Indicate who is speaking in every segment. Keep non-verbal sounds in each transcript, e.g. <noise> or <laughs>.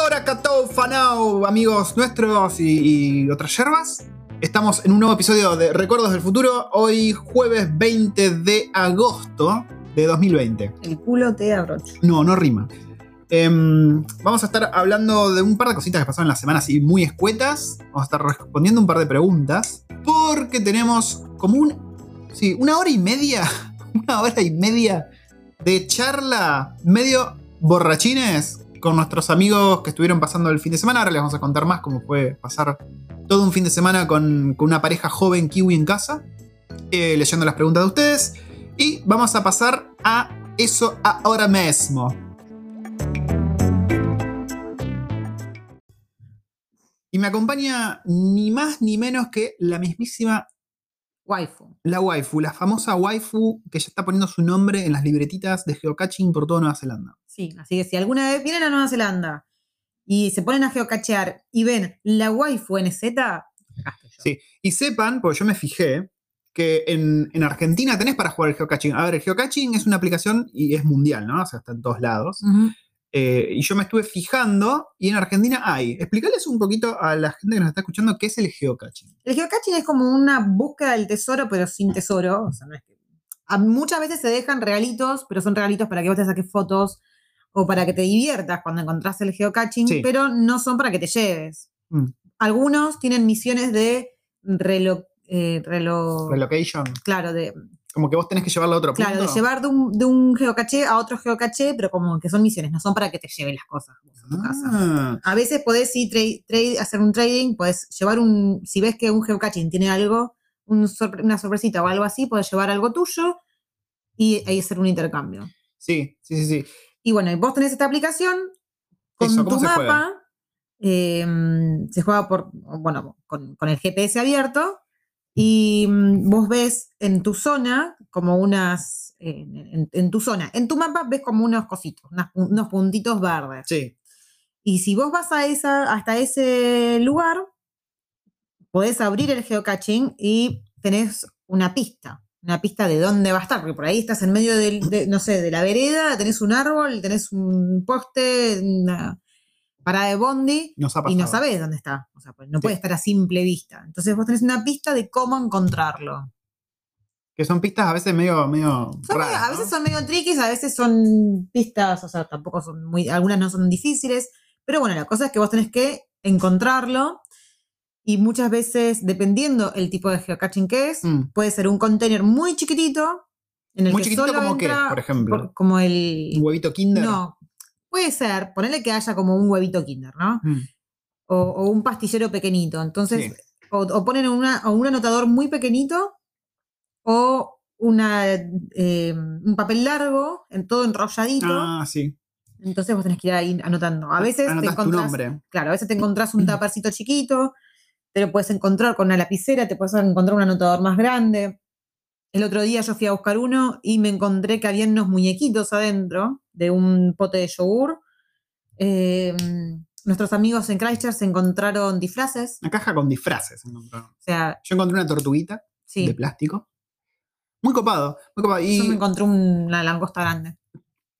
Speaker 1: ahora, Catau Fanau, amigos nuestros y, y otras yerbas. Estamos en un nuevo episodio de Recuerdos del Futuro, hoy jueves 20 de agosto de 2020.
Speaker 2: El culo te abrocha.
Speaker 1: No, no rima. Em, vamos a estar hablando de un par de cositas que pasaron en la semana, así muy escuetas. Vamos a estar respondiendo un par de preguntas. Porque tenemos como un. Sí, una hora y media. <laughs> Una hora y media de charla medio borrachines con nuestros amigos que estuvieron pasando el fin de semana. Ahora les vamos a contar más cómo fue pasar todo un fin de semana con, con una pareja joven kiwi en casa, eh, leyendo las preguntas de ustedes. Y vamos a pasar a eso ahora mismo. Y me acompaña ni más ni menos que la mismísima,
Speaker 2: Waifu.
Speaker 1: la waifu, la famosa waifu que ya está poniendo su nombre en las libretitas de geocaching por toda Nueva Zelanda.
Speaker 2: Sí, así que si alguna vez vienen a Nueva Zelanda y se ponen a geocachear y ven la waifu NZ, cagaste yo.
Speaker 1: Sí. Y sepan, porque yo me fijé, que en, en Argentina tenés para jugar el geocaching. A ver, el geocaching es una aplicación y es mundial, ¿no? O sea, está en todos lados.
Speaker 2: Ujú.
Speaker 1: Eh, y yo me estuve fijando y en Argentina hay. Explicarles un poquito a la gente que nos está escuchando qué es el geocaching.
Speaker 2: El geocaching es como una búsqueda del tesoro, pero sin tesoro. O sea, no es que- a- muchas veces se dejan regalitos, pero son regalitos para que vos te saques fotos o para que te diviertas cuando encontrás el geocaching,
Speaker 1: Sí.
Speaker 2: pero no son para que te lleves.
Speaker 1: Mm.
Speaker 2: Algunos tienen misiones de relo, eh, relo-
Speaker 1: Relocation.
Speaker 2: claro, de,
Speaker 1: Como que vos tenés que llevarlo a otro
Speaker 2: claro, de
Speaker 1: punto.
Speaker 2: llevar de un, de un geocaché a otro geocaché, pero como que son misiones, no son para que te lleven las cosas vos a tu casa.
Speaker 1: Ah,
Speaker 2: A veces podés sí, tra- tra- hacer un trading, podés llevar un, si ves que un geocaching tiene algo, un sorpre- una sorpresita o algo así, podés llevar algo tuyo y ahí hacer un intercambio.
Speaker 1: sí, sí, sí, sí.
Speaker 2: Y bueno, y vos tenés esta aplicación con
Speaker 1: Eso, ¿cómo
Speaker 2: tu
Speaker 1: se
Speaker 2: mapa,
Speaker 1: juega?
Speaker 2: em, se juega por, bueno, con, con el GPS abierto y mm, vos ves en tu zona como unas, en, en- en tu zona, en tu mapa ves como unos cositos, unas pu- unos puntitos verdes.
Speaker 1: Sí.
Speaker 2: Y si vos vas a esa, hasta ese lugar, podés abrir el geocaching y tenés una pista, una pista de dónde va a estar, porque por ahí estás en medio del, de, no sé, de la vereda, tenés un árbol, tenés un poste, una parada de bondi,
Speaker 1: Nos ha
Speaker 2: y
Speaker 1: pasado.
Speaker 2: no sabés dónde está. O sea, pues no puede estar a simple vista. Entonces vos tenés una pista de cómo encontrarlo.
Speaker 1: Que son pistas a veces medio, medio
Speaker 2: Son medio-
Speaker 1: raras,
Speaker 2: a veces
Speaker 1: ¿no?
Speaker 2: son medio triquis, a veces son pistas, o sea, tampoco son muy, algunas no son difíciles, pero bueno, la cosa es que vos tenés que encontrarlo y muchas veces, dependiendo el tipo de geocaching que es,
Speaker 1: Mm.
Speaker 2: puede ser un container muy chiquitito, en el
Speaker 1: Muy
Speaker 2: que
Speaker 1: chiquitito
Speaker 2: solo
Speaker 1: como qué,
Speaker 2: entra,
Speaker 1: por ejemplo.
Speaker 2: por- como el...
Speaker 1: Un huevito kinder.
Speaker 2: No, puede ser, ponele que haya como un huevito kinder, ¿no?
Speaker 1: Mm.
Speaker 2: O, o un pastillero pequeñito, entonces,
Speaker 1: Sí.
Speaker 2: o, o ponen una, o un anotador muy pequeñito o una, eh, un papel largo, en todo enrolladito.
Speaker 1: Ah, sí.
Speaker 2: Entonces vos tenés que ir ahí anotando. A veces te
Speaker 1: Anotás tu
Speaker 2: encontrás,
Speaker 1: nombre.
Speaker 2: claro, a veces te encontrás un tapercito chiquito, te lo puedes encontrar con una lapicera, te puedes encontrar un anotador más grande. El otro día yo fui a buscar uno y me encontré que había unos muñequitos adentro de un pote de yogur. Eh, nuestros amigos en Christchurch encontraron disfraces,
Speaker 1: Una caja con disfraces encontraron.
Speaker 2: o sea,
Speaker 1: Yo encontré una tortuguita
Speaker 2: sí.
Speaker 1: de plástico. Muy copado, muy copado. Y-
Speaker 2: Yo me encontré una langosta grande.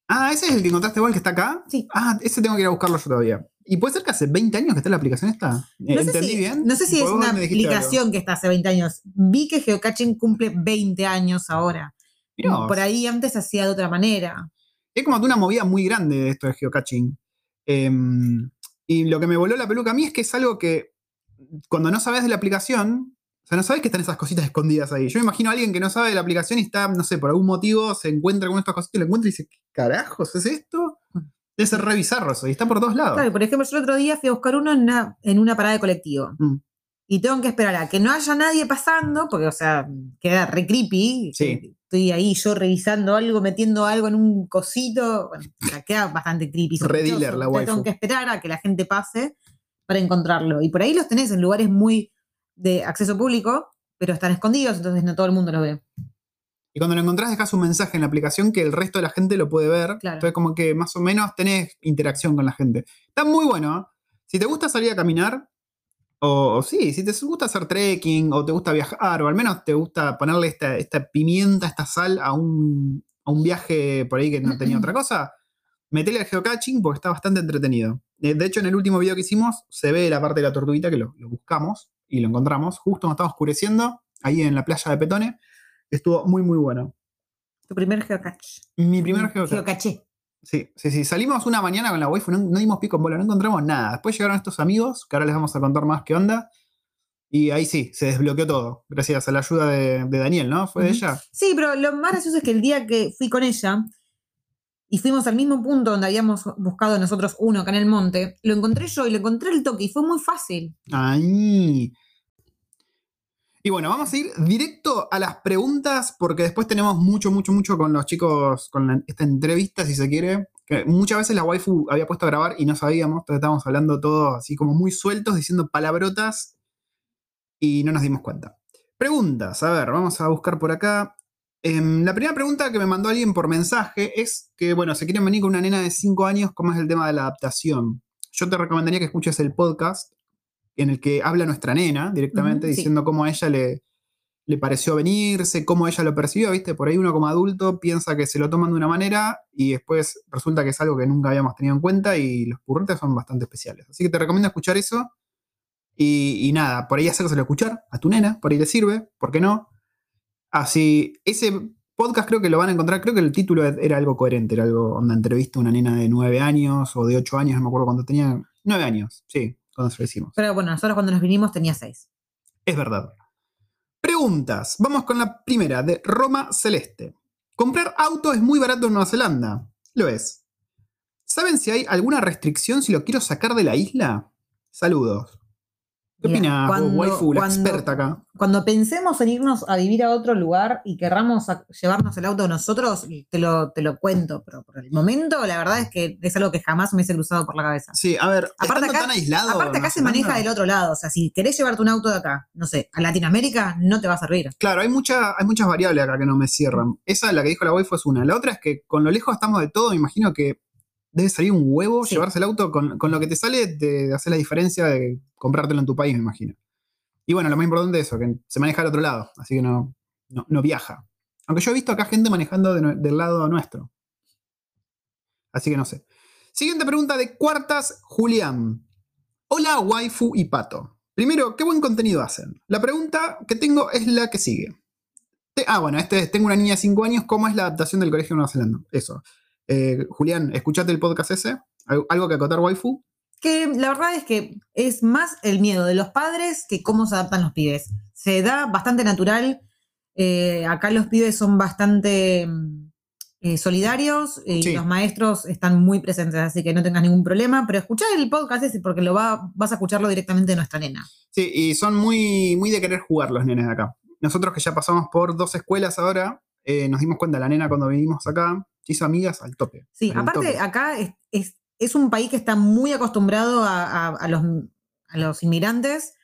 Speaker 1: ah, ese es el que encontraste igual que está acá.
Speaker 2: Sí.
Speaker 1: Ah, ese tengo que ir a buscarlo yo todavía. ¿Y puede ser que hace 20 años que está la aplicación esta? Eh,
Speaker 2: No sé
Speaker 1: ¿Entendí
Speaker 2: si-
Speaker 1: bien?
Speaker 2: No sé si
Speaker 1: Porque
Speaker 2: es
Speaker 1: vos
Speaker 2: una
Speaker 1: me dijiste algo.
Speaker 2: aplicación que está hace 20 años. Vi que Geocaching cumple 20 años ahora.
Speaker 1: Mirá vos.
Speaker 2: Por ahí antes se hacía de otra manera.
Speaker 1: Es como una movida muy grande de esto de geocaching. Em, y lo que me voló la peluca a mí es que es algo que cuando no sabes de la aplicación, o sea, no sabes que están esas cositas escondidas ahí. Yo me imagino a alguien que no sabe de la aplicación y está, no sé, por algún motivo se encuentra con estas cositas y lo encuentra y dice, ¿qué carajos es esto? Debe ser re bizarro eso, y está por todos lados.
Speaker 2: Claro, y por ejemplo, yo el otro día fui a buscar uno en una, en una parada de colectivo.
Speaker 1: Mm.
Speaker 2: Y tengo que esperar a que no haya nadie pasando, porque, o sea, queda re creepy.
Speaker 1: Sí.
Speaker 2: Estoy ahí yo revisando algo, metiendo algo en un cosito. Bueno, o sea, queda bastante creepy.
Speaker 1: Re dealer
Speaker 2: sospechoso.
Speaker 1: la
Speaker 2: Entonces
Speaker 1: waifu.
Speaker 2: Tengo que esperar a que la gente pase para encontrarlo. Y por ahí los tenés en lugares muy de acceso público, pero están escondidos, entonces no todo el mundo lo ve.
Speaker 1: Y cuando lo encontrás dejas un mensaje en la aplicación que el resto de la gente lo puede ver.
Speaker 2: Claro.
Speaker 1: Entonces como que más o menos tenés interacción con la gente. Está muy bueno. ¿eh? Si te gusta salir a caminar, o, o sí, si te gusta hacer trekking, o te gusta viajar, o al menos te gusta ponerle esta, esta pimienta, esta sal a un, a un viaje por ahí que no tenía otra cosa, metele al geocaching porque está bastante entretenido. Eh, De hecho, en el último video que hicimos se ve la parte de la tortuguita que lo, lo buscamos y lo encontramos justo cuando estaba oscureciendo, ahí en la playa de Petone. Estuvo muy, muy bueno.
Speaker 2: Tu primer geocache.
Speaker 1: Mi primer geocache.
Speaker 2: geocache.
Speaker 1: Sí, sí, sí. Salimos una mañana con la waifu, no, no dimos pico en bola, no encontramos nada. Después llegaron estos amigos, que ahora les vamos a contar más qué onda. Y ahí sí, se desbloqueó todo, gracias a la ayuda de, de Daniel, ¿no? Fue de
Speaker 2: Ujú.
Speaker 1: ella.
Speaker 2: Sí, pero lo más gracioso es que el día que fui con ella y fuimos al mismo punto donde habíamos buscado nosotros uno acá en el monte, lo encontré yo y lo encontré el toque y fue muy fácil.
Speaker 1: Ahí. Y bueno, vamos a ir directo a las preguntas, porque después tenemos mucho, mucho, mucho con los chicos, con la- esta entrevista, si se quiere. Que muchas veces la waifu había puesto a grabar y no sabíamos, entonces estábamos hablando todos así como muy sueltos, diciendo palabrotas y no nos dimos cuenta. Preguntas, a ver, vamos a buscar por acá. Em, la primera pregunta que me mandó alguien por mensaje es que, bueno, se quieren venir con una nena de 5 años, ¿cómo es el tema de la adaptación? Yo te recomendaría que escuches el podcast en el que habla nuestra nena directamente
Speaker 2: Ujú, sí.
Speaker 1: diciendo cómo a ella le, le pareció venirse, cómo ella lo percibió, ¿viste? Por ahí uno como adulto piensa que se lo toman de una manera y después resulta que es algo que nunca habíamos tenido en cuenta y los purretes son bastante especiales. Así que te recomiendo escuchar eso y, y nada, por ahí hacérselo escuchar a tu nena, por ahí le sirve, ¿por qué no? Así, Ah, ese podcast creo que lo van a encontrar, creo que el título e- era algo coherente, era algo, onda entrevista a una nena de nueve años o de ocho años, no me acuerdo cuando tenía, nueve años, sí, cuando se lo hicimos.
Speaker 2: Pero bueno, nosotros cuando nos vinimos tenía seis.
Speaker 1: Es verdad. Preguntas. Vamos con la primera, de Roma Celeste. Comprar auto es muy barato en Nueva Zelanda. Lo es. ¿Saben si hay alguna restricción si lo quiero sacar de la isla? Saludos. ¿Qué
Speaker 2: Mira,
Speaker 1: opinas, vos,
Speaker 2: cuando-
Speaker 1: waifu, la
Speaker 2: cuando-
Speaker 1: experta acá?
Speaker 2: Cuando pensemos en irnos a vivir a otro lugar y querramos a- llevarnos el auto nosotros, te lo, te lo cuento, pero por el momento la verdad es que es algo que jamás me hubiese cruzado por la cabeza.
Speaker 1: Sí, a ver,
Speaker 2: Aparte
Speaker 1: estando
Speaker 2: acá-
Speaker 1: tan aislado.
Speaker 2: Aparte acá
Speaker 1: Nueva
Speaker 2: se maneja
Speaker 1: Zelanda-
Speaker 2: del otro lado, o sea, si querés llevarte un auto de acá, no sé, a Latinoamérica, no te va a servir.
Speaker 1: Claro, hay, mucha, hay muchas variables acá que no me cierran. Esa, la que dijo la waifu, es una. La otra es que con lo lejos estamos de todo, me imagino que debe salir un huevo
Speaker 2: Sí.
Speaker 1: llevarse el auto. Con, con lo que te sale, te hace la diferencia de comprártelo en tu país, me imagino. Y bueno, lo más importante es eso, que se maneja al otro lado, así que no, no, no viaja. Aunque yo he visto acá gente manejando de nue- del lado nuestro. Así que no sé. Siguiente pregunta de cuartas, Julián. Hola, waifu y pato. Primero, qué buen contenido hacen. La pregunta que tengo es la que sigue. Te- ah, bueno, este es, tengo una niña de 5 años, ¿cómo es la adaptación del colegio en Nueva Zelanda? Eso. Eh, Julián, escuchate el podcast ese. ¿Al- ¿Algo que acotar, waifu?
Speaker 2: Que la verdad es que es más el miedo de los padres que cómo se adaptan los pibes. Se da bastante natural. eh, acá los pibes son bastante mm, eh, solidarios eh, y
Speaker 1: Sí.
Speaker 2: los maestros están muy presentes, así que no tengas ningún problema. Pero escuchar el podcast ese porque lo va, vas a escucharlo directamente de nuestra nena.
Speaker 1: Sí, y son muy, muy de querer jugar los nenes de acá. Nosotros que ya pasamos por dos escuelas ahora, eh, nos dimos cuenta, la nena cuando vinimos acá, se hizo amigas al tope.
Speaker 2: Sí,
Speaker 1: Pero al
Speaker 2: aparte
Speaker 1: tope.
Speaker 2: acá es, es- es un país que está muy acostumbrado a, a- a los, a los inmigrantes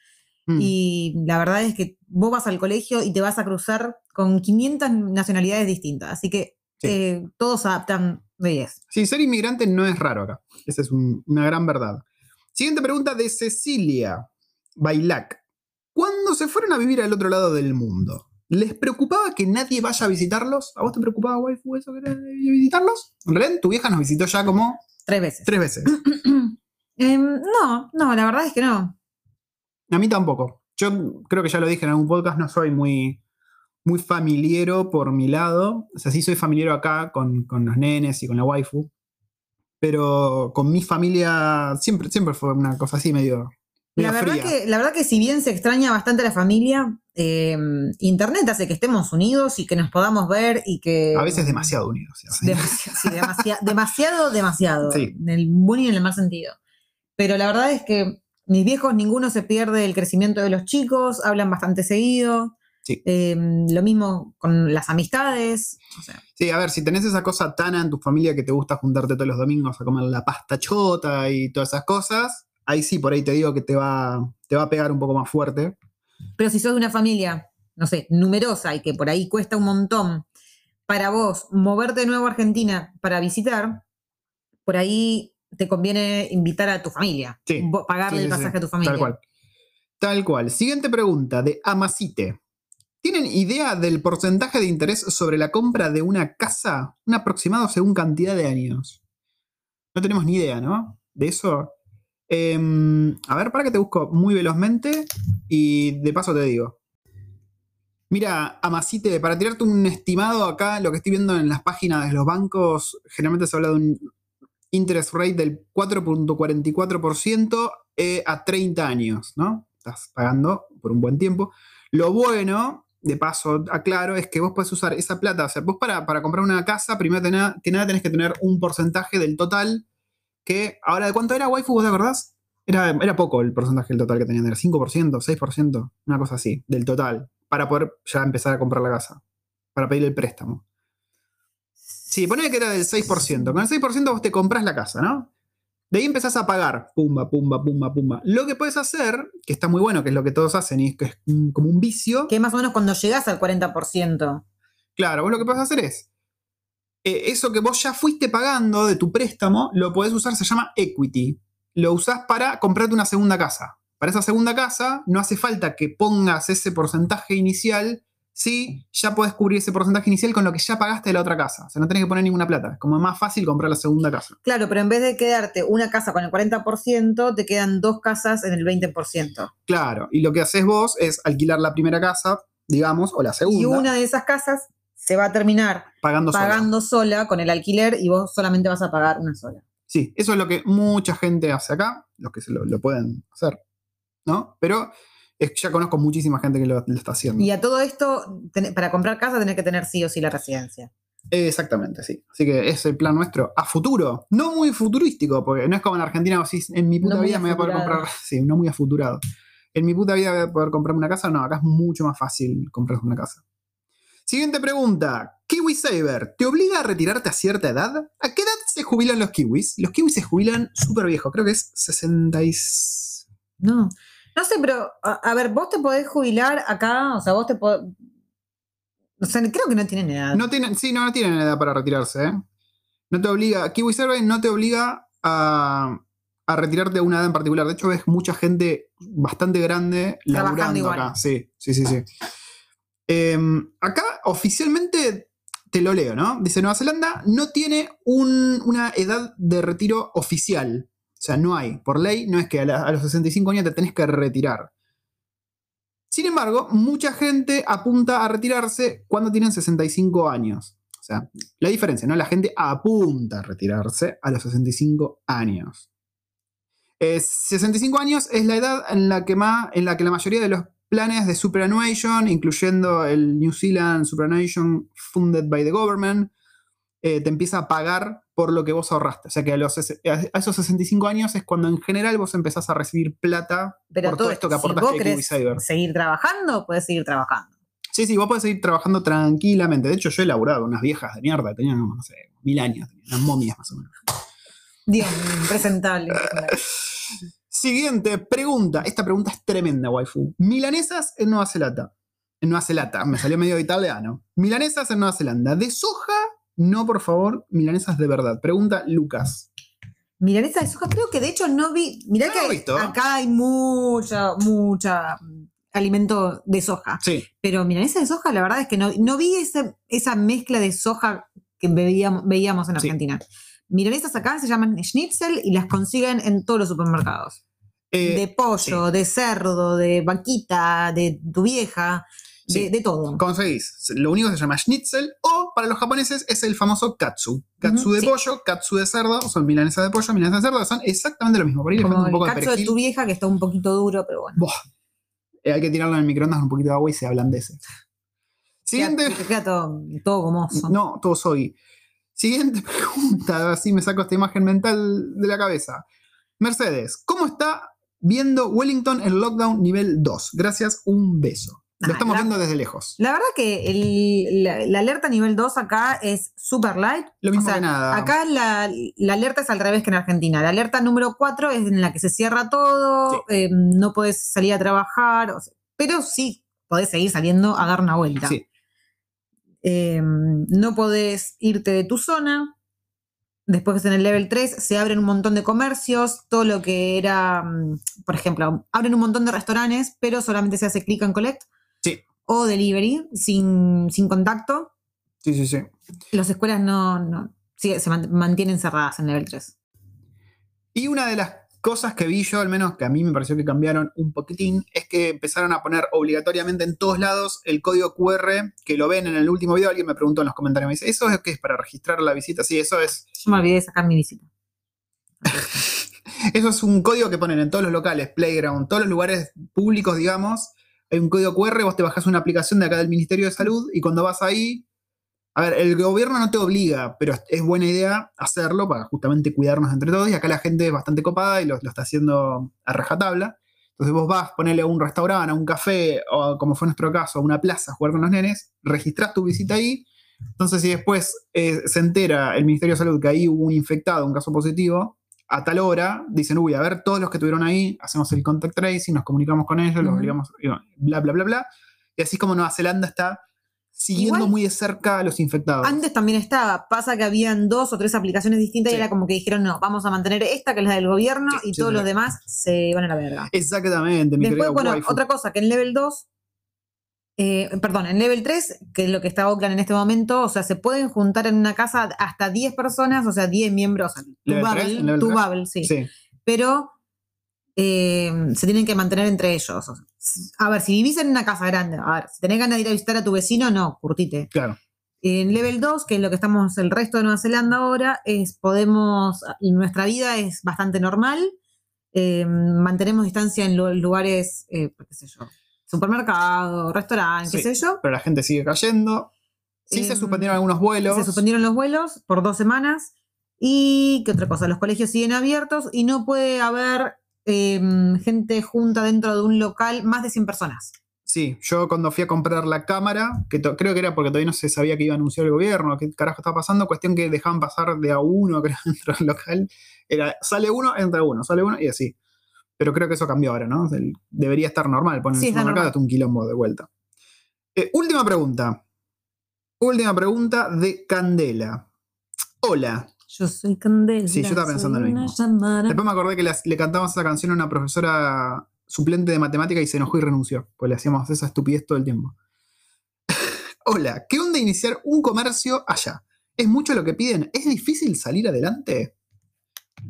Speaker 1: Mm.
Speaker 2: y la verdad es que vos vas al colegio y te vas a cruzar con 500 nacionalidades distintas, así que
Speaker 1: Sí.
Speaker 2: eh, todos se adaptan de 10.
Speaker 1: Sí, ser inmigrante no es raro acá. Esa es un- una gran verdad. Siguiente pregunta de Cecilia Bailac. ¿Cuándo se fueron a vivir al otro lado del mundo? ¿Les preocupaba que nadie vaya a visitarlos? ¿A vos te preocupaba, waifu, eso que nadie vaya a visitarlos? En realidad, tu vieja nos visitó ya como <clears throat>
Speaker 2: Tres veces.
Speaker 1: tres veces.
Speaker 2: Em, no, no, la verdad es que no.
Speaker 1: A mí tampoco. Yo creo que ya lo dije en algún podcast, no soy muy, muy familiero por mi lado. O sea, sí soy familiero acá con, con los nenes y con la waifu. Pero con mi familia siempre, siempre fue una cosa así medio, medio
Speaker 2: La verdad,
Speaker 1: fría.
Speaker 2: que, la verdad que si bien se extraña bastante la familia, em, Internet hace que estemos unidos y que nos podamos ver y que...
Speaker 1: A veces demasiado unidos. se hace.
Speaker 2: Demasiado, sí, demasi- demasiado, demasiado.
Speaker 1: Sí.
Speaker 2: En el buen y en el mal sentido. Pero la verdad es que mis viejos, ninguno se pierde el crecimiento de los chicos, hablan bastante seguido.
Speaker 1: Sí.
Speaker 2: Eh, lo mismo con las amistades. o sea,
Speaker 1: Sí, a ver, si tenés esa cosa tana en tu familia que te gusta juntarte todos los domingos a comer la pasta chota y todas esas cosas, ahí sí, por ahí te digo que te va, te va a pegar un poco más fuerte.
Speaker 2: Pero si sos de una familia, no sé, numerosa y que por ahí cuesta un montón, para vos moverte de nuevo a Argentina para visitar, por ahí te conviene invitar a tu familia,
Speaker 1: Sí,
Speaker 2: Vo- pagarle
Speaker 1: sí, sí,
Speaker 2: el
Speaker 1: sí,
Speaker 2: pasaje a tu familia.
Speaker 1: Tal cual. Tal cual. Siguiente pregunta de Amacite. ¿Tienen idea del porcentaje de interés sobre la compra de una casa? Un aproximado según cantidad de años. No tenemos ni idea, ¿no? De eso. Em, a ver, para que te busco muy velozmente y de paso te digo. Mira, Amacite, para tirarte un estimado acá, lo que estoy viendo en las páginas de los bancos, generalmente se habla de un interest rate del 4.44% eh, a 30 años, ¿no? Estás pagando por un buen tiempo. Lo bueno, de paso, aclaro, es que vos podés usar esa plata, o sea, vos para, para comprar una casa, primero tená- que nada tenés que tener un porcentaje del total que, ahora, ¿de cuánto era Waifu? ¿Vos te acordás? Era, era poco el porcentaje del total que tenían, era 5%, 6%, una cosa así, del total, para poder ya empezar a comprar la casa, para pedir el préstamo. Sí, ponele que era del 6%. Con el 6% vos te compras la casa, ¿no? De ahí empezás a pagar, pumba, pumba, pumba, pumba. Lo que puedes hacer, que está muy bueno, que es lo que todos hacen y es que es un- como un vicio,
Speaker 2: Que más o menos cuando llegás al 40%.
Speaker 1: Claro, vos lo que podés hacer es. eh, eso que vos ya fuiste pagando de tu préstamo, lo podés usar, se llama equity. Lo usás para comprarte una segunda casa. Para esa segunda casa no hace falta que pongas ese porcentaje inicial, sí, ya podés cubrir ese porcentaje inicial con lo que ya pagaste de la otra casa. O sea, no tenés que poner ninguna plata. Es como más fácil comprar la segunda casa.
Speaker 2: Claro, pero en vez de quedarte una casa con el 40%, te quedan dos casas en el 20%.
Speaker 1: Claro, y lo que haces vos es alquilar la primera casa, digamos, o la segunda,
Speaker 2: Y una de esas casas se va a terminar
Speaker 1: pagando sola.
Speaker 2: pagando sola con el alquiler y vos solamente vas a pagar una sola.
Speaker 1: Sí, eso es lo que mucha gente hace acá, los que se lo, lo pueden hacer, ¿no? Pero es- ya conozco muchísima gente que lo, lo está haciendo.
Speaker 2: Y a todo esto, ten- para comprar casa tenés que tener sí o sí la residencia.
Speaker 1: Eh, Exactamente, sí. Así que es el plan nuestro a futuro, no muy futurístico, porque no es como en Argentina, vos decís, en mi puta
Speaker 2: No muy
Speaker 1: vida me voy a poder
Speaker 2: afuturado.
Speaker 1: comprar, <laughs> sí, no muy afuturado. En mi puta vida voy a poder comprarme una casa, no, acá es mucho más fácil comprar una casa. Siguiente pregunta. Kiwi Saver, ¿te obliga a retirarte a cierta edad? ¿A qué edad se jubilan los kiwis? Los kiwis se jubilan súper viejos, creo que es 66.
Speaker 2: No. No sé, pero a, a ver, vos te podés jubilar acá, o sea, vos te podés... O sea, creo que no tienen edad.
Speaker 1: No tienen, sí, no, no tienen edad para retirarse, ¿eh? No te obliga, Kiwi Survey no te obliga a, a retirarte a una edad en particular. De hecho, ves mucha gente bastante grande
Speaker 2: Trabajando
Speaker 1: laburando
Speaker 2: igual.
Speaker 1: acá. Sí, sí, sí, sí. Em, acá oficialmente te lo leo, ¿no? Dice Nueva Zelanda no tiene un- una edad de retiro oficial. O sea, no hay. Por ley, no es que a, la- a los 65 años te tenés que retirar. Sin embargo, mucha gente apunta a retirarse cuando tienen 65 años. O sea, la diferencia, ¿no? La gente apunta a retirarse a los 65 años. Eh, 65 años es la edad en la, que ma- en la que la mayoría de los planes de superannuation, incluyendo el New Zealand Superannuation Funded by the Government, eh, te empieza a pagar por lo que vos ahorraste. O sea que a, los, ses- a esos 65 años es cuando en general vos empezás a recibir plata
Speaker 2: pero
Speaker 1: por
Speaker 2: todo
Speaker 1: todo esto que
Speaker 2: si
Speaker 1: aportaste
Speaker 2: vos
Speaker 1: de
Speaker 2: querés
Speaker 1: KiwiSaver.
Speaker 2: seguir trabajando, podés seguir trabajando.
Speaker 1: Sí, sí, vos podés seguir trabajando tranquilamente. De hecho, yo he laburado con unas viejas de mierda, tenían, no sé, mil años, tenían unas momias más o menos.
Speaker 2: Dios, <laughs> impresentable.
Speaker 1: Siguiente pregunta. Esta pregunta es tremenda, waifu. Milanesas en Nueva Zelanda. En Nueva Zelanda, me salió medio italiano. Milanesas en Nueva Zelanda. ¿De soja? No, por favor, milanesas de verdad. Pregunta Lucas.
Speaker 2: Milanesa de soja, creo que de hecho no vi. Mirá
Speaker 1: No
Speaker 2: que
Speaker 1: he visto.
Speaker 2: acá hay mucha, mucha mm, alimento de soja.
Speaker 1: Sí.
Speaker 2: Pero milanesa de soja, la verdad es que no, no vi esa, esa mezcla de soja que veíamos, veíamos en
Speaker 1: Sí.
Speaker 2: Argentina. Milanesas acá se llaman schnitzel y las consiguen en todos los supermercados.
Speaker 1: Eh,
Speaker 2: de pollo, de cerdo, de vaquita, de tu vieja, de-
Speaker 1: Sí.
Speaker 2: de, todo.
Speaker 1: Conseguís. Lo único que se llama schnitzel o para los japoneses es el famoso katsu. Katsu
Speaker 2: Ujú,
Speaker 1: de
Speaker 2: sí.
Speaker 1: pollo, katsu de cerdo, son milanesas de pollo, milanesas de cerdo, son exactamente lo mismo. Por ahí le
Speaker 2: Como
Speaker 1: falta un
Speaker 2: el
Speaker 1: poco de
Speaker 2: cacho de
Speaker 1: perejil.
Speaker 2: tu vieja que está un poquito duro, pero bueno.
Speaker 1: Buah. Eh, hay que tirarlo en el microondas con un poquito de agua y se ablandece. Siguiente.
Speaker 2: Queda, queda todo, todo gomoso.
Speaker 1: No, todo soy. Siguiente <laughs> pregunta, así me saco esta imagen mental de la cabeza. Mercedes, ¿cómo está viendo Wellington el lockdown nivel 2? Gracias, un beso. Lo
Speaker 2: Ah,
Speaker 1: estamos
Speaker 2: la-
Speaker 1: viendo desde lejos.
Speaker 2: La verdad que el- la, la alerta nivel 2 acá es super light.
Speaker 1: Lo mismo
Speaker 2: o sea,
Speaker 1: que nada.
Speaker 2: Acá la, la alerta es al revés que en Argentina. La alerta número 4 es en la que se cierra todo, eh, no podés salir a trabajar, o sea, pero sí podés seguir saliendo a dar una vuelta.
Speaker 1: Sí.
Speaker 2: Eh, no podés irte de tu zona. Después en el level 3 se abren un montón de comercios, todo lo que era, mm, por ejemplo, abren un montón de restaurantes, pero solamente se hace click and collect.
Speaker 1: Sí.
Speaker 2: O delivery, sin, sin contacto.
Speaker 1: Sí, sí, sí.
Speaker 2: Las escuelas no, no sí, se mant- mantienen cerradas en level 3.
Speaker 1: Y una de las cosas que vi yo, al menos que a mí me pareció que cambiaron un poquitín, es que empezaron a poner obligatoriamente en todos lados el código QR, que lo ven en el último video, alguien me preguntó en los comentarios, me dice, ¿eso es que es para registrar la visita? Sí, eso es,
Speaker 2: Yo me olvidé de sacar mi visita.
Speaker 1: eso es un código que ponen en todos los locales, playground, todos los lugares públicos, digamos, hay un código QR, vos te bajás una aplicación de acá del Ministerio de Salud y cuando vas ahí, a ver, el gobierno no te obliga, pero es- es buena idea hacerlo para justamente cuidarnos entre todos y acá la gente es bastante copada y lo, lo está haciendo a rajatabla. Entonces vos vas, ponele a un restaurante, a un café, o como fue nuestro caso, a una plaza a jugar con los nenes, registrás tu visita ahí. Entonces, si después eh, se entera el Ministerio de Salud que ahí hubo un infectado, un caso positivo, a tal hora dicen, uy, a ver, todos los que estuvieron ahí, hacemos el contact tracing, nos comunicamos con ellos, los
Speaker 2: Ujú.
Speaker 1: obligamos, y bueno, bla, bla, bla, bla. Y así es como Nueva Zelanda está siguiendo
Speaker 2: Igual-
Speaker 1: muy de cerca a los infectados.
Speaker 2: Antes también estaba. Pasa que habían dos o tres aplicaciones distintas
Speaker 1: Sí.
Speaker 2: y era como que dijeron, no, vamos a mantener esta que es la del gobierno
Speaker 1: Sí,
Speaker 2: y
Speaker 1: sí,
Speaker 2: todos
Speaker 1: sí.
Speaker 2: los demás se iban a la verga.
Speaker 1: Exactamente, mi
Speaker 2: Después,
Speaker 1: querido
Speaker 2: bueno,
Speaker 1: waifu.
Speaker 2: otra cosa, que en level 2, eh, perdón, en level 3, que es lo que está Oakland en este momento, o sea, se pueden juntar en una casa hasta 10 personas, o sea, 10 miembros. o sea, Tu
Speaker 1: ¿Level tres? ¿En
Speaker 2: bubble,
Speaker 1: level
Speaker 2: tu
Speaker 1: tres?
Speaker 2: bubble, sí.
Speaker 1: Sí.
Speaker 2: Pero eh, se tienen que mantener entre ellos. o sea, s- a ver, si vivís en una casa grande, a ver, si tenés ganas de ir a visitar a tu vecino, no, curtite.
Speaker 1: Claro.
Speaker 2: En level 2, que es lo que estamos el resto de Nueva Zelanda ahora, es podemos, y nuestra vida es bastante normal, eh, mantenemos distancia en lu- lugares, eh, qué sé yo, supermercado, restaurante,
Speaker 1: Sí.
Speaker 2: qué sé yo.
Speaker 1: Pero la gente sigue cayendo. Sí se
Speaker 2: Em,
Speaker 1: suspendieron algunos vuelos.
Speaker 2: Se suspendieron los vuelos por dos semanas y qué otra cosa, los colegios siguen abiertos y no puede haber em, gente junta dentro de un local más de 100 personas.
Speaker 1: Sí, yo cuando fui a comprar la cámara, que to- creo que era porque todavía no se sabía que iba a anunciar el gobierno, qué carajo estaba pasando, cuestión que dejaban pasar de a uno, <laughs> creo, dentro del local. Era, sale uno, entra uno, sale uno y así. Pero creo que eso cambió ahora, ¿no? El- debería estar normal, poner
Speaker 2: Sí,
Speaker 1: el
Speaker 2: está
Speaker 1: supermercado
Speaker 2: normal.
Speaker 1: hasta un quilombo de vuelta. Eh, última pregunta. Última pregunta de Candela. Hola.
Speaker 2: Yo soy Candela.
Speaker 1: Sí, yo estaba
Speaker 2: soy
Speaker 1: pensando lo
Speaker 2: una
Speaker 1: mismo.
Speaker 2: llamada.
Speaker 1: Después me acordé que las- le cantamos esa canción a una profesora suplente de matemática y se enojó y renunció, pues le hacíamos esa estupidez todo el tiempo. <laughs> Hola, ¿qué onda iniciar un comercio allá? ¿Es mucho lo que piden? ¿Es difícil salir adelante?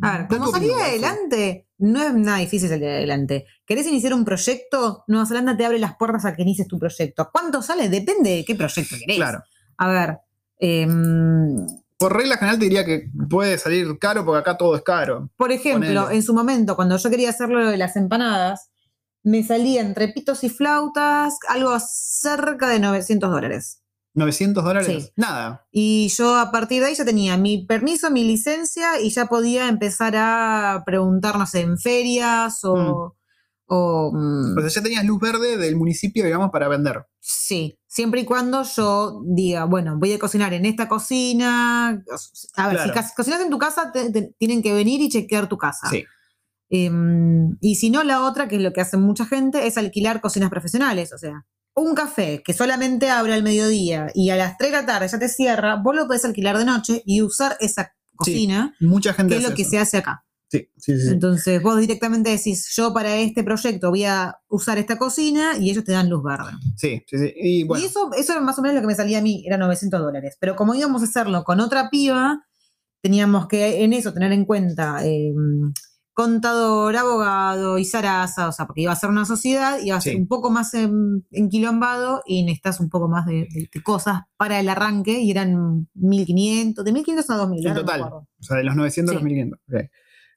Speaker 2: A ver, como
Speaker 1: Tanto
Speaker 2: salir
Speaker 1: opinión,
Speaker 2: adelante, no es nada difícil salir adelante. ¿Querés iniciar un proyecto? Nueva Zelanda te abre las puertas a que inicies tu proyecto. ¿Cuánto sale? Depende de qué proyecto querés.
Speaker 1: Claro.
Speaker 2: A ver, em,
Speaker 1: Por regla general te diría que puede salir caro porque acá todo es caro.
Speaker 2: por ejemplo,
Speaker 1: Ponele.
Speaker 2: en su momento, cuando yo quería hacer lo de las empanadas, me salía entre pitos y flautas algo cerca de 900 dólares.
Speaker 1: 900 dólares.
Speaker 2: Sí.
Speaker 1: Nada.
Speaker 2: Y yo a partir de ahí ya tenía mi permiso, mi licencia y ya podía empezar a preguntarnos en ferias o... o, mm,
Speaker 1: O sea, ya tenías luz verde del municipio, digamos, para vender.
Speaker 2: sí, siempre y cuando yo diga, bueno, voy a cocinar en esta cocina. A ver,
Speaker 1: Claro.
Speaker 2: si ca- cocinas en tu casa, te- te- tienen que venir y chequear tu casa.
Speaker 1: Sí.
Speaker 2: Em, y si no, la otra, que es lo que hace mucha gente, es alquilar cocinas profesionales. O sea, un café que solamente abre al mediodía y a las 3 de la tarde ya te cierra, vos lo podés alquilar de noche y usar esa cocina,
Speaker 1: Mucha gente
Speaker 2: que es lo
Speaker 1: hace
Speaker 2: que
Speaker 1: eso.
Speaker 2: se hace acá.
Speaker 1: Sí, sí, sí, sí.
Speaker 2: Entonces vos directamente decís, yo para este proyecto voy a usar esta cocina y ellos te dan luz verde.
Speaker 1: Sí, sí, sí. Y bueno,
Speaker 2: Y eso, eso era más o menos lo que me salía a mí, era 900 dólares. Pero como íbamos a hacerlo con otra piba, teníamos que en eso tener en cuenta eh, contador, abogado y zaraza, o sea, porque iba a ser una sociedad, iba a ser
Speaker 1: Sí.
Speaker 2: un poco más en- enquilombado y necesitas un poco más de, de- de cosas para el arranque y eran 1.500, de 1.500 a 2.000.
Speaker 1: En
Speaker 2: ahora no me
Speaker 1: total.
Speaker 2: acuerdo.
Speaker 1: O sea, de los 900 a los
Speaker 2: Sí.
Speaker 1: 1500. ok.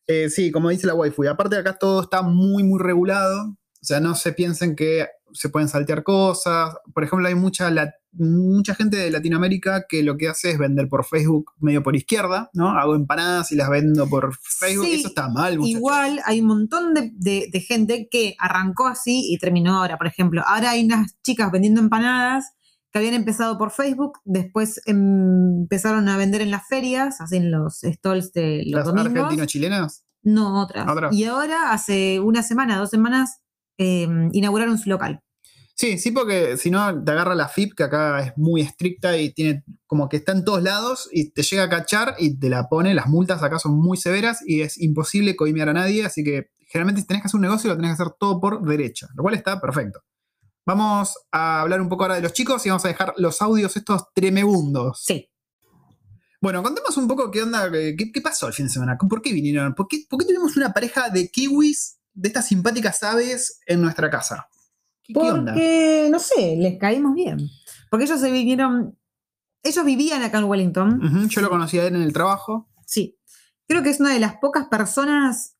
Speaker 1: Eh, sí, como dice la waifu. Y aparte acá todo está muy, muy regulado. O sea, no se piensen que se pueden saltear cosas. Por ejemplo, hay mucha, la- mucha gente de Latinoamérica que lo que hace es vender por Facebook medio por izquierda, ¿no? Hago empanadas y las vendo por Facebook.
Speaker 2: Sí,
Speaker 1: Eso está mal, muchachos.
Speaker 2: Igual hay un montón de, de- de gente que arrancó así y terminó ahora. Por ejemplo, ahora hay unas chicas vendiendo empanadas que habían empezado por Facebook, después em, empezaron a vender en las ferias, así en los stalls de
Speaker 1: Las
Speaker 2: los domingos.
Speaker 1: argentino-chilenas.
Speaker 2: No, otras.
Speaker 1: Otras.
Speaker 2: Y ahora, hace una semana, dos semanas, em, inauguraron su local.
Speaker 1: Sí, sí, porque si no te agarra la FIP, que acá es muy estricta y tiene como que está en todos lados y te llega a cachar y te la pone. Las multas acá son muy severas y es imposible coimear a nadie. Así que generalmente si tenés que hacer un negocio lo tenés que hacer todo por derecha, lo cual está perfecto. Vamos a hablar un poco ahora de los chicos y vamos a dejar los audios estos tremebundos.
Speaker 2: Sí.
Speaker 1: Bueno, contemos un poco qué onda, eh, qué, qué pasó el fin de semana, por qué vinieron, por qué, por qué tuvimos una pareja de kiwis, de estas simpáticas aves, en nuestra casa. ¿Qué, qué onda?
Speaker 2: Porque, no sé, les caímos bien. Porque ellos se vinieron. Ellos vivían acá en Wellington.
Speaker 1: Ujú, yo lo conocí a él en el trabajo.
Speaker 2: Sí. Creo que es una de las pocas personas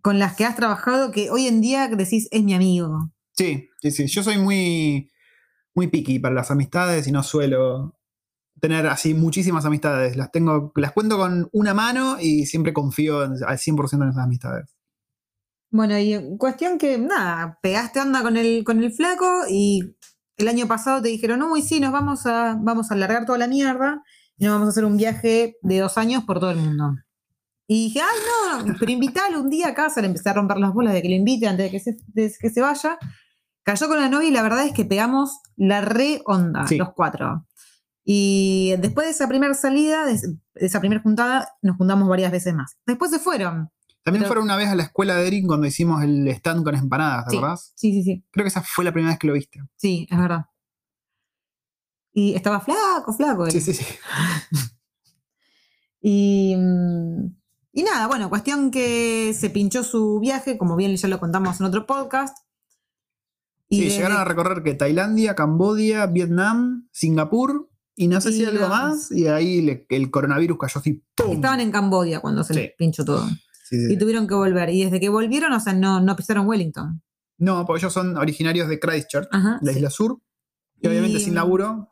Speaker 2: con las que has trabajado que hoy en día decís es mi amigo.
Speaker 1: Sí, sí, sí. Yo soy muy, muy picky para las amistades y no suelo tener así muchísimas amistades. Las tengo, las cuento con una mano y siempre confío en- al 100% en esas amistades.
Speaker 2: Bueno, y en cuestión que, nada, pegaste onda con el, con el flaco y el año pasado te dijeron, no, y sí, nos vamos a, vamos a largar toda la mierda y nos vamos a hacer un viaje de dos años por todo el mundo. Y dije, ay, no, pero invítalo un día a casa, le empecé a romper las bolas de que le invite antes de que se, de que se vaya. Cayó con la novia y la verdad es que pegamos la re onda,
Speaker 1: Sí.
Speaker 2: los cuatro. Y después de esa primera salida, de de esa primera juntada, nos juntamos varias veces más. Después se fueron.
Speaker 1: También
Speaker 2: Pero-
Speaker 1: fueron una vez a la escuela de Erin cuando hicimos el stand con empanadas, ¿te
Speaker 2: Sí.
Speaker 1: acordás?
Speaker 2: Sí, sí, sí.
Speaker 1: Creo que esa fue la primera vez que lo viste.
Speaker 2: Sí, es verdad. Y estaba flaco, flaco. él.
Speaker 1: Sí, sí, sí.
Speaker 2: Y, mm, y nada, bueno, cuestión que se pinchó su viaje, como bien ya lo contamos en otro podcast. Y
Speaker 1: Sí,
Speaker 2: desde-
Speaker 1: llegaron a recorrer que Tailandia, Cambodia, Vietnam, Singapur y no sé si
Speaker 2: Y
Speaker 1: algo
Speaker 2: la-
Speaker 1: más. Y ahí le- el coronavirus cayó así. ¡pum!
Speaker 2: estaban en Cambodia cuando se
Speaker 1: Sí.
Speaker 2: les pinchó todo.
Speaker 1: Sí, sí, sí.
Speaker 2: Y tuvieron que volver. Y desde que volvieron, o sea, no, no pisaron Wellington.
Speaker 1: No, porque ellos son originarios de Christchurch,
Speaker 2: Ajá.
Speaker 1: la
Speaker 2: sí.
Speaker 1: isla sur. Y obviamente
Speaker 2: Y- mm,
Speaker 1: sin laburo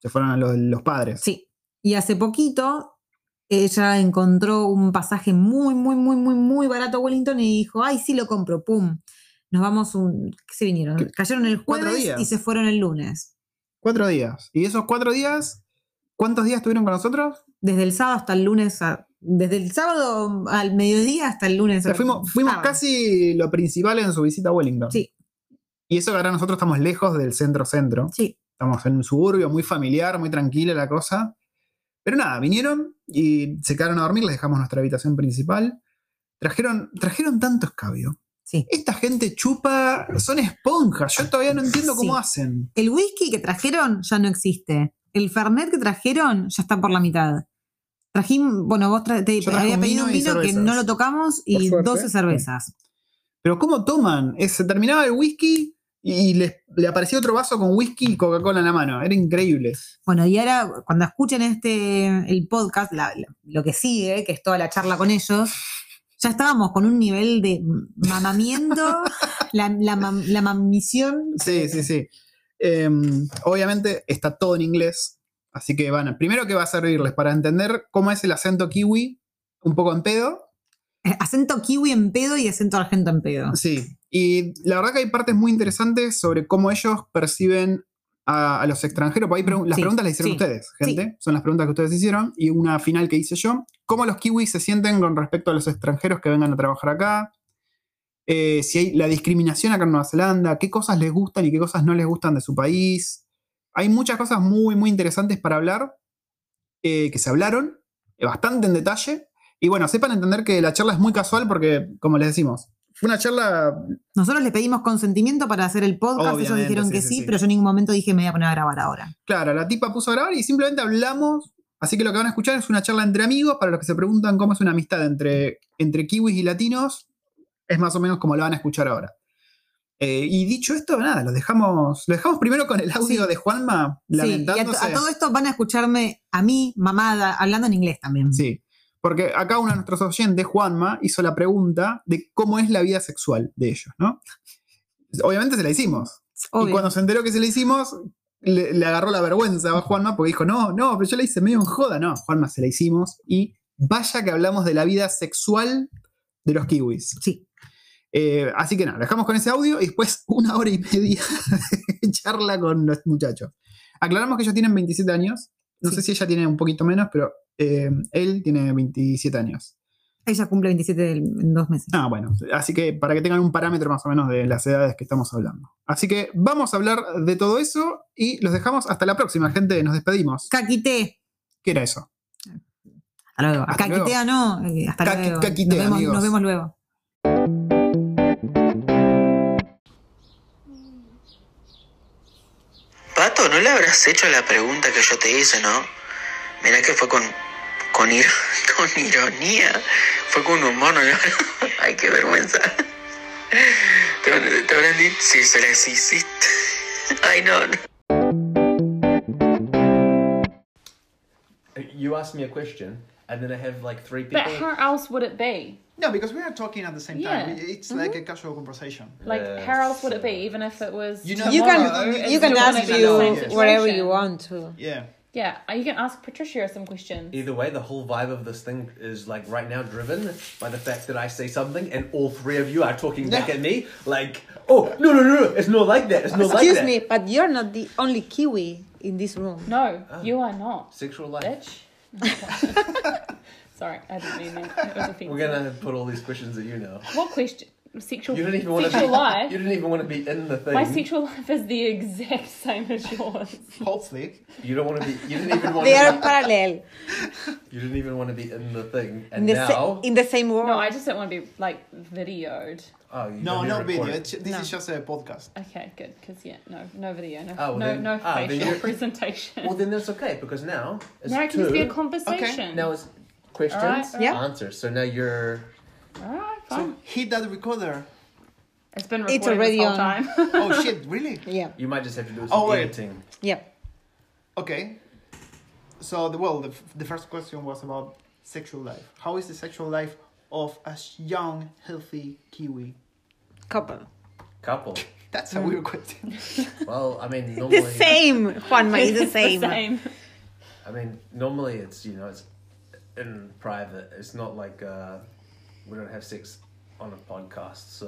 Speaker 1: se fueron a los, los padres.
Speaker 2: Sí. Y hace poquito ella encontró un pasaje muy, muy, muy, muy, muy barato a Wellington y dijo, ay, sí lo compro, pum. Nos vamos un... ¿Qué se vinieron?
Speaker 1: ¿Qué?
Speaker 2: Cayeron el
Speaker 1: Cuatro
Speaker 2: jueves
Speaker 1: días.
Speaker 2: y se fueron el lunes.
Speaker 1: Cuatro días. Y esos cuatro días, ¿cuántos días estuvieron con nosotros?
Speaker 2: Desde el sábado hasta el lunes, a- desde el sábado al mediodía hasta el lunes.
Speaker 1: O sea, fuimos fuimos
Speaker 2: Ah,
Speaker 1: casi lo principal en su visita a Wellington.
Speaker 2: Sí.
Speaker 1: Y eso que ahora nosotros estamos lejos del centro-centro.
Speaker 2: Sí.
Speaker 1: Estamos en un suburbio muy familiar, muy tranquila la cosa. Pero nada, vinieron y se quedaron a dormir, les dejamos nuestra habitación principal. Trajeron, trajeron tanto escabio.
Speaker 2: Sí.
Speaker 1: Esta gente chupa, son esponjas. Yo todavía no entiendo cómo
Speaker 2: Sí.
Speaker 1: hacen.
Speaker 2: El whisky que trajeron ya no existe. El fernet que trajeron ya está por la mitad. Trajín, bueno, vos tra- te
Speaker 1: Yo traje
Speaker 2: había
Speaker 1: un
Speaker 2: pedido un
Speaker 1: vino y
Speaker 2: vino que
Speaker 1: cervezas.
Speaker 2: no lo tocamos
Speaker 1: Por
Speaker 2: y
Speaker 1: suerte.
Speaker 2: 12 cervezas.
Speaker 1: Pero ¿cómo toman? Eh, Se terminaba el whisky y les- le aparecía otro vaso con whisky y Coca-Cola en la mano. Era increíble.
Speaker 2: Bueno, y ahora cuando escuchen este el podcast, la- la- lo que sigue, que es toda la charla con ellos, ya estábamos con un nivel de <laughs> mamamiento, la, la, mam- la mamición.
Speaker 1: Sí, sí, sí. Eh, obviamente está todo en inglés, así que van, primero que va a servirles para entender cómo es el acento kiwi, un poco en pedo.
Speaker 2: Eh, Acento kiwi en pedo y acento argento en pedo.
Speaker 1: Sí. Y la verdad que hay partes muy interesantes sobre cómo ellos perciben a, a los extranjeros. Por ahí pregun- las
Speaker 2: Sí,
Speaker 1: preguntas las hicieron
Speaker 2: sí,
Speaker 1: ustedes, gente. Son las preguntas que ustedes hicieron. Y una final que hice yo. ¿Cómo los kiwis se sienten con respecto a los extranjeros que vengan a trabajar acá? Eh, si hay la discriminación acá en Nueva Zelanda, qué cosas les gustan y qué cosas no les gustan de su país. Hay muchas cosas muy, muy interesantes para hablar, eh, que se hablaron eh, bastante en detalle. Y bueno, sepan entender que la charla es muy casual porque, como les decimos, fue una charla
Speaker 2: Nosotros les pedimos consentimiento para hacer el podcast, ellos
Speaker 1: Obviamente,
Speaker 2: dijeron
Speaker 1: sí,
Speaker 2: que
Speaker 1: sí,
Speaker 2: sí,
Speaker 1: sí.
Speaker 2: pero yo en ningún momento dije me voy a poner a grabar ahora.
Speaker 1: Claro, la tipa puso a grabar y simplemente hablamos. Así que lo que van a escuchar es una charla entre amigos. Para los que se preguntan cómo es una amistad entre, entre kiwis y latinos, es más o menos como lo van a escuchar ahora. Eh, y dicho esto, nada, los dejamos, los dejamos primero con el audio
Speaker 2: Sí.
Speaker 1: de Juanma
Speaker 2: Sí, y a, to-
Speaker 1: lamentándose.
Speaker 2: a todo esto van a escucharme a mí, mamada, hablando en inglés también.
Speaker 1: Sí, porque acá uno de nuestros oyentes, Juanma, hizo la pregunta de cómo es la vida sexual de ellos, ¿no? Obviamente se la hicimos.
Speaker 2: Obvio.
Speaker 1: Y cuando se enteró que se le hicimos, le, le agarró la vergüenza a Juanma porque dijo, no, no, pero yo la hice medio en joda. No, Juanma se la hicimos y vaya que hablamos de la vida sexual de los kiwis.
Speaker 2: Sí.
Speaker 1: Eh, así que nada, lo dejamos con ese audio y después una hora y media de charla con los muchachos. Aclaramos que ellos tienen 27 años. No
Speaker 2: Sí.
Speaker 1: sé si ella tiene un poquito menos, pero eh, él tiene 27 años.
Speaker 2: Ella cumple 27 del- en dos meses.
Speaker 1: Ah, bueno. Así que para que tengan un parámetro más o menos de las edades que estamos hablando. Así que vamos a hablar de todo eso y los dejamos hasta la próxima, gente. Nos despedimos.
Speaker 2: Caquité.
Speaker 1: ¿Qué era eso?
Speaker 2: Hasta luego.
Speaker 1: Hasta
Speaker 2: Caquitea no. eh, Hasta
Speaker 1: Caqui-
Speaker 2: luego.
Speaker 1: caquitea,
Speaker 2: nos, vemos,
Speaker 1: amigos.
Speaker 2: nos vemos luego.
Speaker 3: Pato, ¿no le habrás hecho la pregunta que yo te hice, no? Mirá que fue con Con, ir- <laughs> con ironía. Fue con humor, ¿no? <laughs> Ay, qué vergüenza. ¿Te, habrán- te habrán dicho? Sí, se las hiciste. <laughs> Ay, no. no.
Speaker 4: You asked me a question, and then I have like three people.
Speaker 5: But how else would it be?
Speaker 6: No, because we are talking at the same time.
Speaker 5: Yeah. Mm-hmm.
Speaker 6: It's like a casual conversation.
Speaker 5: Like, how else would it be? Even if it was
Speaker 6: You know-
Speaker 2: You
Speaker 6: Tomorrow,
Speaker 2: can,
Speaker 6: it's
Speaker 2: you can
Speaker 6: the
Speaker 2: ask
Speaker 6: one in
Speaker 2: you
Speaker 6: the same
Speaker 2: whatever
Speaker 5: situation.
Speaker 2: you want to.
Speaker 6: Yeah.
Speaker 5: yeah, you can ask Patricia some questions.
Speaker 4: Either way, the whole vibe of this thing is like right now driven by the fact that I say something and all three of you are talking back at me like, oh, no, no, no, no, it's not like that, it's not like
Speaker 2: Excuse
Speaker 4: that.
Speaker 2: me, but you're not the only Kiwi in this room.
Speaker 5: No,
Speaker 4: Oh.
Speaker 5: you are not,
Speaker 4: Sexual life.
Speaker 5: bitch.
Speaker 4: <laughs>
Speaker 5: No, Sorry, I didn't mean that. It was offensive.
Speaker 4: We're gonna put all these questions at you now.
Speaker 5: What question? Sexual,
Speaker 4: <laughs> You didn't even want to
Speaker 5: sexual
Speaker 4: be.
Speaker 5: life.
Speaker 4: You didn't even want to be in the thing.
Speaker 5: My sexual life is the exact same as
Speaker 4: <laughs>
Speaker 5: yours.
Speaker 6: Hopefully.
Speaker 4: You don't want to be. You didn't even want.
Speaker 2: They are
Speaker 4: to
Speaker 2: parallel
Speaker 4: be, you didn't even want to be in the thing.
Speaker 2: in
Speaker 4: And
Speaker 2: the, sa-
Speaker 4: now,
Speaker 2: in the same world.
Speaker 5: No, I just don't want to be like videoed.
Speaker 4: oh, you
Speaker 6: No,
Speaker 4: don't
Speaker 6: no
Speaker 4: even
Speaker 6: video.
Speaker 4: record it.
Speaker 6: It's, this is just a podcast.
Speaker 5: Okay, good, because yeah, no, no video, no,
Speaker 4: Oh, well
Speaker 5: no,
Speaker 4: then-
Speaker 5: no
Speaker 4: ah, then
Speaker 5: facial
Speaker 4: you-
Speaker 5: <laughs> presentation.
Speaker 4: Well, then that's okay because now it's
Speaker 5: now it can
Speaker 4: two.
Speaker 5: just be a conversation.
Speaker 4: now it's questions,
Speaker 5: Alright,
Speaker 2: Yeah.
Speaker 4: answers. So now you're.
Speaker 5: all right, fine.
Speaker 6: So Ah, hit that recorder.
Speaker 5: it's been recorded
Speaker 2: It's
Speaker 5: this whole
Speaker 2: already
Speaker 5: time.
Speaker 6: Oh <laughs> shit! Really?
Speaker 2: yeah,
Speaker 4: You might just have to do some
Speaker 6: Oh, wait.
Speaker 4: editing.
Speaker 2: yeah.
Speaker 6: Okay. So the well, the, f- the first question was about sexual life. How is the sexual life of a s- young, healthy Kiwi?
Speaker 2: Couple.
Speaker 4: Couple.
Speaker 6: That's a
Speaker 5: Hmm.
Speaker 6: weird question. <laughs>
Speaker 4: Well, I mean, normally,
Speaker 2: <laughs> The same,
Speaker 5: <laughs>
Speaker 2: Juanma, is the
Speaker 5: <laughs> It's
Speaker 2: same.
Speaker 5: The same.
Speaker 4: I mean, normally it's you know it's in private. It's not like uh, we don't have sex on a podcast.
Speaker 2: <laughs>
Speaker 4: So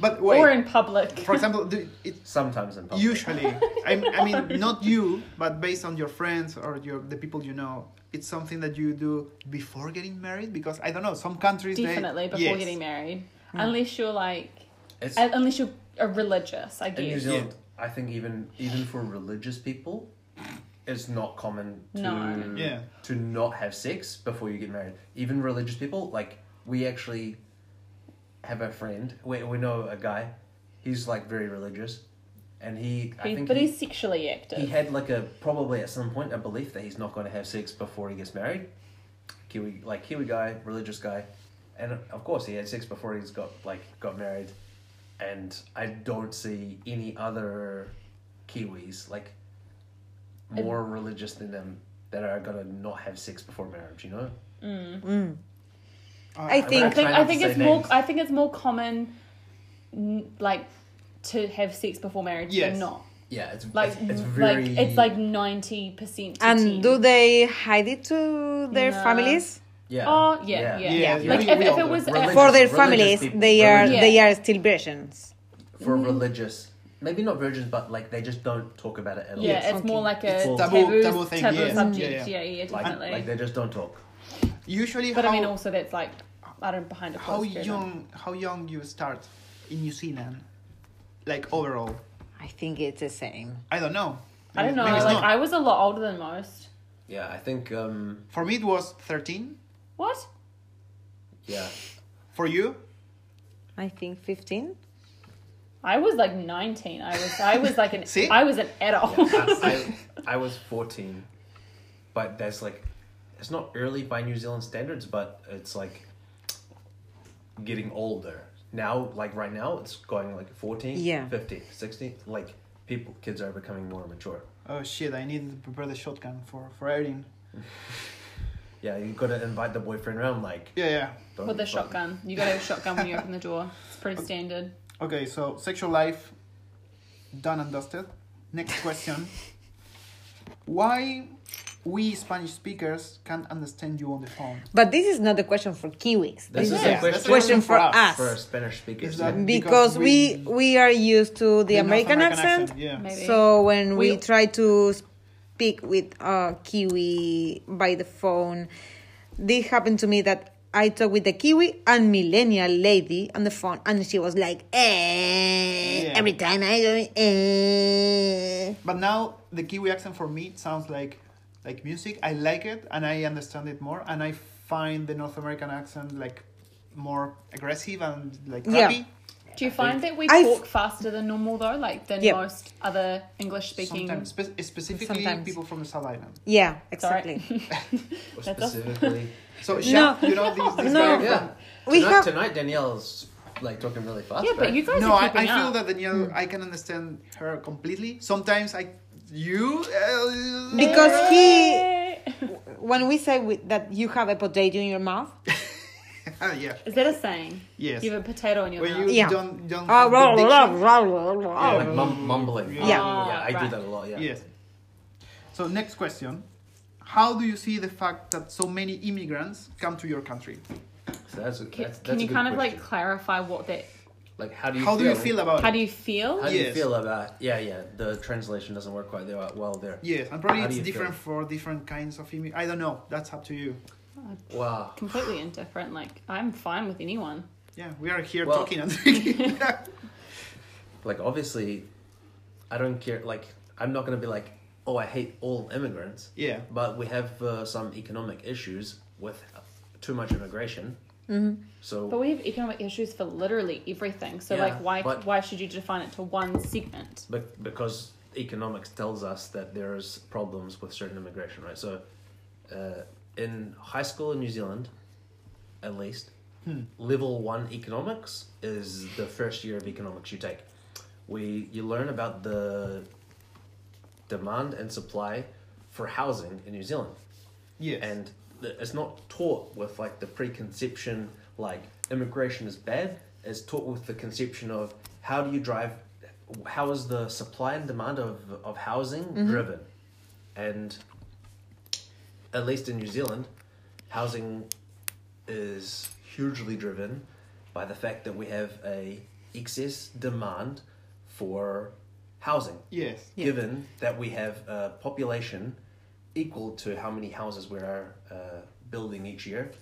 Speaker 6: But
Speaker 5: <laughs>
Speaker 6: wait.
Speaker 5: Or in public.
Speaker 6: for example, do, it
Speaker 4: sometimes in public.
Speaker 6: usually, I, I
Speaker 5: <laughs>
Speaker 6: mean, not you, but based on your friends or your the people you know, it's something that you do before getting married because I don't know some countries they-
Speaker 5: Definitely before
Speaker 6: yes.
Speaker 5: getting married. Unless you're like,
Speaker 4: It's,
Speaker 5: uh, unless you're a religious, I
Speaker 4: in New
Speaker 5: guess.
Speaker 4: Zealand, I think even even for religious people, it's not common to
Speaker 5: No.
Speaker 6: Yeah.
Speaker 4: to not have sex before you get married. Even religious people, like we actually have a friend. We we know a guy. He's like very religious, and he I
Speaker 5: He-
Speaker 4: think
Speaker 5: but
Speaker 4: he,
Speaker 5: he's sexually active.
Speaker 4: he had like a probably at some point a belief that he's not going to have sex before he gets married. Kiwi like Kiwi guy, religious guy, and of course he had sex before he's got like got married, and I don't see any other Kiwis like more religious than them that are gonna not have sex before marriage. You know,
Speaker 2: I
Speaker 5: I
Speaker 2: think
Speaker 5: think
Speaker 4: Try
Speaker 5: I
Speaker 4: not
Speaker 5: think
Speaker 4: to say
Speaker 5: it's more
Speaker 4: names.
Speaker 5: I think it's more common, n- like, to have sex before marriage
Speaker 6: Yes.
Speaker 5: than not.
Speaker 4: yeah, it's
Speaker 5: Like,
Speaker 4: it's, it's
Speaker 5: n-
Speaker 4: very
Speaker 5: like it's like ninety percent.
Speaker 2: And do they hide it to their
Speaker 5: No.
Speaker 2: families?
Speaker 4: yeah
Speaker 5: Oh yeah, yeah, yeah.
Speaker 6: Yeah,
Speaker 5: Like
Speaker 6: yeah.
Speaker 5: if,
Speaker 6: We
Speaker 5: if
Speaker 6: all
Speaker 5: it
Speaker 6: do.
Speaker 5: was a-
Speaker 4: Religious-
Speaker 2: For their
Speaker 4: religious
Speaker 2: families,
Speaker 4: people.
Speaker 2: they are
Speaker 4: Religious-
Speaker 2: they are still virgins.
Speaker 4: for
Speaker 2: Mm-hmm.
Speaker 4: religious. Maybe not virgins, but like they just don't talk about it at all.
Speaker 5: yeah, it's more like a
Speaker 4: It's
Speaker 5: taboo,
Speaker 6: taboo-
Speaker 5: taboo,
Speaker 6: taboo thing, yeah.
Speaker 5: subject.
Speaker 6: Yeah,
Speaker 5: Yeah,
Speaker 6: yeah.
Speaker 5: yeah, definitely.
Speaker 4: Like they just don't talk.
Speaker 6: Usually,
Speaker 5: but
Speaker 6: how,
Speaker 5: I mean, also that's like I don't behind a
Speaker 6: how
Speaker 5: closed curtain.
Speaker 6: young how young you start in New Zealand, like overall.
Speaker 2: I think it's the same.
Speaker 6: I don't know.
Speaker 5: I don't know.
Speaker 6: Maybe it's
Speaker 5: Like
Speaker 6: not.
Speaker 5: I was a lot older than most.
Speaker 4: Yeah, I think um
Speaker 6: For me, it was 13.
Speaker 5: What?
Speaker 4: yeah. <laughs>
Speaker 6: For you?
Speaker 2: I think 15.
Speaker 5: I was like nineteen. I was I was like an
Speaker 6: <laughs> See?
Speaker 5: I was an adult.
Speaker 4: I, I, I was 14. But that's like it's not early by New Zealand standards, but it's like getting older. Now like right now it's going like 14,
Speaker 2: Yeah.
Speaker 4: 15, 16 like people kids are becoming more mature.
Speaker 6: Oh shit! I need to prepare the shotgun for for Erin.
Speaker 4: Yeah, you got to invite the boyfriend around like
Speaker 6: Yeah, yeah.
Speaker 4: don't
Speaker 5: <laughs> With a
Speaker 4: you fuck-
Speaker 5: shotgun. You gotta have a shotgun when you open the door. It's pretty standard.
Speaker 6: Okay, so sexual life done and dusted. Next question.
Speaker 2: <laughs>
Speaker 6: Why we Spanish speakers can't understand you on the phone?
Speaker 2: But this is not the question for Kiwis. This
Speaker 4: This
Speaker 2: is
Speaker 4: is
Speaker 6: Yeah,
Speaker 2: a
Speaker 4: a
Speaker 6: that's
Speaker 4: question
Speaker 2: question
Speaker 6: a
Speaker 2: for us.
Speaker 4: for Spanish speakers.
Speaker 6: Is that-
Speaker 4: yeah.
Speaker 2: because
Speaker 6: Because
Speaker 2: we
Speaker 6: we-
Speaker 2: we are used to the
Speaker 6: North
Speaker 2: American, accent.
Speaker 6: Yeah.
Speaker 5: Maybe.
Speaker 2: So when we,
Speaker 5: We-
Speaker 2: try to speak with uh, Kiwi by the phone, this happened to me that I talked with a Kiwi and millennial lady on the phone, and she was like, eh,
Speaker 6: Yeah.
Speaker 2: every time I go, eh.
Speaker 6: But now the Kiwi accent for me sounds like like music. I like it and I understand it more, and I find the North American accent like more aggressive and like
Speaker 2: Yeah.
Speaker 6: happy.
Speaker 5: Do you find that we
Speaker 7: I f-
Speaker 5: talk faster than normal though, like than
Speaker 7: Yep.
Speaker 5: most other English speaking?
Speaker 6: Sometimes, spe- specifically
Speaker 7: Sometimes.
Speaker 6: people from the South Island.
Speaker 7: Yeah,
Speaker 5: Sorry.
Speaker 7: exactly.
Speaker 4: Or
Speaker 5: <laughs> That's us.
Speaker 4: specifically.
Speaker 6: So, Shaq,
Speaker 7: No.
Speaker 6: you know, these, these
Speaker 7: <laughs> No.
Speaker 6: guys-
Speaker 4: yeah.
Speaker 7: We
Speaker 4: tonight,
Speaker 7: have-
Speaker 4: tonight Danielle's like talking really fast.
Speaker 5: Yeah, but you guys
Speaker 6: No,
Speaker 5: are
Speaker 6: I,
Speaker 5: keeping
Speaker 6: I feel
Speaker 5: up.
Speaker 6: that
Speaker 7: Hmm.
Speaker 6: Danielle, I can understand her completely. Sometimes I, you, uh, <laughs>
Speaker 7: Because he,
Speaker 5: Yay.
Speaker 7: when we say we, that you have a potato in your mouth,
Speaker 6: Ah, yeah,
Speaker 5: <laughs> Is that a saying?
Speaker 6: yes.
Speaker 5: You have a potato in your
Speaker 6: When
Speaker 5: mouth.
Speaker 6: you
Speaker 7: Yeah.
Speaker 6: don't, don't.
Speaker 7: Ah,
Speaker 6: have the
Speaker 7: blah, blah, blah,
Speaker 6: diction.
Speaker 7: blah, blah, blah.
Speaker 4: Yeah, Oh, like mum- mumbling.
Speaker 6: Yeah.
Speaker 4: yeah, I do
Speaker 5: right.
Speaker 4: that a lot. Yeah.
Speaker 6: Yes. So next question: How do you see the fact that so many immigrants come to your country?
Speaker 4: So that's, that's,
Speaker 5: Can,
Speaker 4: that's
Speaker 5: can
Speaker 4: a
Speaker 5: you
Speaker 4: good
Speaker 5: kind of
Speaker 4: question. Oh.
Speaker 5: like clarify what that?
Speaker 4: like how do you
Speaker 6: How do
Speaker 4: feel?
Speaker 6: you feel about
Speaker 5: How
Speaker 6: it?
Speaker 5: do you feel?
Speaker 4: How do you
Speaker 6: Yes.
Speaker 4: feel about yeah yeah the translation doesn't work quite there well there
Speaker 6: Yes, and probably
Speaker 4: How do
Speaker 6: it's
Speaker 4: you
Speaker 6: different for different kinds of immigrants. I don't know. That's up to you.
Speaker 4: wow
Speaker 5: Completely indifferent. Like I'm fine with anyone.
Speaker 6: Yeah, we are here
Speaker 4: Well-
Speaker 6: talking and drinking.
Speaker 4: <laughs> like obviously I don't care like I'm not gonna be like oh I hate all immigrants
Speaker 6: yeah.
Speaker 4: but we have uh, some economic issues with too much immigration so
Speaker 5: But we have economic issues for literally everything. So
Speaker 4: Yeah,
Speaker 5: like, why
Speaker 4: but-
Speaker 5: why should you define it to one segment?
Speaker 4: But because economics tells us that there is problems with certain immigration, right? So, uh, in high school in New Zealand, at least, level one economics is the first year of economics you take. We you learn about the demand and supply for housing in New Zealand,
Speaker 6: Yes.
Speaker 4: and th- it's not taught with like the preconception like immigration is bad it's taught with the conception of how do you drive how is the supply and demand of, of housing driven and at least in new zealand housing is hugely driven by the fact that we have a excess demand for housing
Speaker 6: yes.
Speaker 4: given that we have a population equal to how many houses we are uh, building each year.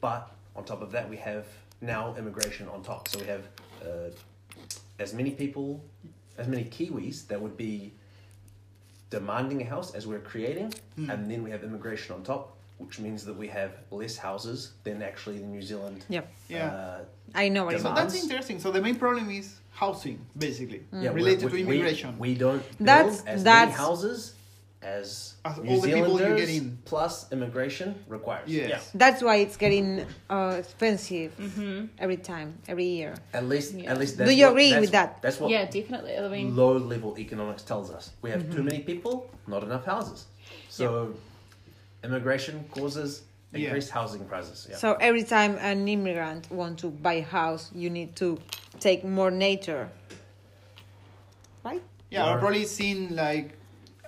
Speaker 4: But on top of that, we have now immigration on top. So we have uh, as many people, as many Kiwis that would be demanding a house as we're creating, and then we have immigration on top. Which means that we have less houses than actually the New Zealand.
Speaker 7: Yep.
Speaker 6: Yeah.
Speaker 4: Uh,
Speaker 7: I know what you
Speaker 6: So
Speaker 7: mean.
Speaker 6: that's
Speaker 4: Demands.
Speaker 6: interesting. So the main problem is housing, basically,
Speaker 4: yeah,
Speaker 6: Mm-hmm. related
Speaker 4: we-
Speaker 6: to
Speaker 4: we-
Speaker 6: immigration.
Speaker 4: We, don't build
Speaker 7: That's-
Speaker 4: as
Speaker 7: that's-
Speaker 4: many houses as,
Speaker 6: As
Speaker 4: New
Speaker 6: all the people you
Speaker 4: Zealanders
Speaker 6: get in.
Speaker 4: plus immigration requires.
Speaker 6: Yes.
Speaker 7: That's why it's getting uh, expensive every time, every year.
Speaker 4: Yeah. At least,
Speaker 5: Yeah.
Speaker 4: at least.
Speaker 7: Do
Speaker 4: That's
Speaker 7: you
Speaker 4: what-
Speaker 7: agree
Speaker 4: that's-
Speaker 7: with that?
Speaker 4: That's what
Speaker 5: yeah, definitely. I mean,
Speaker 4: low level economics tells us. We have
Speaker 6: Mm-hmm.
Speaker 4: too many people, not enough houses. So, immigration causes
Speaker 6: Yeah.
Speaker 4: increased housing prices. Yeah.
Speaker 7: So every time an immigrant wants to buy a house, you need to take more nature. Right?
Speaker 6: Yeah,
Speaker 4: Or-
Speaker 6: I've probably seen like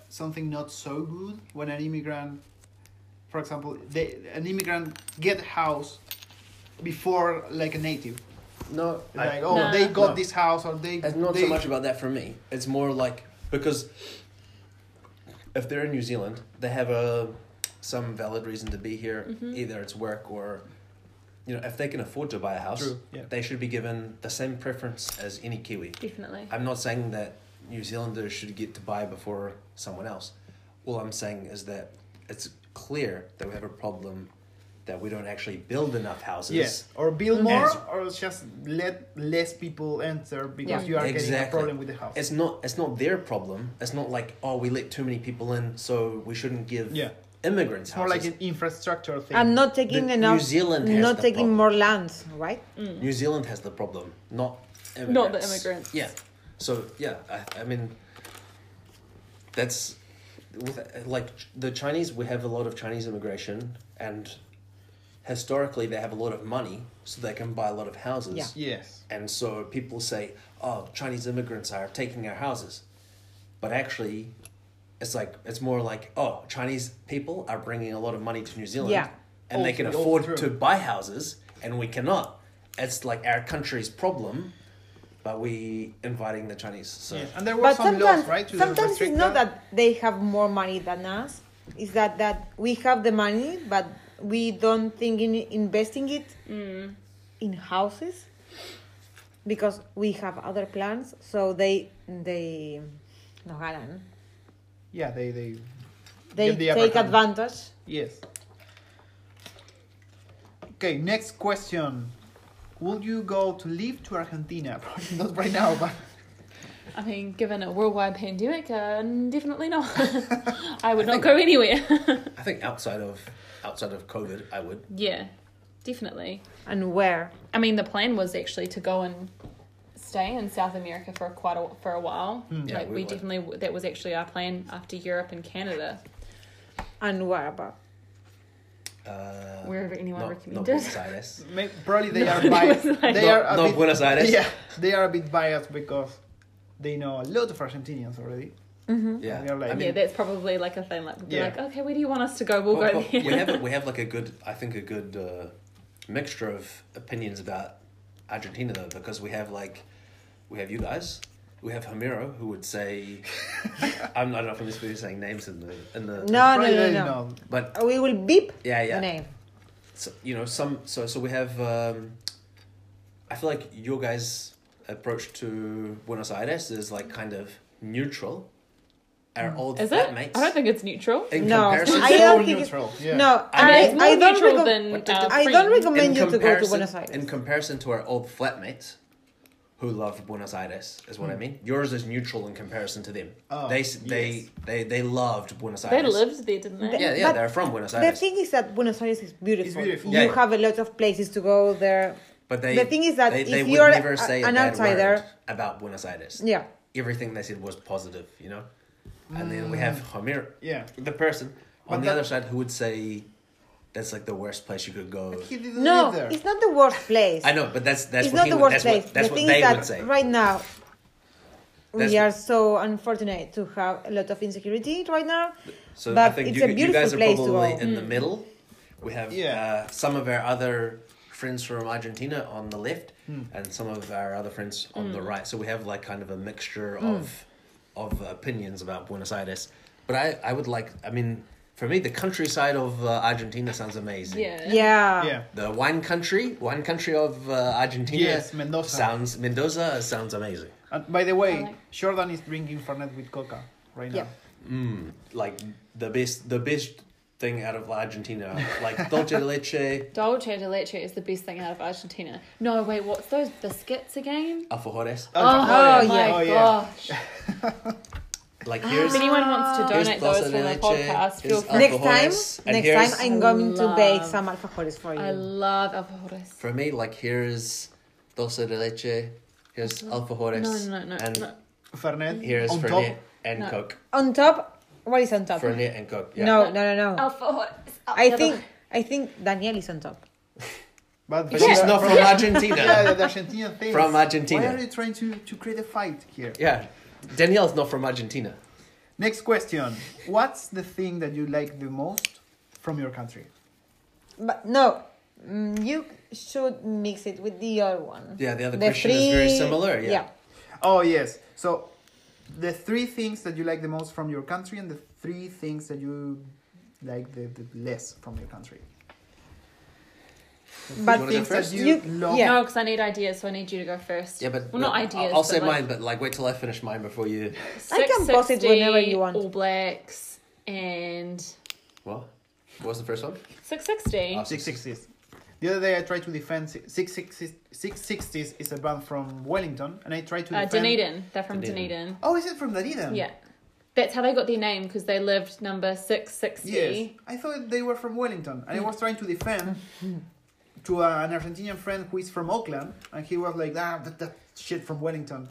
Speaker 6: something not so good when an immigrant, for example, they, an immigrant get a house before like a native.
Speaker 4: no,
Speaker 6: Like, oh,
Speaker 5: No.
Speaker 6: they got
Speaker 4: No.
Speaker 6: this house or they.
Speaker 4: It's not
Speaker 6: they,
Speaker 4: so much about that for me. It's more like because if they're in New Zealand, they have a some valid reason to be here. Either it's work or you know, if they can afford to buy a house,
Speaker 6: True, yeah.
Speaker 4: they should be given the same preference as any Kiwi.
Speaker 5: definitely.
Speaker 4: I'm not saying that New Zealanders should get to buy before someone else. All I'm saying is that it's clear that we have a problem that we don't actually build enough houses.
Speaker 6: Yes, or build more,
Speaker 4: As-
Speaker 6: or just let less people enter because
Speaker 7: Yeah.
Speaker 6: you are getting a
Speaker 4: Exactly.
Speaker 6: problem with the house.
Speaker 4: it's not it's not their problem. It's not like oh we let too many people in, so we shouldn't give
Speaker 6: Yeah.
Speaker 4: immigrants
Speaker 6: more
Speaker 4: houses.
Speaker 6: like an infrastructure thing.
Speaker 7: I'm not taking
Speaker 4: But
Speaker 7: enough.
Speaker 4: New Zealand has
Speaker 7: not
Speaker 4: the
Speaker 7: taking
Speaker 4: problem.
Speaker 7: more lands, right?
Speaker 4: New Zealand has the problem, not immigrants.
Speaker 5: Not the immigrants.
Speaker 4: Yeah. So yeah, I, I mean, that's with like the Chinese. We have a lot of Chinese immigration, and historically they have a lot of money, so they can buy a lot of houses.
Speaker 7: Yeah.
Speaker 6: yes,
Speaker 4: And so people say, oh, Chinese immigrants are taking our houses. But actually, it's like it's more like, oh, Chinese people are bringing a lot of money to New Zealand
Speaker 7: Yeah.
Speaker 4: and they can
Speaker 6: Also,
Speaker 4: afford
Speaker 6: also
Speaker 4: to
Speaker 6: true.
Speaker 4: buy houses and we cannot. It's like our country's problem, but we inviting the Chinese. So
Speaker 6: yes, and there were
Speaker 7: But
Speaker 6: some
Speaker 7: sometimes,
Speaker 6: laws, right? to
Speaker 7: sometimes it's
Speaker 6: restrict
Speaker 7: not that they have more money than us. It's that, that we have the money, but we don't think in investing it in houses because we have other plans. So they they no ganan.
Speaker 6: Yeah, they they
Speaker 7: They
Speaker 6: Get the upper
Speaker 7: take
Speaker 6: hand.
Speaker 7: advantage.
Speaker 6: Yes. Okay, next question. Would you go to live to Argentina? <laughs> Probably not right now, but
Speaker 5: I mean, given a worldwide pandemic, uh, definitely not. <laughs> I would not go anywhere. <laughs>
Speaker 4: I think outside of outside of COVID, I would.
Speaker 5: yeah, definitely. And where? I mean, the plan was actually to go and stay in South America for quite a, for a while.
Speaker 4: Hmm. Yeah,
Speaker 5: like
Speaker 4: we
Speaker 5: we,
Speaker 4: were.
Speaker 5: definitely that was actually our plan after Europe and Canada,
Speaker 4: Hmm.
Speaker 7: And where about?
Speaker 4: Uh,
Speaker 5: wherever anyone
Speaker 4: not, not
Speaker 5: recommended.
Speaker 4: Buenos
Speaker 6: <laughs>
Speaker 4: Aires.
Speaker 6: may- probably they
Speaker 7: <laughs>
Speaker 6: are
Speaker 5: it
Speaker 6: biased.
Speaker 5: was like-
Speaker 6: They
Speaker 4: Not-
Speaker 6: are a
Speaker 4: not
Speaker 6: bit,
Speaker 4: Buenos Aires.
Speaker 6: Yeah, they are a bit biased because they know a lot of Argentinians already.
Speaker 4: Yeah,
Speaker 6: We are like-
Speaker 4: I mean,
Speaker 5: yeah, that's probably like a thing. Like, we'd be
Speaker 6: Yeah.
Speaker 5: like, okay, where do you want us to go? We'll
Speaker 4: Well,
Speaker 5: go
Speaker 4: well,
Speaker 5: there.
Speaker 4: Oh, we have a, we have like a good I think a good uh, mixture of opinions about Argentina though because we have like we have you guys we have Hamiro who would
Speaker 6: <laughs>
Speaker 4: say I'm not I'm just really saying names in the in the
Speaker 7: No, no,
Speaker 6: Probably
Speaker 7: no,
Speaker 6: they
Speaker 7: no.
Speaker 6: know.
Speaker 4: but
Speaker 7: uh, We will beep
Speaker 4: yeah yeah
Speaker 7: the name.
Speaker 4: So, you know some so so we have um, I feel like your guys approach to Buenos Aires is like kind of neutral our old
Speaker 5: Is it?
Speaker 4: flatmates
Speaker 5: I don't think it's neutral.
Speaker 4: in
Speaker 7: No,
Speaker 4: comparison
Speaker 7: I don't
Speaker 6: So
Speaker 7: think
Speaker 6: neutral,
Speaker 7: it's,
Speaker 6: yeah.
Speaker 7: no.
Speaker 4: I
Speaker 7: I,
Speaker 4: mean,
Speaker 7: I,
Speaker 5: it's more
Speaker 7: don't
Speaker 5: neutral
Speaker 7: recom-
Speaker 5: than,
Speaker 7: What
Speaker 5: uh,
Speaker 7: the- I don't
Speaker 5: free.
Speaker 7: recommend you to go to
Speaker 4: comparison-
Speaker 7: Buenos Aires.
Speaker 4: In comparison to our old flatmates, who love Buenos Aires, is
Speaker 7: Hmm.
Speaker 4: what I mean. Yours is neutral in comparison to them.
Speaker 6: Oh,
Speaker 4: they s- they
Speaker 6: yes.
Speaker 4: they they loved Buenos
Speaker 5: They
Speaker 4: Aires.
Speaker 5: lived there, didn't they?
Speaker 4: Yeah, yeah,
Speaker 7: But
Speaker 4: they're from Buenos
Speaker 7: the
Speaker 4: Aires.
Speaker 7: thing is that Buenos Aires is beautiful.
Speaker 6: It's beautiful.
Speaker 7: You
Speaker 4: Yeah.
Speaker 7: have a lot of places to go there.
Speaker 4: but they
Speaker 7: the thing is that
Speaker 4: they,
Speaker 7: if
Speaker 4: they would
Speaker 7: you're
Speaker 4: never
Speaker 7: a-
Speaker 4: say a
Speaker 7: an
Speaker 4: bad
Speaker 7: outsider-
Speaker 4: word about Buenos Aires.
Speaker 7: Yeah.
Speaker 4: Everything they said was positive, you know. And then we have Homer,
Speaker 6: Mm. Yeah.
Speaker 4: the person on
Speaker 6: But
Speaker 4: the
Speaker 6: that-
Speaker 4: other side who would say that's like the worst place you could go.
Speaker 6: He didn't
Speaker 7: No,
Speaker 6: live there.
Speaker 7: it's not the worst place.
Speaker 4: I know, but that's that's
Speaker 7: it's
Speaker 4: what
Speaker 7: not
Speaker 4: he
Speaker 7: the
Speaker 4: would-
Speaker 7: worst
Speaker 4: that's
Speaker 7: place.
Speaker 4: What, that's
Speaker 7: the
Speaker 4: what they
Speaker 7: thing
Speaker 4: would
Speaker 7: is
Speaker 4: say.
Speaker 7: that right now
Speaker 4: That's-
Speaker 7: we are so unfortunate to have a lot of insecurity right now.
Speaker 4: So
Speaker 7: But
Speaker 4: I think
Speaker 7: it's
Speaker 4: you,
Speaker 7: a
Speaker 4: you
Speaker 7: beautiful
Speaker 4: guys are
Speaker 7: place to
Speaker 4: probably
Speaker 7: go.
Speaker 4: in the middle. We have
Speaker 6: Yeah.
Speaker 4: uh, some of our other friends from Argentina on the left,
Speaker 6: Hmm.
Speaker 4: and some of our other friends on the right. So we have like kind of a mixture of of opinions about Buenos Aires. But I, I would like, I mean, for me, the countryside of uh, Argentina sounds amazing.
Speaker 5: Yeah.
Speaker 7: Yeah.
Speaker 6: yeah.
Speaker 4: The wine country, wine country of uh, Argentina.
Speaker 6: Yes, Mendoza.
Speaker 4: Sounds Mendoza sounds amazing.
Speaker 6: And by the way,
Speaker 5: like-
Speaker 6: Jordan is drinking Fernet with Coca right now.
Speaker 7: Yeah.
Speaker 4: Like the best, the best thing out of Argentina, like dulce de leche,
Speaker 5: Dolce de leche is the best thing out of Argentina. No, wait, what's those biscuits again?
Speaker 4: alfajores.
Speaker 5: Oh, my
Speaker 6: Oh, yeah.
Speaker 5: gosh.
Speaker 4: Like here's
Speaker 5: If anyone wants to
Speaker 4: here's
Speaker 5: donate
Speaker 4: dulce
Speaker 5: those
Speaker 4: de
Speaker 5: for the
Speaker 4: leche,
Speaker 5: podcast, feel
Speaker 4: here's
Speaker 5: free.
Speaker 7: Next time,
Speaker 4: alfajores, and
Speaker 7: next
Speaker 4: here's-
Speaker 7: time I'm going to
Speaker 5: Love.
Speaker 7: bake some alfajores for
Speaker 5: I
Speaker 7: you.
Speaker 5: love alfajores.
Speaker 4: for me, like here's dulce de leche, here's alfajores,
Speaker 5: No, no, no,
Speaker 4: and
Speaker 5: no.
Speaker 6: Fernet
Speaker 4: here's
Speaker 6: on
Speaker 4: fernet
Speaker 6: top.
Speaker 4: and
Speaker 5: No.
Speaker 4: coke,
Speaker 7: On top, what is on top?
Speaker 4: fernet and coke. Yeah.
Speaker 7: No, no, no, no.
Speaker 5: Alfajores.
Speaker 7: I think I think Daniel is on top.
Speaker 6: But
Speaker 4: she's not from
Speaker 6: yeah,
Speaker 4: Argentina.
Speaker 6: the Argentinian thing.
Speaker 4: From Argentina.
Speaker 6: Why are you trying to, to create a fight here?
Speaker 4: yeah, Danielle's not from Argentina.
Speaker 6: Next question. What's the thing that you like the most from your country?
Speaker 7: But no, mm, you should mix it with the other one.
Speaker 4: Yeah, the other question is very similar, yeah.
Speaker 6: Oh, yes. So, the three things that you like the most from your country and the three things that you like the, the less from your country.
Speaker 4: wanna
Speaker 7: But
Speaker 4: go
Speaker 6: Things that
Speaker 4: first?
Speaker 6: you,
Speaker 7: You-
Speaker 6: love.
Speaker 7: yeah.
Speaker 5: No, because I need ideas, so I need you to go first.
Speaker 4: Yeah, but
Speaker 5: well, not
Speaker 4: I'll-
Speaker 5: ideas.
Speaker 4: I'll,
Speaker 5: but
Speaker 4: say
Speaker 5: like
Speaker 4: mine, but like wait till I finish mine before you.
Speaker 7: I can pause it
Speaker 5: 660
Speaker 7: whenever you want.
Speaker 5: All Blacks and
Speaker 4: What? What was the first one?
Speaker 5: 660.
Speaker 4: Oh,
Speaker 6: 660s. The other day I tried to defend si- 660s. 660s is a band from Wellington, and I tried to
Speaker 5: uh,
Speaker 6: defend.
Speaker 5: Dunedin. They're from
Speaker 4: Dunedin.
Speaker 5: Dunedin.
Speaker 6: Oh, is it from Dunedin?
Speaker 5: Yeah. That's how they got their name because they lived number E. 660.
Speaker 6: Yes. I thought they were from Wellington, and I was trying to defend to uh, an Argentinian friend who is from Oakland, and he was like, ah, that, that shit from Wellington.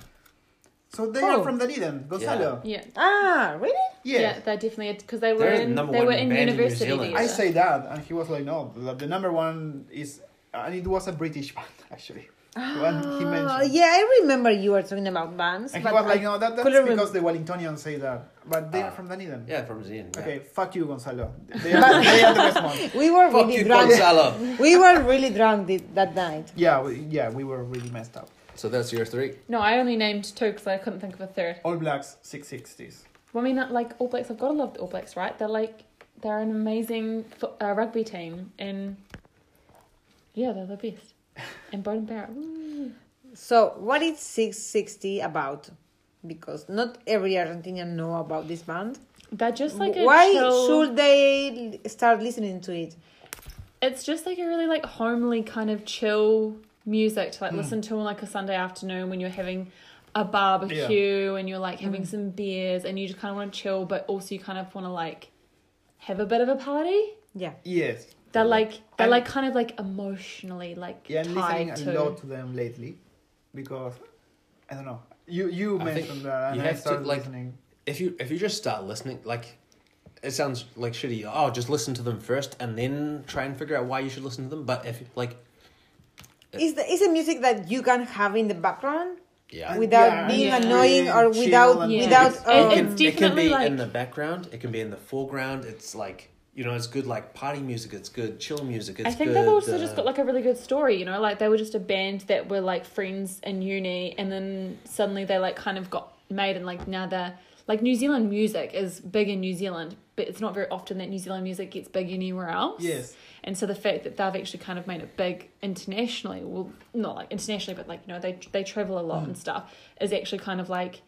Speaker 6: So they
Speaker 7: Oh.
Speaker 6: are from Dunedin, Gonzalo.
Speaker 5: Yeah.
Speaker 7: Ah, really?
Speaker 6: Yeah.
Speaker 5: Yeah, they're definitely because they were
Speaker 4: They're the
Speaker 5: in
Speaker 4: number
Speaker 5: they
Speaker 4: one
Speaker 5: were in
Speaker 4: band in New
Speaker 5: university.
Speaker 4: Zealand.
Speaker 6: I
Speaker 5: together.
Speaker 6: say that, and he was like, no, the, the number one is, and it was a British <laughs> band actually. When he
Speaker 7: Oh,
Speaker 6: mentioned.
Speaker 7: yeah, I remember you were talking about bands.
Speaker 6: And he
Speaker 7: but
Speaker 6: was like,
Speaker 7: I
Speaker 6: no, that, that's
Speaker 7: couldn't rem-
Speaker 6: because the Wellingtonians say that, but they are from Dunedin.
Speaker 4: Yeah, from Zealand. yeah.
Speaker 6: Okay, fuck you, Gonzalo. They are, they are the best one.
Speaker 7: we were
Speaker 4: Fuck
Speaker 7: really
Speaker 4: you,
Speaker 7: drunk. <laughs>
Speaker 4: Gonzalo.
Speaker 7: we were really drunk thi- that night.
Speaker 6: Yeah, we, yeah, we were really messed up.
Speaker 4: so that's your three.
Speaker 5: No, I only named two because I couldn't think of a third.
Speaker 6: All Blacks, 660s.
Speaker 5: Well, I mean, uh, like All Blacks, I've got to love the All Blacks, right? They're like they're an amazing fo- uh, rugby team, and yeah, they're the best. And Bowden Barrett, woo.
Speaker 7: So, what is 660 about? Because not every Argentinian know about this band.
Speaker 5: they're just like a
Speaker 7: Why
Speaker 5: chill-
Speaker 7: should they l- start listening to it?
Speaker 5: It's just like a really like homely kind of chill music
Speaker 6: Hmm.
Speaker 5: to like listen to on like a Sunday afternoon when you're having a barbecue and you're like
Speaker 6: Hmm.
Speaker 5: having some beers and you just kind of want to chill, but also you kind of want to like have a bit of a party.
Speaker 2: Yeah.
Speaker 6: Yes.
Speaker 5: They're like they're
Speaker 6: I'm-
Speaker 5: like kind of like emotionally like
Speaker 6: Yeah, I'm listening
Speaker 5: tied
Speaker 6: a
Speaker 5: to.
Speaker 6: lot to them lately because I don't know. You you
Speaker 4: I think
Speaker 6: mentioned that and
Speaker 4: you
Speaker 6: I
Speaker 4: have to,
Speaker 6: started
Speaker 4: like-
Speaker 6: listening.
Speaker 4: if you if you just start listening, like it sounds like shitty. Oh, just listen to them first, and then try and figure out why you should listen to them. But if like,
Speaker 2: Is the, is a music that you can have in the background
Speaker 4: yeah,
Speaker 6: We-
Speaker 2: without
Speaker 6: Yeah,
Speaker 2: being
Speaker 5: yeah.
Speaker 2: annoying or
Speaker 6: Chill
Speaker 2: without
Speaker 6: and-
Speaker 5: Yeah.
Speaker 2: without
Speaker 5: It's-
Speaker 7: oh,
Speaker 2: um,
Speaker 5: it-
Speaker 4: it,
Speaker 5: it's
Speaker 4: can, it can
Speaker 5: definitely
Speaker 4: be
Speaker 5: like-
Speaker 4: in the background. It can be in the foreground. It's like you know, it's good like party music. It's good chill music. It's
Speaker 5: I think
Speaker 4: good,
Speaker 5: they've also
Speaker 4: uh,
Speaker 5: just got like a really good story, you know, like they were just a band that were like friends in uni and then suddenly they like kind of got made and like now they're like New Zealand music is big in New Zealand, but it's not very often that New Zealand music gets big anywhere else.
Speaker 6: Yes.
Speaker 5: And so the fact that they've actually kind of made it big internationally, well, not like internationally, but like, you know, they they travel a
Speaker 4: Mm.
Speaker 5: lot and stuff, is actually kind of like,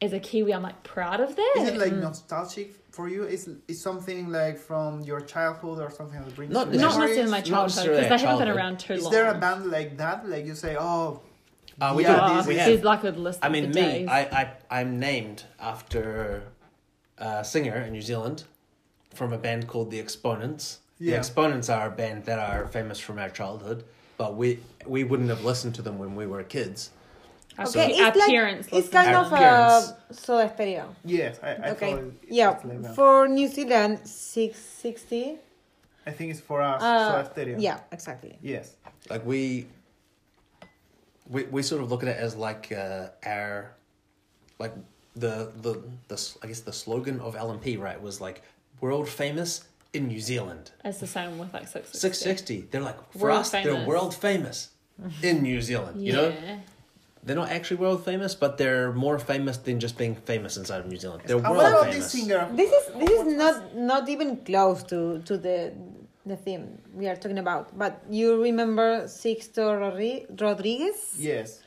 Speaker 5: as a Kiwi, I'm like proud of that.
Speaker 6: Is it
Speaker 2: Mm-hmm.
Speaker 6: like nostalgic for you? Is is something like from your childhood or something that brings
Speaker 4: Not
Speaker 6: you
Speaker 5: not
Speaker 4: necessarily-
Speaker 5: necessarily in
Speaker 6: memories?
Speaker 5: my
Speaker 4: Not
Speaker 5: childhood,
Speaker 4: necessarily
Speaker 5: because they
Speaker 4: our
Speaker 5: haven't been
Speaker 4: childhood.
Speaker 5: around too
Speaker 6: Is
Speaker 5: long.
Speaker 6: there a band like that? Like you say, oh,
Speaker 4: uh, we
Speaker 6: Yeah,
Speaker 4: do.
Speaker 5: Oh,
Speaker 6: this
Speaker 4: we
Speaker 6: is-
Speaker 4: have.
Speaker 5: there's like a list.
Speaker 4: I
Speaker 5: of
Speaker 4: mean,
Speaker 5: the
Speaker 4: me.
Speaker 5: days.
Speaker 4: I, I I'm named after a singer in New Zealand from a band called the Exponents. The
Speaker 6: Yeah.
Speaker 4: Exponents are a band that are famous from our childhood, but we we wouldn't have listened to them when we were kids.
Speaker 5: Our,
Speaker 2: okay,
Speaker 5: pa-
Speaker 2: it's
Speaker 5: our
Speaker 2: like,
Speaker 5: parents
Speaker 2: it's
Speaker 5: listen.
Speaker 2: kind
Speaker 4: Our
Speaker 2: of uh,
Speaker 4: parents.
Speaker 2: a soda stereo.
Speaker 6: yes, I, I
Speaker 2: okay.
Speaker 6: follow it.
Speaker 2: Yeah.
Speaker 6: It's like that.
Speaker 2: For New Zealand, six sixty.
Speaker 6: I think it's for us.
Speaker 2: Uh,
Speaker 6: so stereo.
Speaker 2: yeah. Exactly.
Speaker 6: Yes.
Speaker 4: Like we we we sort of look at it as like uh, our like the the the s- I guess the slogan of LMP right was like world famous in New Zealand.
Speaker 5: it's the same with like six.
Speaker 4: Six sixty. They're like for
Speaker 5: World
Speaker 4: us they're
Speaker 5: famous.
Speaker 4: world famous in New Zealand.
Speaker 5: Yeah.
Speaker 4: You know. They're not actually world famous, but they're more famous than just being famous inside of New Zealand. They're
Speaker 6: And
Speaker 4: world
Speaker 6: what about
Speaker 4: famous.
Speaker 6: this singer?
Speaker 2: This is this is not not even close to to the the theme we are talking about. But you remember Sixto Rodri- Rodriguez?
Speaker 6: Yes.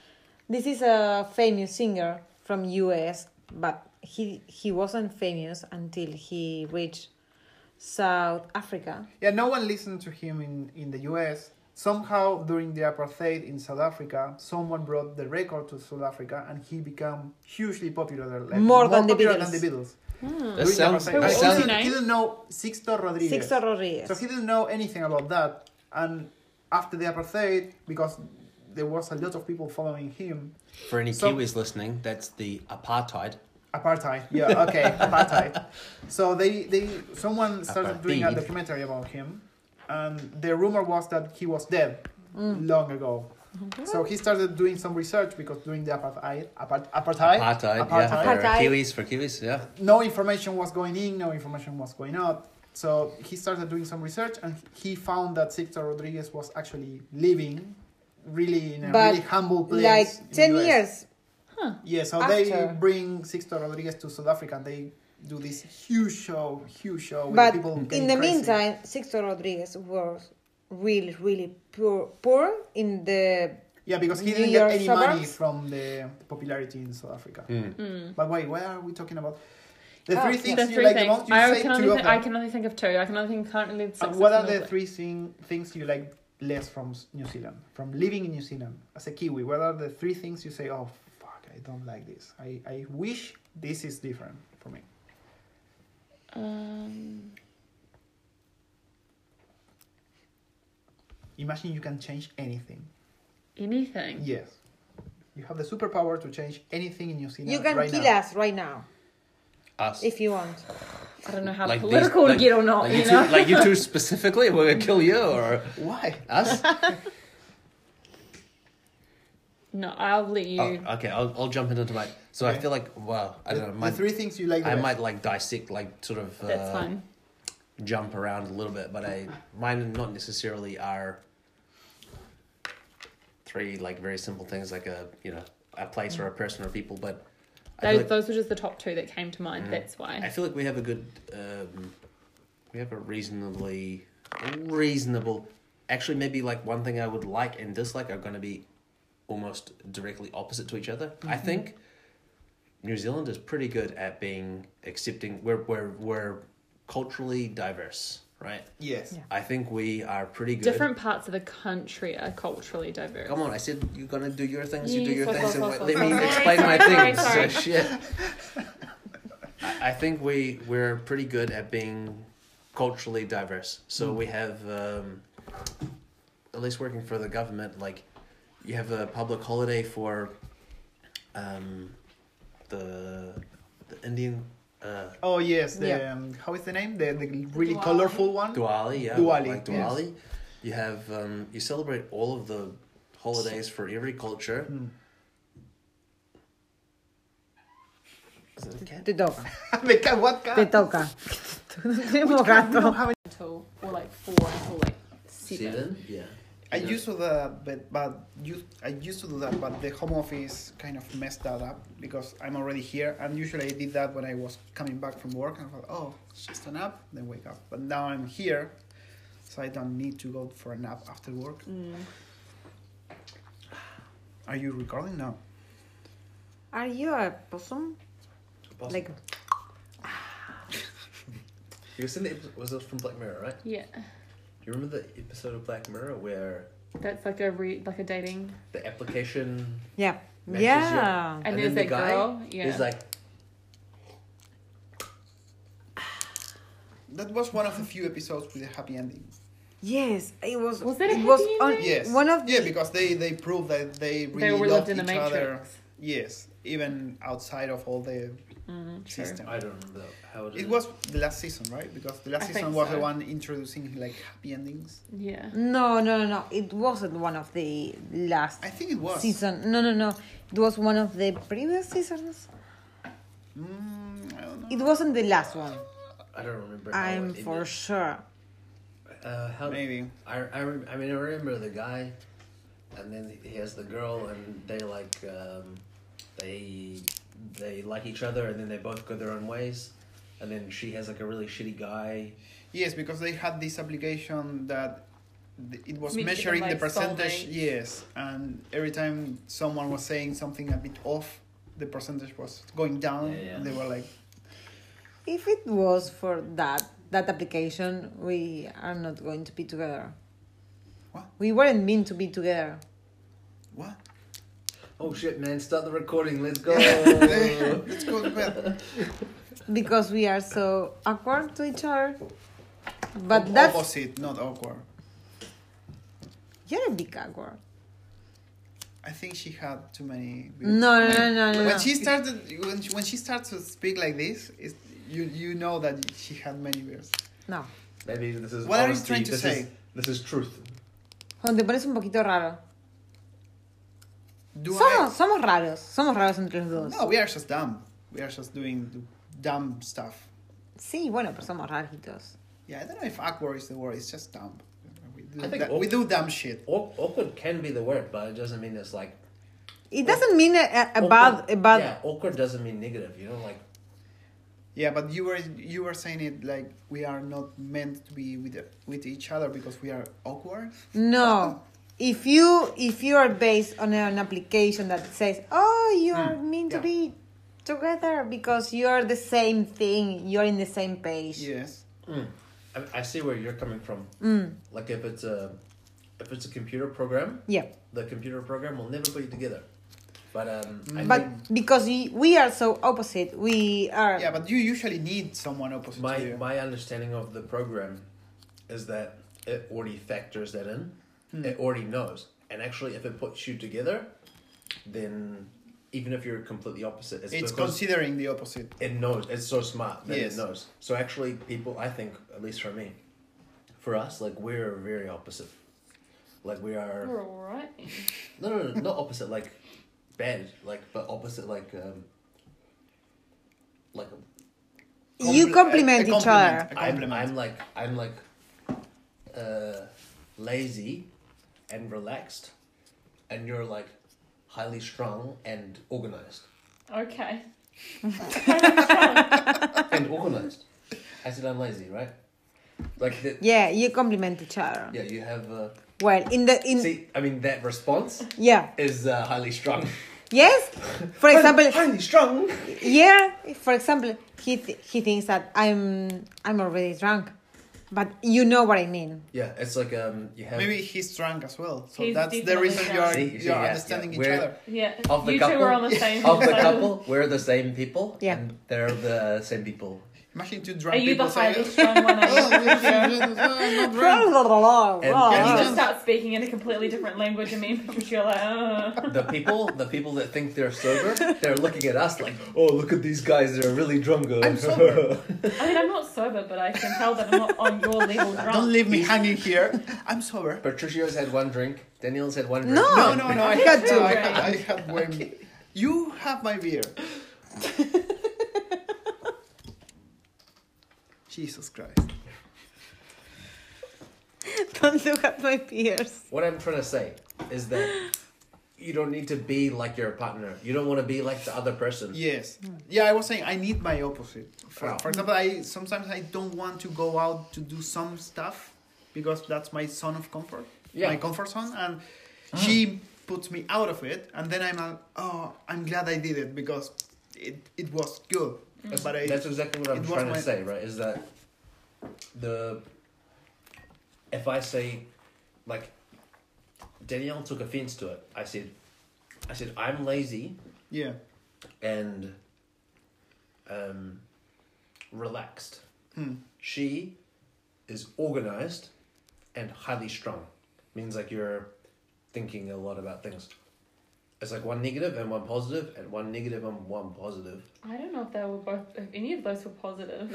Speaker 2: This is a famous singer from US, but he he wasn't famous until he reached South Africa.
Speaker 6: Yeah, no one listened to him in, in the US. Somehow, during the apartheid in South Africa, someone brought the record to South Africa and he became hugely popular. there, Like,
Speaker 2: More than the
Speaker 6: popular
Speaker 2: Beatles.
Speaker 6: than the Beatles.
Speaker 4: That sounds,
Speaker 6: During the
Speaker 4: that
Speaker 5: Wait, what's
Speaker 6: apartheid. And he,
Speaker 4: sounds
Speaker 5: his
Speaker 6: didn't, he
Speaker 5: name?
Speaker 6: didn't know Sixto Rodriguez.
Speaker 2: Sixto
Speaker 6: So
Speaker 2: Rodriguez.
Speaker 6: he didn't know anything about that. And after the apartheid, because there was a lot of people following him,
Speaker 4: for any
Speaker 6: So-
Speaker 4: Kiwis listening, that's the apartheid.
Speaker 6: apartheid. Yeah, okay, apartheid. So they, they someone started doing a
Speaker 4: Apartheid.
Speaker 6: documentary about him, and the rumor was that he was dead
Speaker 2: Mm.
Speaker 6: long ago. So he started doing some research because during the apartheid, apart,
Speaker 4: Apartheid,
Speaker 6: apartheid,
Speaker 4: yeah.
Speaker 6: apartheid,
Speaker 4: For
Speaker 2: Apartheid.
Speaker 4: Kiwis, for Kiwis, yeah.
Speaker 6: no information was going in, no information was going out. So he started doing some research, and he found that Victor Rodriguez was actually living, really in a
Speaker 2: But
Speaker 6: really humble place.
Speaker 2: Like
Speaker 6: in
Speaker 2: ten
Speaker 6: US.
Speaker 2: years.
Speaker 6: Yeah, so
Speaker 2: After.
Speaker 6: they bring Sixto Rodriguez to South Africa and they do this huge show, huge show. with
Speaker 2: But
Speaker 6: people
Speaker 2: in
Speaker 6: getting
Speaker 2: the
Speaker 6: crazy.
Speaker 2: meantime, Sixto Rodriguez was really, really poor, poor in the
Speaker 6: yeah, because he
Speaker 2: New
Speaker 6: didn't get
Speaker 2: York
Speaker 6: any money
Speaker 2: suburbs? Hmm.
Speaker 6: from the popularity in South Africa. But wait, what are we talking about? The
Speaker 2: Oh,
Speaker 6: three
Speaker 2: yeah.
Speaker 6: things
Speaker 5: Hmm. The
Speaker 6: you
Speaker 5: three
Speaker 6: like the
Speaker 5: things.
Speaker 6: most, you
Speaker 5: I,
Speaker 6: say
Speaker 5: can
Speaker 6: two
Speaker 5: only
Speaker 6: of
Speaker 5: think,
Speaker 6: them.
Speaker 5: I can only think of two. I can only think can't really.
Speaker 6: And what are the three thing, things you like less from s- New Zealand, from living in New Zealand as a Kiwi? What are the three things you say, oh fuck, I don't like this. I, I wish this is different for me.
Speaker 5: Um,
Speaker 6: Imagine you can change anything.
Speaker 5: anything.
Speaker 6: Yes. You have the superpower to change anything in New Zealand.
Speaker 2: you can
Speaker 6: right
Speaker 2: kill
Speaker 6: now.
Speaker 2: us right now
Speaker 4: Us.
Speaker 2: if you want.
Speaker 5: I don't know how
Speaker 4: Like these-
Speaker 5: political
Speaker 4: like-
Speaker 5: to get or not.
Speaker 4: Like
Speaker 5: you
Speaker 4: you,
Speaker 5: know.
Speaker 4: two, like you
Speaker 5: <laughs>
Speaker 4: two specifically, we're going to kill you or
Speaker 6: Why?
Speaker 4: us?
Speaker 5: no, I'll let you.
Speaker 4: Oh, okay, I'll, I'll jump into mine. So I
Speaker 6: Okay.
Speaker 4: feel like, wow, I
Speaker 6: The,
Speaker 4: don't know.
Speaker 6: the
Speaker 4: Mine,
Speaker 6: three things you like. the
Speaker 4: I
Speaker 6: best.
Speaker 4: might like dissect, like sort of uh,
Speaker 5: That's fine.
Speaker 4: jump around a little bit, but I mine not necessarily are three like very simple things like a you know a place or a person or people, but I
Speaker 5: Those,
Speaker 4: feel, like, Mm.
Speaker 5: those were just the top two that came to mind. That's
Speaker 4: I
Speaker 5: why.
Speaker 4: feel like we have a good um, we have a reasonably reasonable actually maybe like one thing I would like and dislike are going to be almost directly opposite to each other. I think New Zealand is pretty good at being accepting. We're we're we're culturally diverse right?
Speaker 6: Yes.
Speaker 2: Yeah.
Speaker 4: I think we are pretty good.
Speaker 5: Different parts of the country are culturally diverse.
Speaker 4: Come on, I said you're gonna do your things. You,
Speaker 5: You-
Speaker 4: do your
Speaker 5: fuck,
Speaker 4: things,
Speaker 5: fuck,
Speaker 4: and
Speaker 5: fuck,
Speaker 4: let
Speaker 5: fuck.
Speaker 4: me
Speaker 5: Sorry,
Speaker 4: explain my
Speaker 5: sorry,
Speaker 4: things.
Speaker 5: sorry.
Speaker 4: So shit. I, I think we we're pretty good at being culturally diverse.
Speaker 5: Mm.
Speaker 4: So we have, um, at least working for the government, like you have a public holiday for um, the the Indian uh,
Speaker 6: Oh yes. The,
Speaker 2: Yeah.
Speaker 6: um, how is the name? The, the really
Speaker 5: Diwali.
Speaker 6: colorful one.
Speaker 4: Diwali, yeah,
Speaker 6: Diwali,
Speaker 4: like
Speaker 6: yes.
Speaker 4: Diwali. You have um, you celebrate all of the holidays for every culture.
Speaker 2: Hmm.
Speaker 4: Is it a cat?
Speaker 2: Te toca.
Speaker 6: <laughs> The ca- what
Speaker 2: Te <laughs>
Speaker 6: kind?
Speaker 2: toca. No tenemos gato.
Speaker 5: Until or like four until like seven.
Speaker 4: Seven? Yeah.
Speaker 6: I used to that, but but you, I used to do that, but the home office kind of messed that up because I'm already here, and usually I did that when I was coming back from work. And I thought, oh, it's just a nap, then wake up. But now I'm here, so I don't need to go for a nap after work.
Speaker 5: Mm.
Speaker 6: Are you recording now?
Speaker 2: Are you a possum?
Speaker 4: Possum.
Speaker 2: Like
Speaker 4: <laughs> You seen the episode, was it from Black Mirror, right?
Speaker 5: Yeah,
Speaker 4: You remember the episode of Black Mirror where
Speaker 5: that's like a re- like a dating.
Speaker 4: the application
Speaker 2: yeah.
Speaker 4: matches you,
Speaker 2: Yeah.
Speaker 5: And there's
Speaker 4: then
Speaker 5: that
Speaker 4: the guy
Speaker 5: girl, yeah.
Speaker 4: is like,
Speaker 6: That was one of the few episodes with a happy ending.
Speaker 2: Yes. It was
Speaker 5: Was that a
Speaker 2: it was
Speaker 5: happy
Speaker 2: on
Speaker 5: ending?
Speaker 6: Yes.
Speaker 2: one of
Speaker 6: yeah,
Speaker 2: the
Speaker 6: because they they proved that they really
Speaker 5: were
Speaker 6: loved
Speaker 5: lived in
Speaker 6: each
Speaker 5: the
Speaker 6: other.
Speaker 5: Matrix.
Speaker 6: Yes, even outside of all the
Speaker 5: Mm-hmm, true.
Speaker 6: system.
Speaker 4: I don't remember how
Speaker 6: It was the last season, right? Because the last
Speaker 5: I think
Speaker 6: season was the
Speaker 5: so.
Speaker 6: one introducing like happy endings.
Speaker 5: Yeah,
Speaker 2: No, no, no, no. It wasn't one of the last
Speaker 6: I think it was.
Speaker 2: season. No, no, no. It was one of the previous seasons.
Speaker 6: Mm, I don't know.
Speaker 2: It wasn't the last one.
Speaker 4: I don't remember. how
Speaker 2: I'm
Speaker 4: it
Speaker 2: for
Speaker 4: ended.
Speaker 2: sure.
Speaker 4: Uh, how,
Speaker 6: Maybe.
Speaker 4: I, I, rem- I mean, I remember the guy, and then he has the girl, and they like, um, they they like each other, and then they both go their own ways, and then she has like a really shitty guy.
Speaker 6: Yes, because they had this application that th- it was
Speaker 5: Meet the
Speaker 6: measuring the
Speaker 5: like
Speaker 6: percentage.
Speaker 5: soulmates.
Speaker 6: Yes, and every time someone was saying something a bit off, the percentage was going down,
Speaker 4: Yeah, yeah.
Speaker 6: and they were like,
Speaker 2: If it was for that that application, we are not going to be together.
Speaker 6: What?
Speaker 2: We weren't meant to be together.
Speaker 6: "What?
Speaker 4: Oh shit, man! Start the recording. Let's
Speaker 6: <laughs>
Speaker 4: go.
Speaker 6: Let's go
Speaker 2: <laughs>
Speaker 6: to bed."
Speaker 2: Because we are so awkward to each other. But that's
Speaker 6: opposite, not awkward.
Speaker 2: you're a big awkward.
Speaker 6: I think she had too many. beers.
Speaker 2: No, no, no, no, no.
Speaker 6: When
Speaker 2: no.
Speaker 6: she started, when she, when she starts to speak like this, it's, you you know that she had many beers.
Speaker 2: No.
Speaker 4: Maybe this is
Speaker 6: What are you
Speaker 4: honesty.
Speaker 6: trying to
Speaker 4: this
Speaker 6: say?
Speaker 4: Is, this is truth.
Speaker 2: Cuando te pones un poquito raro.
Speaker 6: Do
Speaker 2: Somos, somos raros. Somos raros entre los
Speaker 6: I?
Speaker 2: dos.
Speaker 6: No, we are just dumb. We are just doing dumb stuff.
Speaker 2: Sí, bueno, pero somos raritos.
Speaker 6: Yeah, I don't know if awkward is the word. It's just dumb. We do,
Speaker 4: I think
Speaker 6: that-
Speaker 4: awk-
Speaker 6: we do dumb shit.
Speaker 4: Aw- Awkward can be the word, but it doesn't mean it's like
Speaker 2: It doesn't mean a, a, a bad, a bad.
Speaker 4: Yeah, awkward doesn't mean negative. You know, like
Speaker 6: Yeah, but you were you were saying it like we are not meant to be with with each other because we are awkward.
Speaker 2: No. If you if you are based on an application that says, "Oh, you are meant to
Speaker 6: yeah.
Speaker 2: be together because you are the same thing, you're in the same page."
Speaker 6: Yes.
Speaker 4: Hmm. I, I see where you're coming from.
Speaker 2: Mm.
Speaker 4: Like if it's a if it's a computer program,
Speaker 2: Yeah.
Speaker 4: the computer program will never put you together. But um, I
Speaker 2: Mm.
Speaker 4: think
Speaker 2: But because we, we are so opposite, we are
Speaker 6: Yeah, but you usually need someone opposite
Speaker 4: my
Speaker 6: to you.
Speaker 4: my understanding of the program is that it already factors that in.
Speaker 2: Hmm.
Speaker 4: It already knows, and actually, if it puts you together, then even if you're completely opposite, it's,
Speaker 6: it's
Speaker 4: because
Speaker 6: considering the opposite.
Speaker 4: it knows. It's so smart that
Speaker 6: Yes.
Speaker 4: it knows. So actually, people, I think, at least for me, for us, like we're very opposite. Like we are.
Speaker 5: we're alright.
Speaker 4: No, no, no, not opposite. Like bad, like but opposite, like um, like
Speaker 2: you
Speaker 6: Compli-
Speaker 2: complement
Speaker 6: a- a
Speaker 2: each
Speaker 6: compliment,
Speaker 2: <laughs> other.
Speaker 6: a
Speaker 4: I'm,
Speaker 6: compliment.
Speaker 4: I'm like I'm like uh, lazy and relaxed, and you're like highly strung and organized
Speaker 5: Okay.
Speaker 4: and organized. I said I'm lazy, right? Like the,
Speaker 2: Yeah, you complement each other.
Speaker 4: yeah, you have. Uh,
Speaker 2: Well, in the in
Speaker 4: see, I mean that response
Speaker 2: yeah.
Speaker 4: is uh, highly strung.
Speaker 2: Yes.
Speaker 4: <laughs>
Speaker 2: For example,
Speaker 4: highly strung.
Speaker 2: yeah, for example, he th- he thinks that I'm I'm already drunk. But you know what I mean.
Speaker 4: Yeah, it's like um, you have
Speaker 6: Maybe he's drunk as well, so
Speaker 5: He's
Speaker 6: that's the
Speaker 5: definitely
Speaker 6: reason you
Speaker 5: drunk.
Speaker 6: are
Speaker 4: See,
Speaker 6: you
Speaker 4: see,
Speaker 6: are
Speaker 4: yeah,
Speaker 6: understanding
Speaker 4: yeah.
Speaker 6: each
Speaker 4: We're-
Speaker 6: other.
Speaker 5: Yeah.
Speaker 4: Of the
Speaker 5: you two
Speaker 4: couple-
Speaker 5: were on the same
Speaker 4: <laughs> of the
Speaker 5: side.
Speaker 4: couple. We're the same people.
Speaker 2: Yeah.
Speaker 4: and they're the same people.
Speaker 6: Imagine
Speaker 5: Are
Speaker 6: two drunk
Speaker 5: you the
Speaker 6: people saying,
Speaker 5: highly strung one? Are you-
Speaker 4: And
Speaker 5: You
Speaker 7: Oh.
Speaker 4: Uh.
Speaker 5: just start speaking in a completely different language and me and Patricia are like, uh.
Speaker 4: The people, the people that think they're sober, they're looking at us like, "Oh, look at these guys! They're really drunk." <laughs>
Speaker 6: I'm sober.
Speaker 5: I mean, I'm not sober, but I can tell that I'm not on your level drunk.
Speaker 6: <laughs> "Don't leave me hanging here. I'm sober."
Speaker 4: Patricio's had one drink. Daniel's had one drink.
Speaker 2: No.
Speaker 6: No, no, no. I
Speaker 2: Okay.
Speaker 6: had to. I
Speaker 5: Okay.
Speaker 6: had, I had one. You have my beer. Jesus Christ.
Speaker 2: <laughs> Don't look at my peers.
Speaker 4: What I'm trying to say is that you don't need to be like your partner. You don't want to be like the other person.
Speaker 6: Yes. Yeah, I was saying I need my opposite. For,
Speaker 4: Wow.
Speaker 6: for example, I sometimes I don't want to go out to do some stuff because that's my zone of comfort,
Speaker 4: Yeah.
Speaker 6: my comfort zone, and she puts me out of it, and then I'm like, oh, I'm glad I did it because it it was good.
Speaker 4: Mm.
Speaker 6: But I,
Speaker 4: That's exactly what I'm
Speaker 6: It was
Speaker 4: trying
Speaker 6: my-
Speaker 4: to say, right? Is that the if I say like Danielle took offense to it, I said I said I'm lazy
Speaker 6: yeah,
Speaker 4: and um relaxed.
Speaker 6: Hmm.
Speaker 4: She is organized and highly strung. Means like you're thinking a lot about things. It's like one negative and one positive and one negative and one positive.
Speaker 5: I don't know if they were both, if any of those were positive.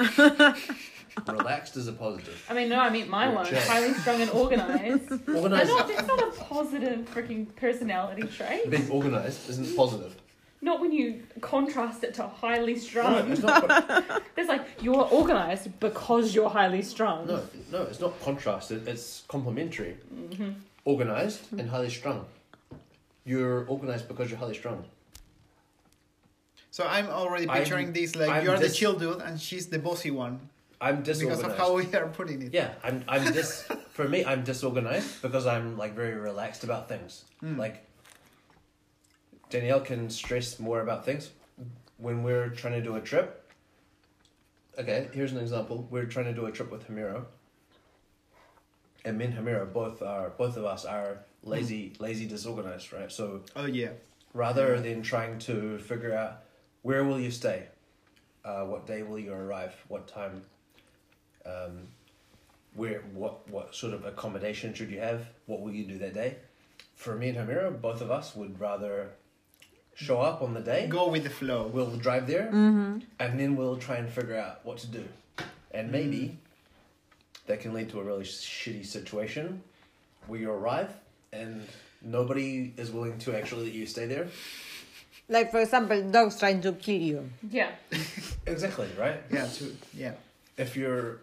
Speaker 4: Relaxed is a positive.
Speaker 5: I mean, no, I mean my
Speaker 4: You're
Speaker 5: one.
Speaker 4: jealous.
Speaker 5: Highly strung and
Speaker 4: <laughs>
Speaker 5: organized. I'm
Speaker 4: Organized,
Speaker 5: not, that's not a positive freaking personality trait.
Speaker 4: being organized isn't positive.
Speaker 5: Not when you contrast it to highly
Speaker 4: No,
Speaker 5: strung.
Speaker 4: it's not.
Speaker 5: <laughs> There's like, you're organized because you're highly strung.
Speaker 4: No, no, it's not contrasted. It's complementary. Organized and highly strung. You're organized because you're highly strung.
Speaker 6: so I'm already
Speaker 4: I'm-
Speaker 6: picturing this like
Speaker 4: I'm
Speaker 6: you're the
Speaker 4: dis-
Speaker 6: chill dude and she's the bossy one
Speaker 4: I'm
Speaker 6: because
Speaker 4: disorganized.
Speaker 6: of how we are putting it.
Speaker 4: Yeah, I'm. I'm dis. for me, I'm disorganized because I'm like very relaxed about things. Like Danielle can stress more about things when we're trying to do a trip. Okay, here's an example. We're trying to do a trip with Hamiro. And me and Hamiro both are both of us are lazy, lazy, disorganized, right? So
Speaker 6: Oh yeah.
Speaker 4: rather than trying to figure out where will you stay, uh, what day will you arrive, what time, um, where what what sort of accommodation should you have, what will you do that day. For me and Hamira, both of us would rather show up on the day.
Speaker 6: Go with the flow.
Speaker 4: We'll drive there, and then we'll try and figure out what to do, and maybe that can lead to a really shitty situation where you arrive and nobody is willing to actually let you stay there.
Speaker 2: Like, for example, dogs trying to kill you.
Speaker 5: Yeah.
Speaker 4: Exactly right.
Speaker 6: Yeah. To, yeah.
Speaker 4: If you're,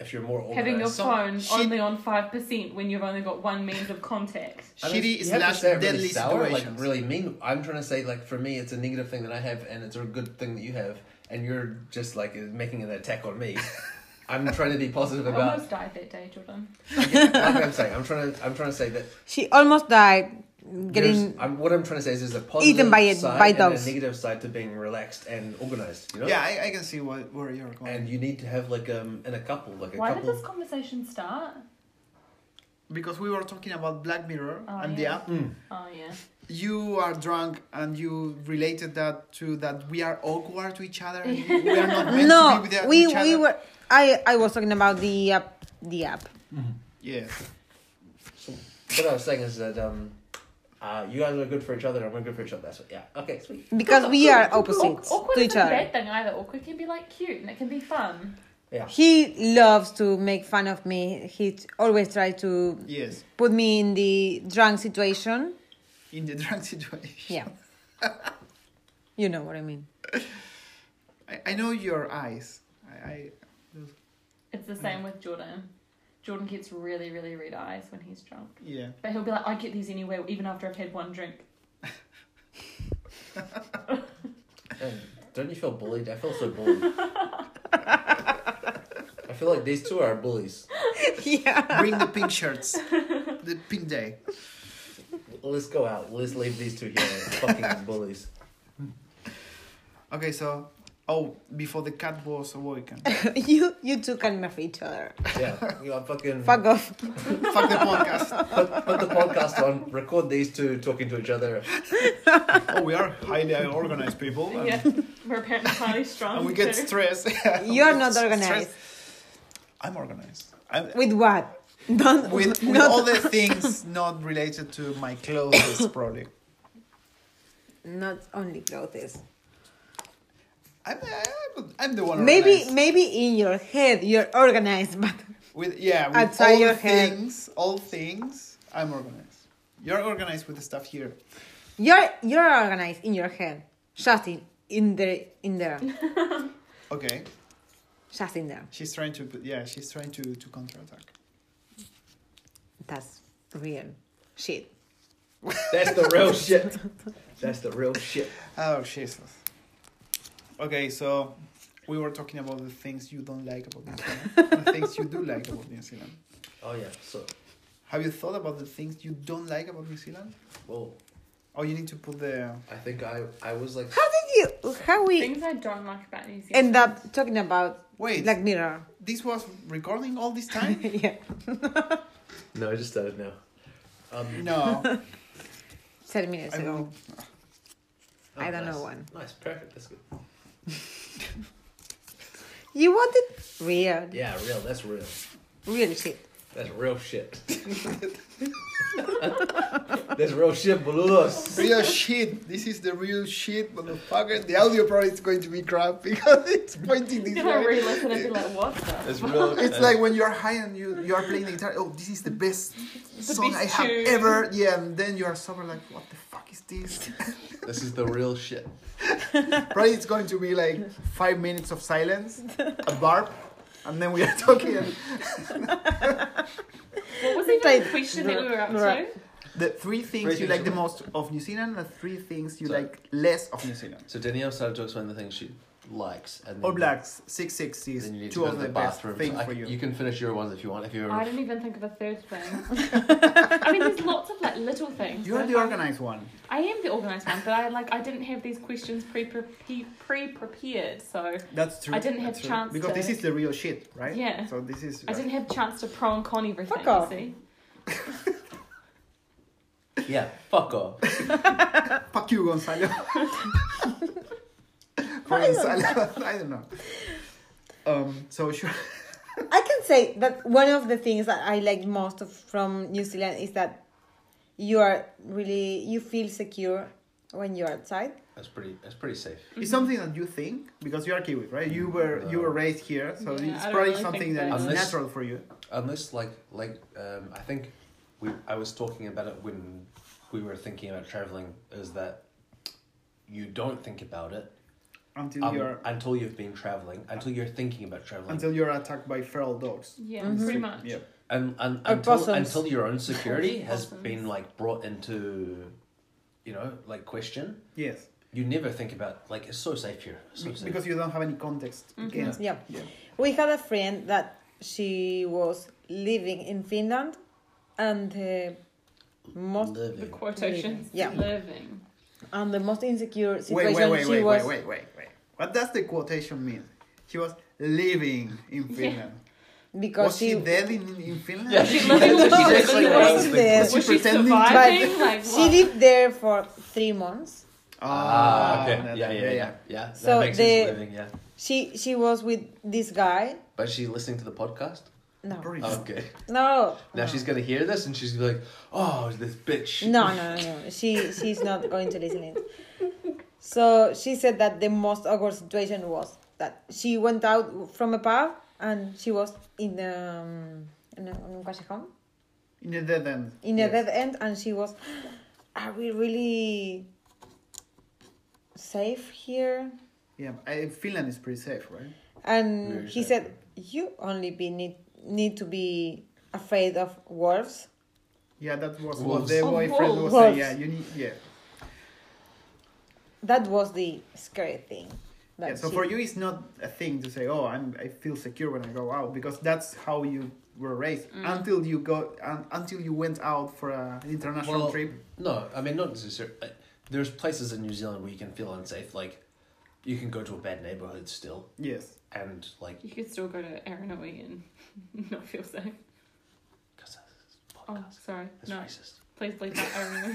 Speaker 4: if you're more organized,
Speaker 5: Having your
Speaker 6: so
Speaker 5: phone
Speaker 6: she-
Speaker 5: only on 5% when you've only got one means of contact.
Speaker 4: I mean,
Speaker 6: Shitty
Speaker 4: you have to
Speaker 6: slash
Speaker 4: say it really
Speaker 6: deadly
Speaker 4: sour, like
Speaker 6: situations.
Speaker 4: really mean. I'm trying to say like for me, it's a negative thing that I have, and it's a good thing that you have, and you're just like making an attack on me. I'm trying to be positive
Speaker 5: I
Speaker 4: about.
Speaker 5: almost died that day, Jordan.
Speaker 4: <laughs> like I'm saying, I'm trying to, I'm trying to say that
Speaker 2: She almost died
Speaker 4: there's,
Speaker 2: getting.
Speaker 4: I'm, what I'm trying to say is there's a positive
Speaker 2: by it-
Speaker 4: side
Speaker 2: by
Speaker 4: and
Speaker 2: dogs.
Speaker 4: a negative side to being relaxed and organized. You know.
Speaker 6: Yeah, I, I can see what, where you're going.
Speaker 4: And you need to have like um in a couple like a
Speaker 5: Why did
Speaker 4: couple.
Speaker 5: this conversation start?
Speaker 6: because we were talking about Black Mirror
Speaker 5: Oh,
Speaker 6: and the
Speaker 5: yeah.
Speaker 4: Mm.
Speaker 6: app,
Speaker 5: Oh, yeah.
Speaker 6: you are drunk and you related that to that we are awkward to
Speaker 2: <laughs>
Speaker 6: each other. And we are not meant to
Speaker 2: No,
Speaker 6: be with the-
Speaker 2: we
Speaker 6: each
Speaker 2: we
Speaker 6: other.
Speaker 2: were. I I was talking about the app. The app.
Speaker 6: Yes.
Speaker 4: What I was saying is that um, uh, you guys are good for each other, and we're good for each other. That's what, yeah. Okay, sweet.
Speaker 2: Because we are opposites
Speaker 5: Awkward
Speaker 2: to
Speaker 5: isn't
Speaker 2: each
Speaker 5: a
Speaker 2: other.
Speaker 5: bad thing either. Awkward can be like cute and it can be fun.
Speaker 2: He loves to make fun of me. He always tries to
Speaker 6: Yes.
Speaker 2: put me in the drunk situation.
Speaker 6: In the drunk <laughs> situation.
Speaker 2: Yeah. you know what I mean.
Speaker 6: I, I know your eyes. I, I
Speaker 5: It's the same with Jordan. Jordan gets really, really red eyes when he's drunk.
Speaker 2: <laughs>
Speaker 6: yeah.
Speaker 5: But he'll be like, I get these anyway, even after I've had one drink. <laughs>
Speaker 4: And don't you feel bullied? I feel so bullied. I feel like these two are bullies.
Speaker 7: <laughs>
Speaker 2: yeah.
Speaker 6: Bring the pink
Speaker 2: <laughs>
Speaker 6: shirts. the pink day.
Speaker 4: Let's go out. Let's leave these two here, fucking bullies.
Speaker 6: Okay, so Oh, before the cat was awoken.
Speaker 7: you you two can mess each other.
Speaker 4: Yeah, you are fucking
Speaker 7: Fuck <laughs> off.
Speaker 6: <laughs> Fuck the podcast.
Speaker 4: put, put the podcast on, record these two talking to each other.
Speaker 6: Oh, we are highly organized people. And,
Speaker 5: Yeah, we're apparently highly strong.
Speaker 6: and we get
Speaker 5: too.
Speaker 6: stressed.
Speaker 7: <laughs> You're
Speaker 6: We
Speaker 7: not
Speaker 6: get
Speaker 7: organized.
Speaker 6: I'm organized. I'm,
Speaker 7: With what? <laughs> Don't
Speaker 6: with, with
Speaker 7: not,
Speaker 6: all
Speaker 7: <laughs>
Speaker 6: the things not related to my clothes, probably.
Speaker 7: not only clothes.
Speaker 6: I'm, I'm, I'm the one.
Speaker 7: Maybe
Speaker 6: organized.
Speaker 7: maybe in your head you're organized, <laughs> but
Speaker 6: with yeah, with
Speaker 7: outside
Speaker 6: all
Speaker 7: your
Speaker 6: the
Speaker 7: head.
Speaker 6: things, all things. I'm organized. You're organized with the stuff here.
Speaker 7: you're you're organized in your head. Just in, in there in <laughs> there.
Speaker 6: Okay,
Speaker 7: Just in there.
Speaker 6: she's trying to. Yeah, she's trying to to counterattack.
Speaker 7: That's real shit.
Speaker 4: That's the real shit. That's the real shit.
Speaker 6: Oh Jesus. Okay, so we were talking about the things you don't like about New Zealand, and the things you do like about New Zealand.
Speaker 4: Oh yeah. So,
Speaker 6: Have you thought about the things you don't like about New Zealand?
Speaker 4: well,
Speaker 6: Oh, you need to put the.
Speaker 4: I think I I was like,
Speaker 7: How did you how we
Speaker 5: Things I don't like about New Zealand.
Speaker 7: end up talking about
Speaker 6: Wait,
Speaker 7: Black Mirror?
Speaker 6: this was recording all this time?
Speaker 7: <laughs> yeah. <laughs>
Speaker 4: no, I just started now. Um,
Speaker 6: no.
Speaker 7: Ten minutes
Speaker 6: I
Speaker 7: ago.
Speaker 6: will-
Speaker 4: oh,
Speaker 7: I don't know
Speaker 4: nice.
Speaker 7: one.
Speaker 4: Nice, perfect. That's good.
Speaker 7: You wanted real
Speaker 4: Yeah, real. That's real.
Speaker 7: real shit.
Speaker 4: That's real shit. <laughs> That's real shit, boludos.
Speaker 6: Real shit. This is the real shit, motherfucker. The audio probably is going to be crap because it's
Speaker 5: <laughs>
Speaker 6: pointing this
Speaker 5: If I
Speaker 6: way.
Speaker 5: re-listen, I'd be like, what
Speaker 4: <laughs>
Speaker 5: the?
Speaker 4: That's real.
Speaker 6: It's like when you're high and you you are playing the guitar. Oh, this is the best song
Speaker 5: best
Speaker 6: I have
Speaker 5: tune.
Speaker 6: ever. Yeah, and then you are sober like, what the fuck is this? <laughs>
Speaker 4: this is the real shit.
Speaker 6: Probably it's going to be like five minutes of silence, a barb, and then we are talking. And
Speaker 5: What was even
Speaker 7: Like,
Speaker 5: the question that we were up to?
Speaker 7: right.
Speaker 6: the three things
Speaker 4: Three
Speaker 6: you
Speaker 4: things
Speaker 6: like
Speaker 4: you
Speaker 6: the
Speaker 4: like.
Speaker 6: most of New Zealand, and the three things you
Speaker 4: Sorry.
Speaker 6: like less of New Zealand.
Speaker 4: So Danielle started to explain the things she likes, and
Speaker 6: All
Speaker 4: then-
Speaker 6: blacks, six sixties,
Speaker 4: Then you need to
Speaker 6: two
Speaker 4: go to
Speaker 6: of
Speaker 4: the
Speaker 6: the best
Speaker 4: bathroom.
Speaker 6: things
Speaker 4: So I-
Speaker 6: for you.
Speaker 4: You can finish your ones if you want. If you're
Speaker 5: I didn't even think of a third thing.
Speaker 4: <laughs>
Speaker 5: I mean, there's lots of like little things.
Speaker 6: You're
Speaker 5: but
Speaker 6: the
Speaker 5: if I-
Speaker 6: organized one.
Speaker 5: I am the organized one, but I like I didn't have these questions pre pre prepared, so
Speaker 6: That's true.
Speaker 5: I didn't have
Speaker 6: That's true.
Speaker 5: chance
Speaker 6: because
Speaker 5: to-
Speaker 6: this is the real shit, right?
Speaker 5: Yeah.
Speaker 6: So this is.
Speaker 5: I didn't have chance to pro and con everything.
Speaker 7: Fuck off.
Speaker 5: You see,
Speaker 4: yeah, fuck off.
Speaker 6: uh, Fuck you,
Speaker 5: <laughs>
Speaker 6: Gonzalo. <laughs> Gonzalo, <laughs> I don't know. Um. So <laughs> sure.
Speaker 7: I can say that one of the things that I like most of, from New Zealand is that you are really you feel secure when you're outside.
Speaker 4: That's pretty. That's pretty safe.
Speaker 6: It's
Speaker 5: Mm-hmm.
Speaker 6: something that you think because you are Kiwi, right? You were you were raised here, so
Speaker 5: Yeah,
Speaker 6: it's
Speaker 5: I don't
Speaker 6: probably
Speaker 5: really
Speaker 6: something
Speaker 5: think
Speaker 6: that
Speaker 5: that-
Speaker 6: is
Speaker 4: Mm, Unless-
Speaker 6: natural for you.
Speaker 4: Unless like like um, I think we I was talking about it when we were thinking about traveling is that you don't think about it
Speaker 6: Until
Speaker 4: um,
Speaker 6: you're
Speaker 4: until you've been traveling until you're thinking about traveling
Speaker 6: until you're attacked by feral dogs.
Speaker 5: yeah,
Speaker 4: Mm-hmm.
Speaker 5: pretty much.
Speaker 6: Yeah.
Speaker 4: and, and
Speaker 7: Or
Speaker 4: until,
Speaker 7: possums.
Speaker 4: until your own security has
Speaker 5: Possums.
Speaker 4: been like brought into you know like question
Speaker 6: Yes.
Speaker 4: you never think about like it's so safe here it's so safe.
Speaker 6: Because you don't have any context against.
Speaker 7: Yeah.
Speaker 6: Yeah.
Speaker 7: We had a friend that she was living in Finland and the most
Speaker 5: The
Speaker 4: Living. <laughs>
Speaker 5: quotations,
Speaker 7: Yeah.
Speaker 5: living.
Speaker 7: and the most insecure
Speaker 6: Wait,
Speaker 7: situation
Speaker 6: wait, wait,
Speaker 7: she
Speaker 6: wait,
Speaker 7: was
Speaker 6: wait, wait, wait, wait. What does the quotation mean? She was living in Finland.
Speaker 7: because
Speaker 6: Was she,
Speaker 7: she
Speaker 6: dead in, in Finland?
Speaker 4: Yeah,
Speaker 5: She living
Speaker 4: That's
Speaker 5: with
Speaker 4: actually what
Speaker 5: dogs.
Speaker 4: I
Speaker 7: was
Speaker 5: Was
Speaker 7: thinking.
Speaker 6: Was she
Speaker 5: she
Speaker 6: pretending
Speaker 5: <laughs>
Speaker 6: to-
Speaker 5: surviving? Like
Speaker 7: she
Speaker 5: what?
Speaker 7: lived there for three months.
Speaker 4: ah okay
Speaker 6: no, no,
Speaker 4: yeah yeah yeah yeah that
Speaker 7: So
Speaker 4: makes
Speaker 7: the-
Speaker 4: sense living yeah
Speaker 7: She she was with this guy.
Speaker 4: but she's listening to the podcast Oh,
Speaker 7: No,
Speaker 6: Breathe.
Speaker 4: okay
Speaker 7: no,
Speaker 4: Now she's gonna hear this and she's gonna be like, "Oh, this bitch." <laughs>
Speaker 7: No, no, no, no. She she's not going to listen it. So she said that the most awkward situation was that she went out from a pub and she was in um in a, in a callejón,
Speaker 6: In a dead end.
Speaker 7: in
Speaker 6: Yes.
Speaker 7: a dead end, and she was, are we really safe here?
Speaker 6: Yeah, I, Finland is pretty safe, right?
Speaker 7: And
Speaker 4: Very
Speaker 7: he
Speaker 4: safe.
Speaker 7: said, you only be need need to be afraid of wolves.
Speaker 6: Yeah, that was what
Speaker 4: Wolves.
Speaker 6: the
Speaker 5: Oh,
Speaker 6: boyfriend was
Speaker 7: wolves.
Speaker 6: saying. Yeah, you need. Yeah.
Speaker 7: That was the scary thing. that
Speaker 6: yeah so
Speaker 7: she-
Speaker 6: for you, it's not a thing to say, "Oh, I'm I feel secure when I go out," because that's how you were raised until you go un, until you went out for a, an international
Speaker 4: Well,
Speaker 6: trip.
Speaker 4: no, I mean not necessarily. There's places in New Zealand where you can feel unsafe, like you can go to a bad neighborhood still,
Speaker 6: Yes.
Speaker 4: and like
Speaker 5: You could still go to Aranoe and <laughs> not feel safe.
Speaker 4: because that's
Speaker 5: Oh,
Speaker 4: podcast.
Speaker 5: sorry.
Speaker 4: That's
Speaker 5: No,
Speaker 4: racist.
Speaker 5: please leave that
Speaker 4: <laughs>
Speaker 5: Aranoe.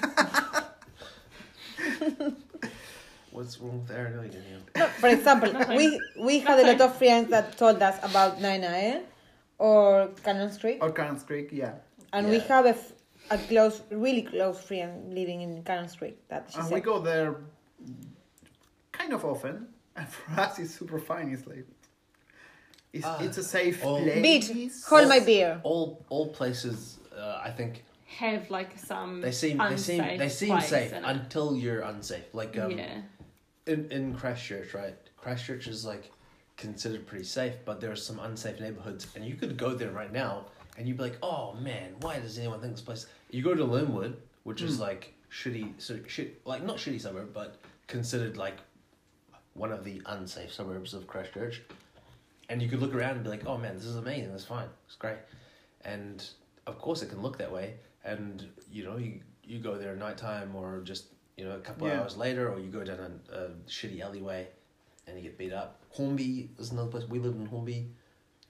Speaker 4: What's wrong with Aaron Egan? Yeah.
Speaker 7: No, for example, we we had a lot of friends that told us about Nine Nine or Cannons Creek,
Speaker 6: Or Cannons Creek, Oh, yeah.
Speaker 7: and we have a, f- a close, really close friend living in Cannons Creek. That she
Speaker 6: and we
Speaker 7: said.
Speaker 6: go there kind of often, and <laughs> for us it's super fine. It's like it's, it's a safe
Speaker 4: oh.
Speaker 6: place.
Speaker 7: Bitch, hold my beer.
Speaker 4: All all places, uh, I think
Speaker 5: Have like some.
Speaker 4: they seem they seem
Speaker 5: unsafe
Speaker 4: they seem
Speaker 5: place
Speaker 4: safe
Speaker 5: in it.
Speaker 4: until you're unsafe. Like um,
Speaker 5: yeah.
Speaker 4: in in Christchurch, right? Christchurch is like considered pretty safe, but there are some unsafe neighborhoods, and you could go there right now, and you'd be like, "Oh man, why does anyone think this place?" You go to Linwood, which
Speaker 5: Hmm.
Speaker 4: is like shitty, so shit, like not shitty suburb, but considered like one of the unsafe suburbs of Christchurch, and you could look around and be like, "Oh man, this is amazing. It's fine. It's great," and of course it can look that way, and you know you you go there at nighttime or just you know a couple
Speaker 6: Yeah.
Speaker 4: hours later, or you go down a, a shitty alleyway, and you get beat up. Hornby is another place we lived in Hornby.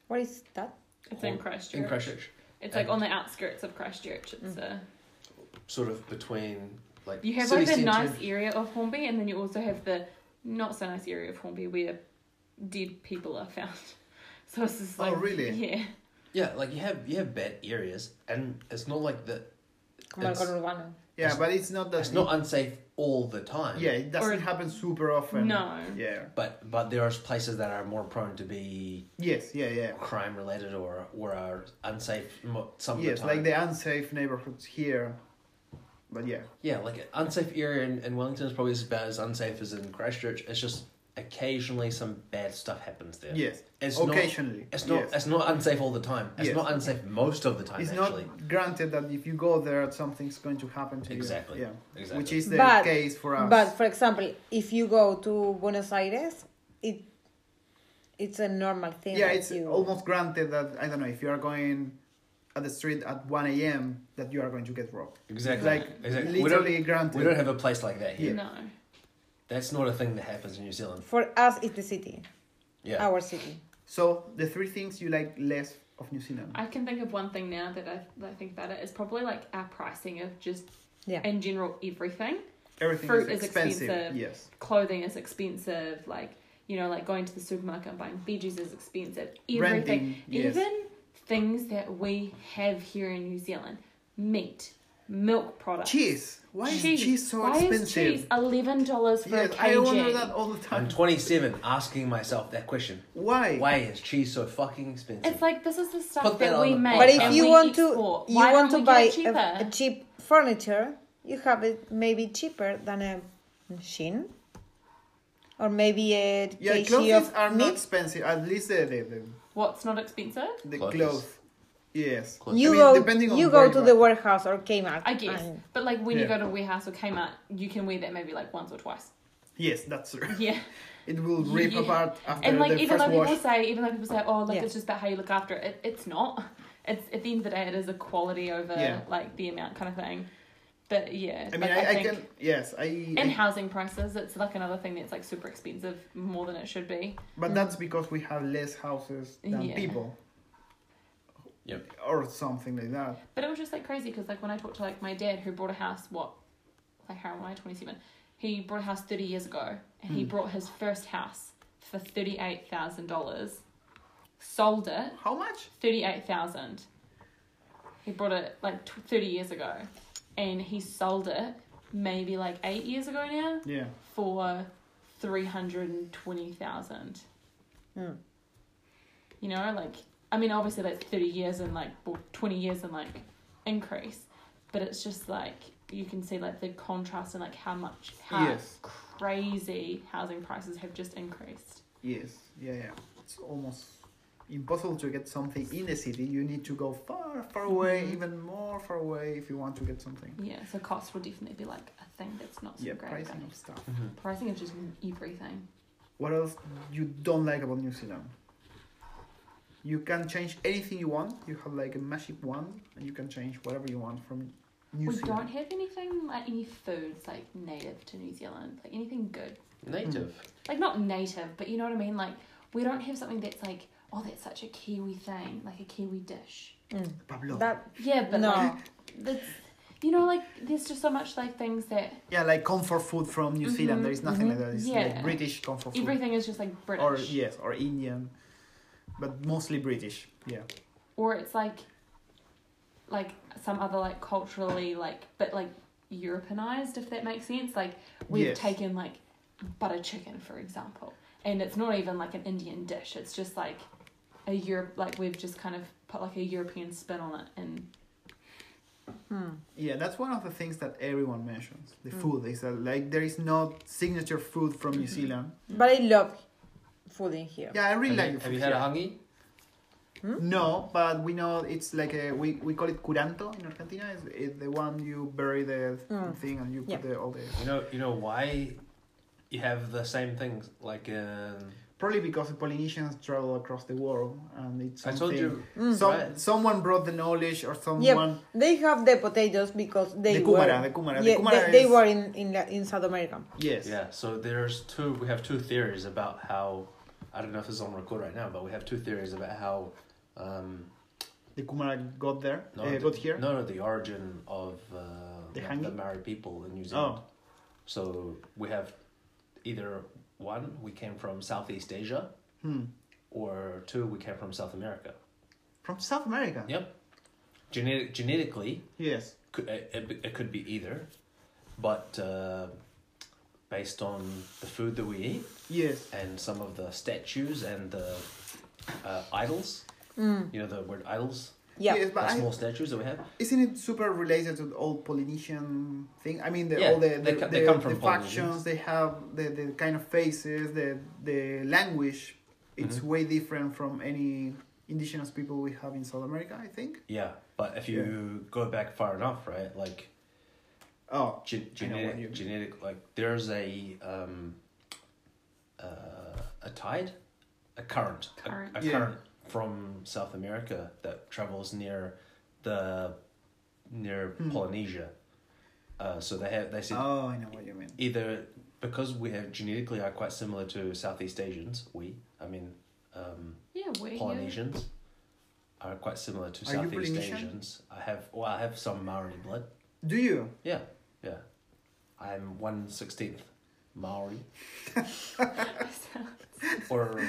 Speaker 7: What is that?
Speaker 5: It's in
Speaker 4: Horn-
Speaker 5: Christchurch.
Speaker 4: In Christchurch,
Speaker 5: It's like
Speaker 4: And-
Speaker 5: on the outskirts of Christchurch. It's a
Speaker 4: sort of between like
Speaker 5: you have
Speaker 4: city
Speaker 5: like the
Speaker 4: centre-
Speaker 5: nice area of Hornby, and then you also have the not so nice area of Hornby where dead people are found. <laughs> So it's just
Speaker 6: Oh,
Speaker 5: like
Speaker 6: really?
Speaker 5: yeah,
Speaker 4: Yeah, like you have you have bad areas, and it's not like the
Speaker 7: Como el
Speaker 4: It's-
Speaker 7: conurbano.
Speaker 6: Yeah, but it's not that
Speaker 4: it's not unsafe all the time.
Speaker 6: yeah, it doesn't
Speaker 5: Or-
Speaker 6: happen super often.
Speaker 5: No.
Speaker 6: Yeah.
Speaker 4: But but there are places that are more prone to be
Speaker 6: Yes, yeah,
Speaker 4: <laughs>
Speaker 6: yeah.
Speaker 4: crime related or or are unsafe mo- some
Speaker 6: Yes,
Speaker 4: of the time.
Speaker 6: like the unsafe neighborhoods here. But yeah.
Speaker 4: yeah, like an unsafe area in, in Wellington is probably as bad as unsafe as in Christchurch. It's just occasionally some bad stuff happens there.
Speaker 6: Yes.
Speaker 4: It's
Speaker 6: Occasionally,
Speaker 4: Not, it's not
Speaker 6: yes.
Speaker 4: it's not unsafe all the time. It's
Speaker 6: Yes.
Speaker 4: not unsafe most of the time
Speaker 6: It's
Speaker 4: actually.
Speaker 6: not granted that if you go there, something's going to happen to
Speaker 4: Exactly,
Speaker 6: you. Yeah.
Speaker 4: exactly.
Speaker 6: Which is the
Speaker 7: But-
Speaker 6: case for us.
Speaker 7: But for example, if you go to Buenos Aires, it it's a normal thing.
Speaker 6: yeah,
Speaker 7: that
Speaker 6: it's
Speaker 7: you...
Speaker 6: almost granted that I don't know if you are going at the street at 1 a.m. that you are going to get robbed.
Speaker 4: Exactly.
Speaker 6: Like,
Speaker 4: exactly. we
Speaker 6: literally
Speaker 4: don't,
Speaker 6: granted.
Speaker 4: We don't have a place like that here.
Speaker 5: no.
Speaker 4: That's not a thing that happens in New Zealand.
Speaker 7: for us. It's the city,
Speaker 4: Yeah.
Speaker 7: our city.
Speaker 6: So the three things you like less of New Zealand.
Speaker 5: I can think of one thing now that I, that I think about it is probably like our pricing of just
Speaker 7: Yeah.
Speaker 5: in general everything.
Speaker 6: Everything
Speaker 5: Fruit
Speaker 6: is
Speaker 5: is
Speaker 6: expensive.
Speaker 5: expensive.
Speaker 6: Yes.
Speaker 5: Clothing is expensive. Like you know, like going to the supermarket and buying veggies is expensive. Everything,
Speaker 6: Renting, yes.
Speaker 5: even things that we have here in New Zealand, meat, milk products.
Speaker 6: Cheese. Why is cheese so
Speaker 5: Why is
Speaker 6: expensive?
Speaker 5: cheese eleven dollars for
Speaker 6: Yes,
Speaker 5: a
Speaker 6: I
Speaker 5: kg?
Speaker 6: wonder that all the time.
Speaker 4: I'm 27 asking myself that question.
Speaker 6: Why?
Speaker 4: Why is cheese so fucking expensive?
Speaker 5: It's like this is the stuff
Speaker 4: Put that
Speaker 5: that,
Speaker 4: on
Speaker 5: we
Speaker 4: the
Speaker 5: make.
Speaker 7: But if
Speaker 5: and
Speaker 7: you
Speaker 5: we
Speaker 7: want to,
Speaker 5: export.
Speaker 7: you
Speaker 5: Why
Speaker 7: want
Speaker 5: don't we
Speaker 7: to buy
Speaker 5: get it cheaper?
Speaker 7: a, a cheap furniture, you have it maybe cheaper than a machine, or maybe a
Speaker 6: yeah,
Speaker 7: kg
Speaker 6: clothes
Speaker 7: of
Speaker 6: are not
Speaker 7: meat.
Speaker 6: expensive. At least the the, the,
Speaker 5: What's not expensive?
Speaker 6: the
Speaker 4: Clothes.
Speaker 6: clothes. Yes.
Speaker 7: You
Speaker 6: I mean, depending
Speaker 7: go,
Speaker 6: on
Speaker 7: you
Speaker 6: where
Speaker 7: go
Speaker 6: you
Speaker 7: to
Speaker 6: are.
Speaker 7: the warehouse or Kmart.
Speaker 5: I guess.
Speaker 7: and-
Speaker 5: But like when you
Speaker 6: Yeah.
Speaker 5: go to a warehouse or Kmart, you can wear that maybe like once or twice. <laughs>
Speaker 6: Yes, that's true.
Speaker 5: Yeah.
Speaker 6: <laughs> It will rip
Speaker 5: Yeah.
Speaker 6: apart after
Speaker 5: and like
Speaker 6: the
Speaker 5: even
Speaker 6: first
Speaker 5: though people
Speaker 6: wash.
Speaker 5: say even though people say, Oh, like
Speaker 7: Yeah.
Speaker 5: it's just about how you look after it, it it's not. <laughs> It's at the end of the day it is a quality over
Speaker 6: Yeah.
Speaker 5: like the amount kind of thing. But yeah.
Speaker 6: I mean,
Speaker 5: like,
Speaker 6: I, I,
Speaker 5: think-
Speaker 6: can. Yes, I.
Speaker 5: and
Speaker 6: I-
Speaker 5: housing prices, it's like another thing that's like super expensive more than it should be.
Speaker 6: but that's because we have less houses than
Speaker 5: Yeah.
Speaker 6: people.
Speaker 4: Yep.
Speaker 6: Or something like that.
Speaker 5: But it was just like crazy because like when I talked to like my dad who bought a house what like how am I twenty seven? He bought a house thirty years ago and he bought his first house for thirty eight thousand dollars. Sold it
Speaker 6: How much?
Speaker 5: thirty eight thousand. He bought it like tw thirty years ago, and he sold it maybe like eight years ago now
Speaker 6: Yeah.
Speaker 5: for three hundred and twenty thousand.
Speaker 7: Hmm.
Speaker 5: You know, like I mean, obviously that's thirty years and like or twenty years and like increase, but it's just like you can see like the contrast and like how much how
Speaker 6: Yes.
Speaker 5: crazy housing prices have just increased.
Speaker 6: Yes. Yeah, yeah. It's almost impossible to get something in the city. You need to go far, far away, even more far away if you want to get something.
Speaker 5: Yeah, so costs will definitely be like a thing that's not so
Speaker 6: Yeah,
Speaker 5: great.
Speaker 6: pricing
Speaker 5: about it.
Speaker 6: of stuff.
Speaker 5: Pricing is just everything.
Speaker 6: What else you don't like about New Zealand? You can change anything you want. You have like a magic wand, and you can change whatever you want from New
Speaker 5: we
Speaker 6: Zealand.
Speaker 5: don't have anything like any foods like native to New Zealand, like anything good.
Speaker 4: Native.
Speaker 5: like not native, but you know what I mean. Like we don't have something that's like, oh, that's such a Kiwi thing, like a Kiwi dish.
Speaker 6: Pablo.
Speaker 7: That,
Speaker 5: Yeah, but
Speaker 7: No.
Speaker 5: like that's you know, like there's just so much like things that
Speaker 6: yeah, like comfort food from New Zealand. There is nothing like that. It's
Speaker 5: Yeah.
Speaker 6: like British comfort food.
Speaker 5: everything is just like British,
Speaker 6: Or yes, or Indian, but mostly British. Yeah.
Speaker 5: or it's like like some other like culturally like but like Europeanized, if that makes sense. Like we've
Speaker 6: Yes.
Speaker 5: taken like butter chicken for example, and it's not even like an Indian dish. It's just like a Europe, like we've just kind of put like a European spin on it and.
Speaker 6: Yeah, that's one of the things that everyone mentions. The food is that like there is no signature food from New Zealand.
Speaker 7: but I love food in here.
Speaker 6: Yeah, I really
Speaker 4: Have
Speaker 6: like
Speaker 4: you,
Speaker 6: the
Speaker 4: have
Speaker 6: food
Speaker 4: you had a Hmm?
Speaker 6: here.
Speaker 4: hangi?
Speaker 6: No, but we know it's like a we, we call it curanto in Argentina. It's, it's the one you bury the thing and you put
Speaker 7: Yeah.
Speaker 6: the, all the
Speaker 4: You know, you know why you have the same things like um, in
Speaker 6: probably because the Polynesians travel across the world and it's
Speaker 4: I
Speaker 6: something.
Speaker 4: told you.
Speaker 6: Some,
Speaker 4: right?
Speaker 6: Someone brought the knowledge or someone.
Speaker 7: They have the potatoes because they
Speaker 6: The
Speaker 7: were
Speaker 6: kumara, the kumara, the
Speaker 7: yeah,
Speaker 6: kumara
Speaker 7: they, they
Speaker 6: is-
Speaker 7: were in in, La- in South America.
Speaker 6: Yes.
Speaker 4: Yeah, so there's two. We have two theories about how. I don't know if it's on record right now, but we have two theories about how. Um,
Speaker 6: The Kumara got there.
Speaker 4: no,
Speaker 6: uh,
Speaker 4: the,
Speaker 6: got here.
Speaker 4: No, no, the origin of uh,
Speaker 6: The
Speaker 4: the,
Speaker 6: hangi?
Speaker 4: Maori people in New Zealand. So we have either one, we came from Southeast Asia, or two, we came from South America.
Speaker 6: From South America.
Speaker 4: Yep. Genetic, genetically,
Speaker 6: Yes.
Speaker 4: could, it, it- it could be either, but uh, based on the food that we eat,
Speaker 6: Yes.
Speaker 4: and some of the statues and the uh, idols. You know the word idols,
Speaker 7: Yeah.
Speaker 6: Yes, but
Speaker 4: the
Speaker 6: I,
Speaker 4: small statues that we have.
Speaker 6: isn't it super related to the old Polynesian thing? I mean, the,
Speaker 4: Yeah,
Speaker 6: all the
Speaker 4: they
Speaker 6: the,
Speaker 4: co-
Speaker 6: the,
Speaker 4: they come from
Speaker 6: the factions
Speaker 4: Polynesians.
Speaker 6: they have, the, the kind of faces, the the language. It's
Speaker 4: Mm-hmm.
Speaker 6: way different from any indigenous people we have in South America. I think.
Speaker 4: Yeah, but if you go back far enough, right? Like
Speaker 6: Oh,
Speaker 4: gen-
Speaker 6: I know what you
Speaker 4: genetic,
Speaker 6: mean.
Speaker 4: genetic. Like there's a um, uh, a tide, a current, a-
Speaker 5: Current.
Speaker 4: a,
Speaker 6: Yeah.
Speaker 4: current from South America that travels near the near Polynesia. Uh, so they have they said
Speaker 6: Hmm. Oh, I know what you mean.
Speaker 4: either because we have genetically are quite similar to Southeast Asians, we, I mean, um,
Speaker 5: Yeah, we
Speaker 4: Polynesians are quite similar to
Speaker 6: Are you
Speaker 4: Southeast
Speaker 6: Polynesian?
Speaker 4: Asians. I have, well, I have some Maori blood.
Speaker 6: Do you?
Speaker 4: Yeah, yeah. I'm one sixteenth Maori, or,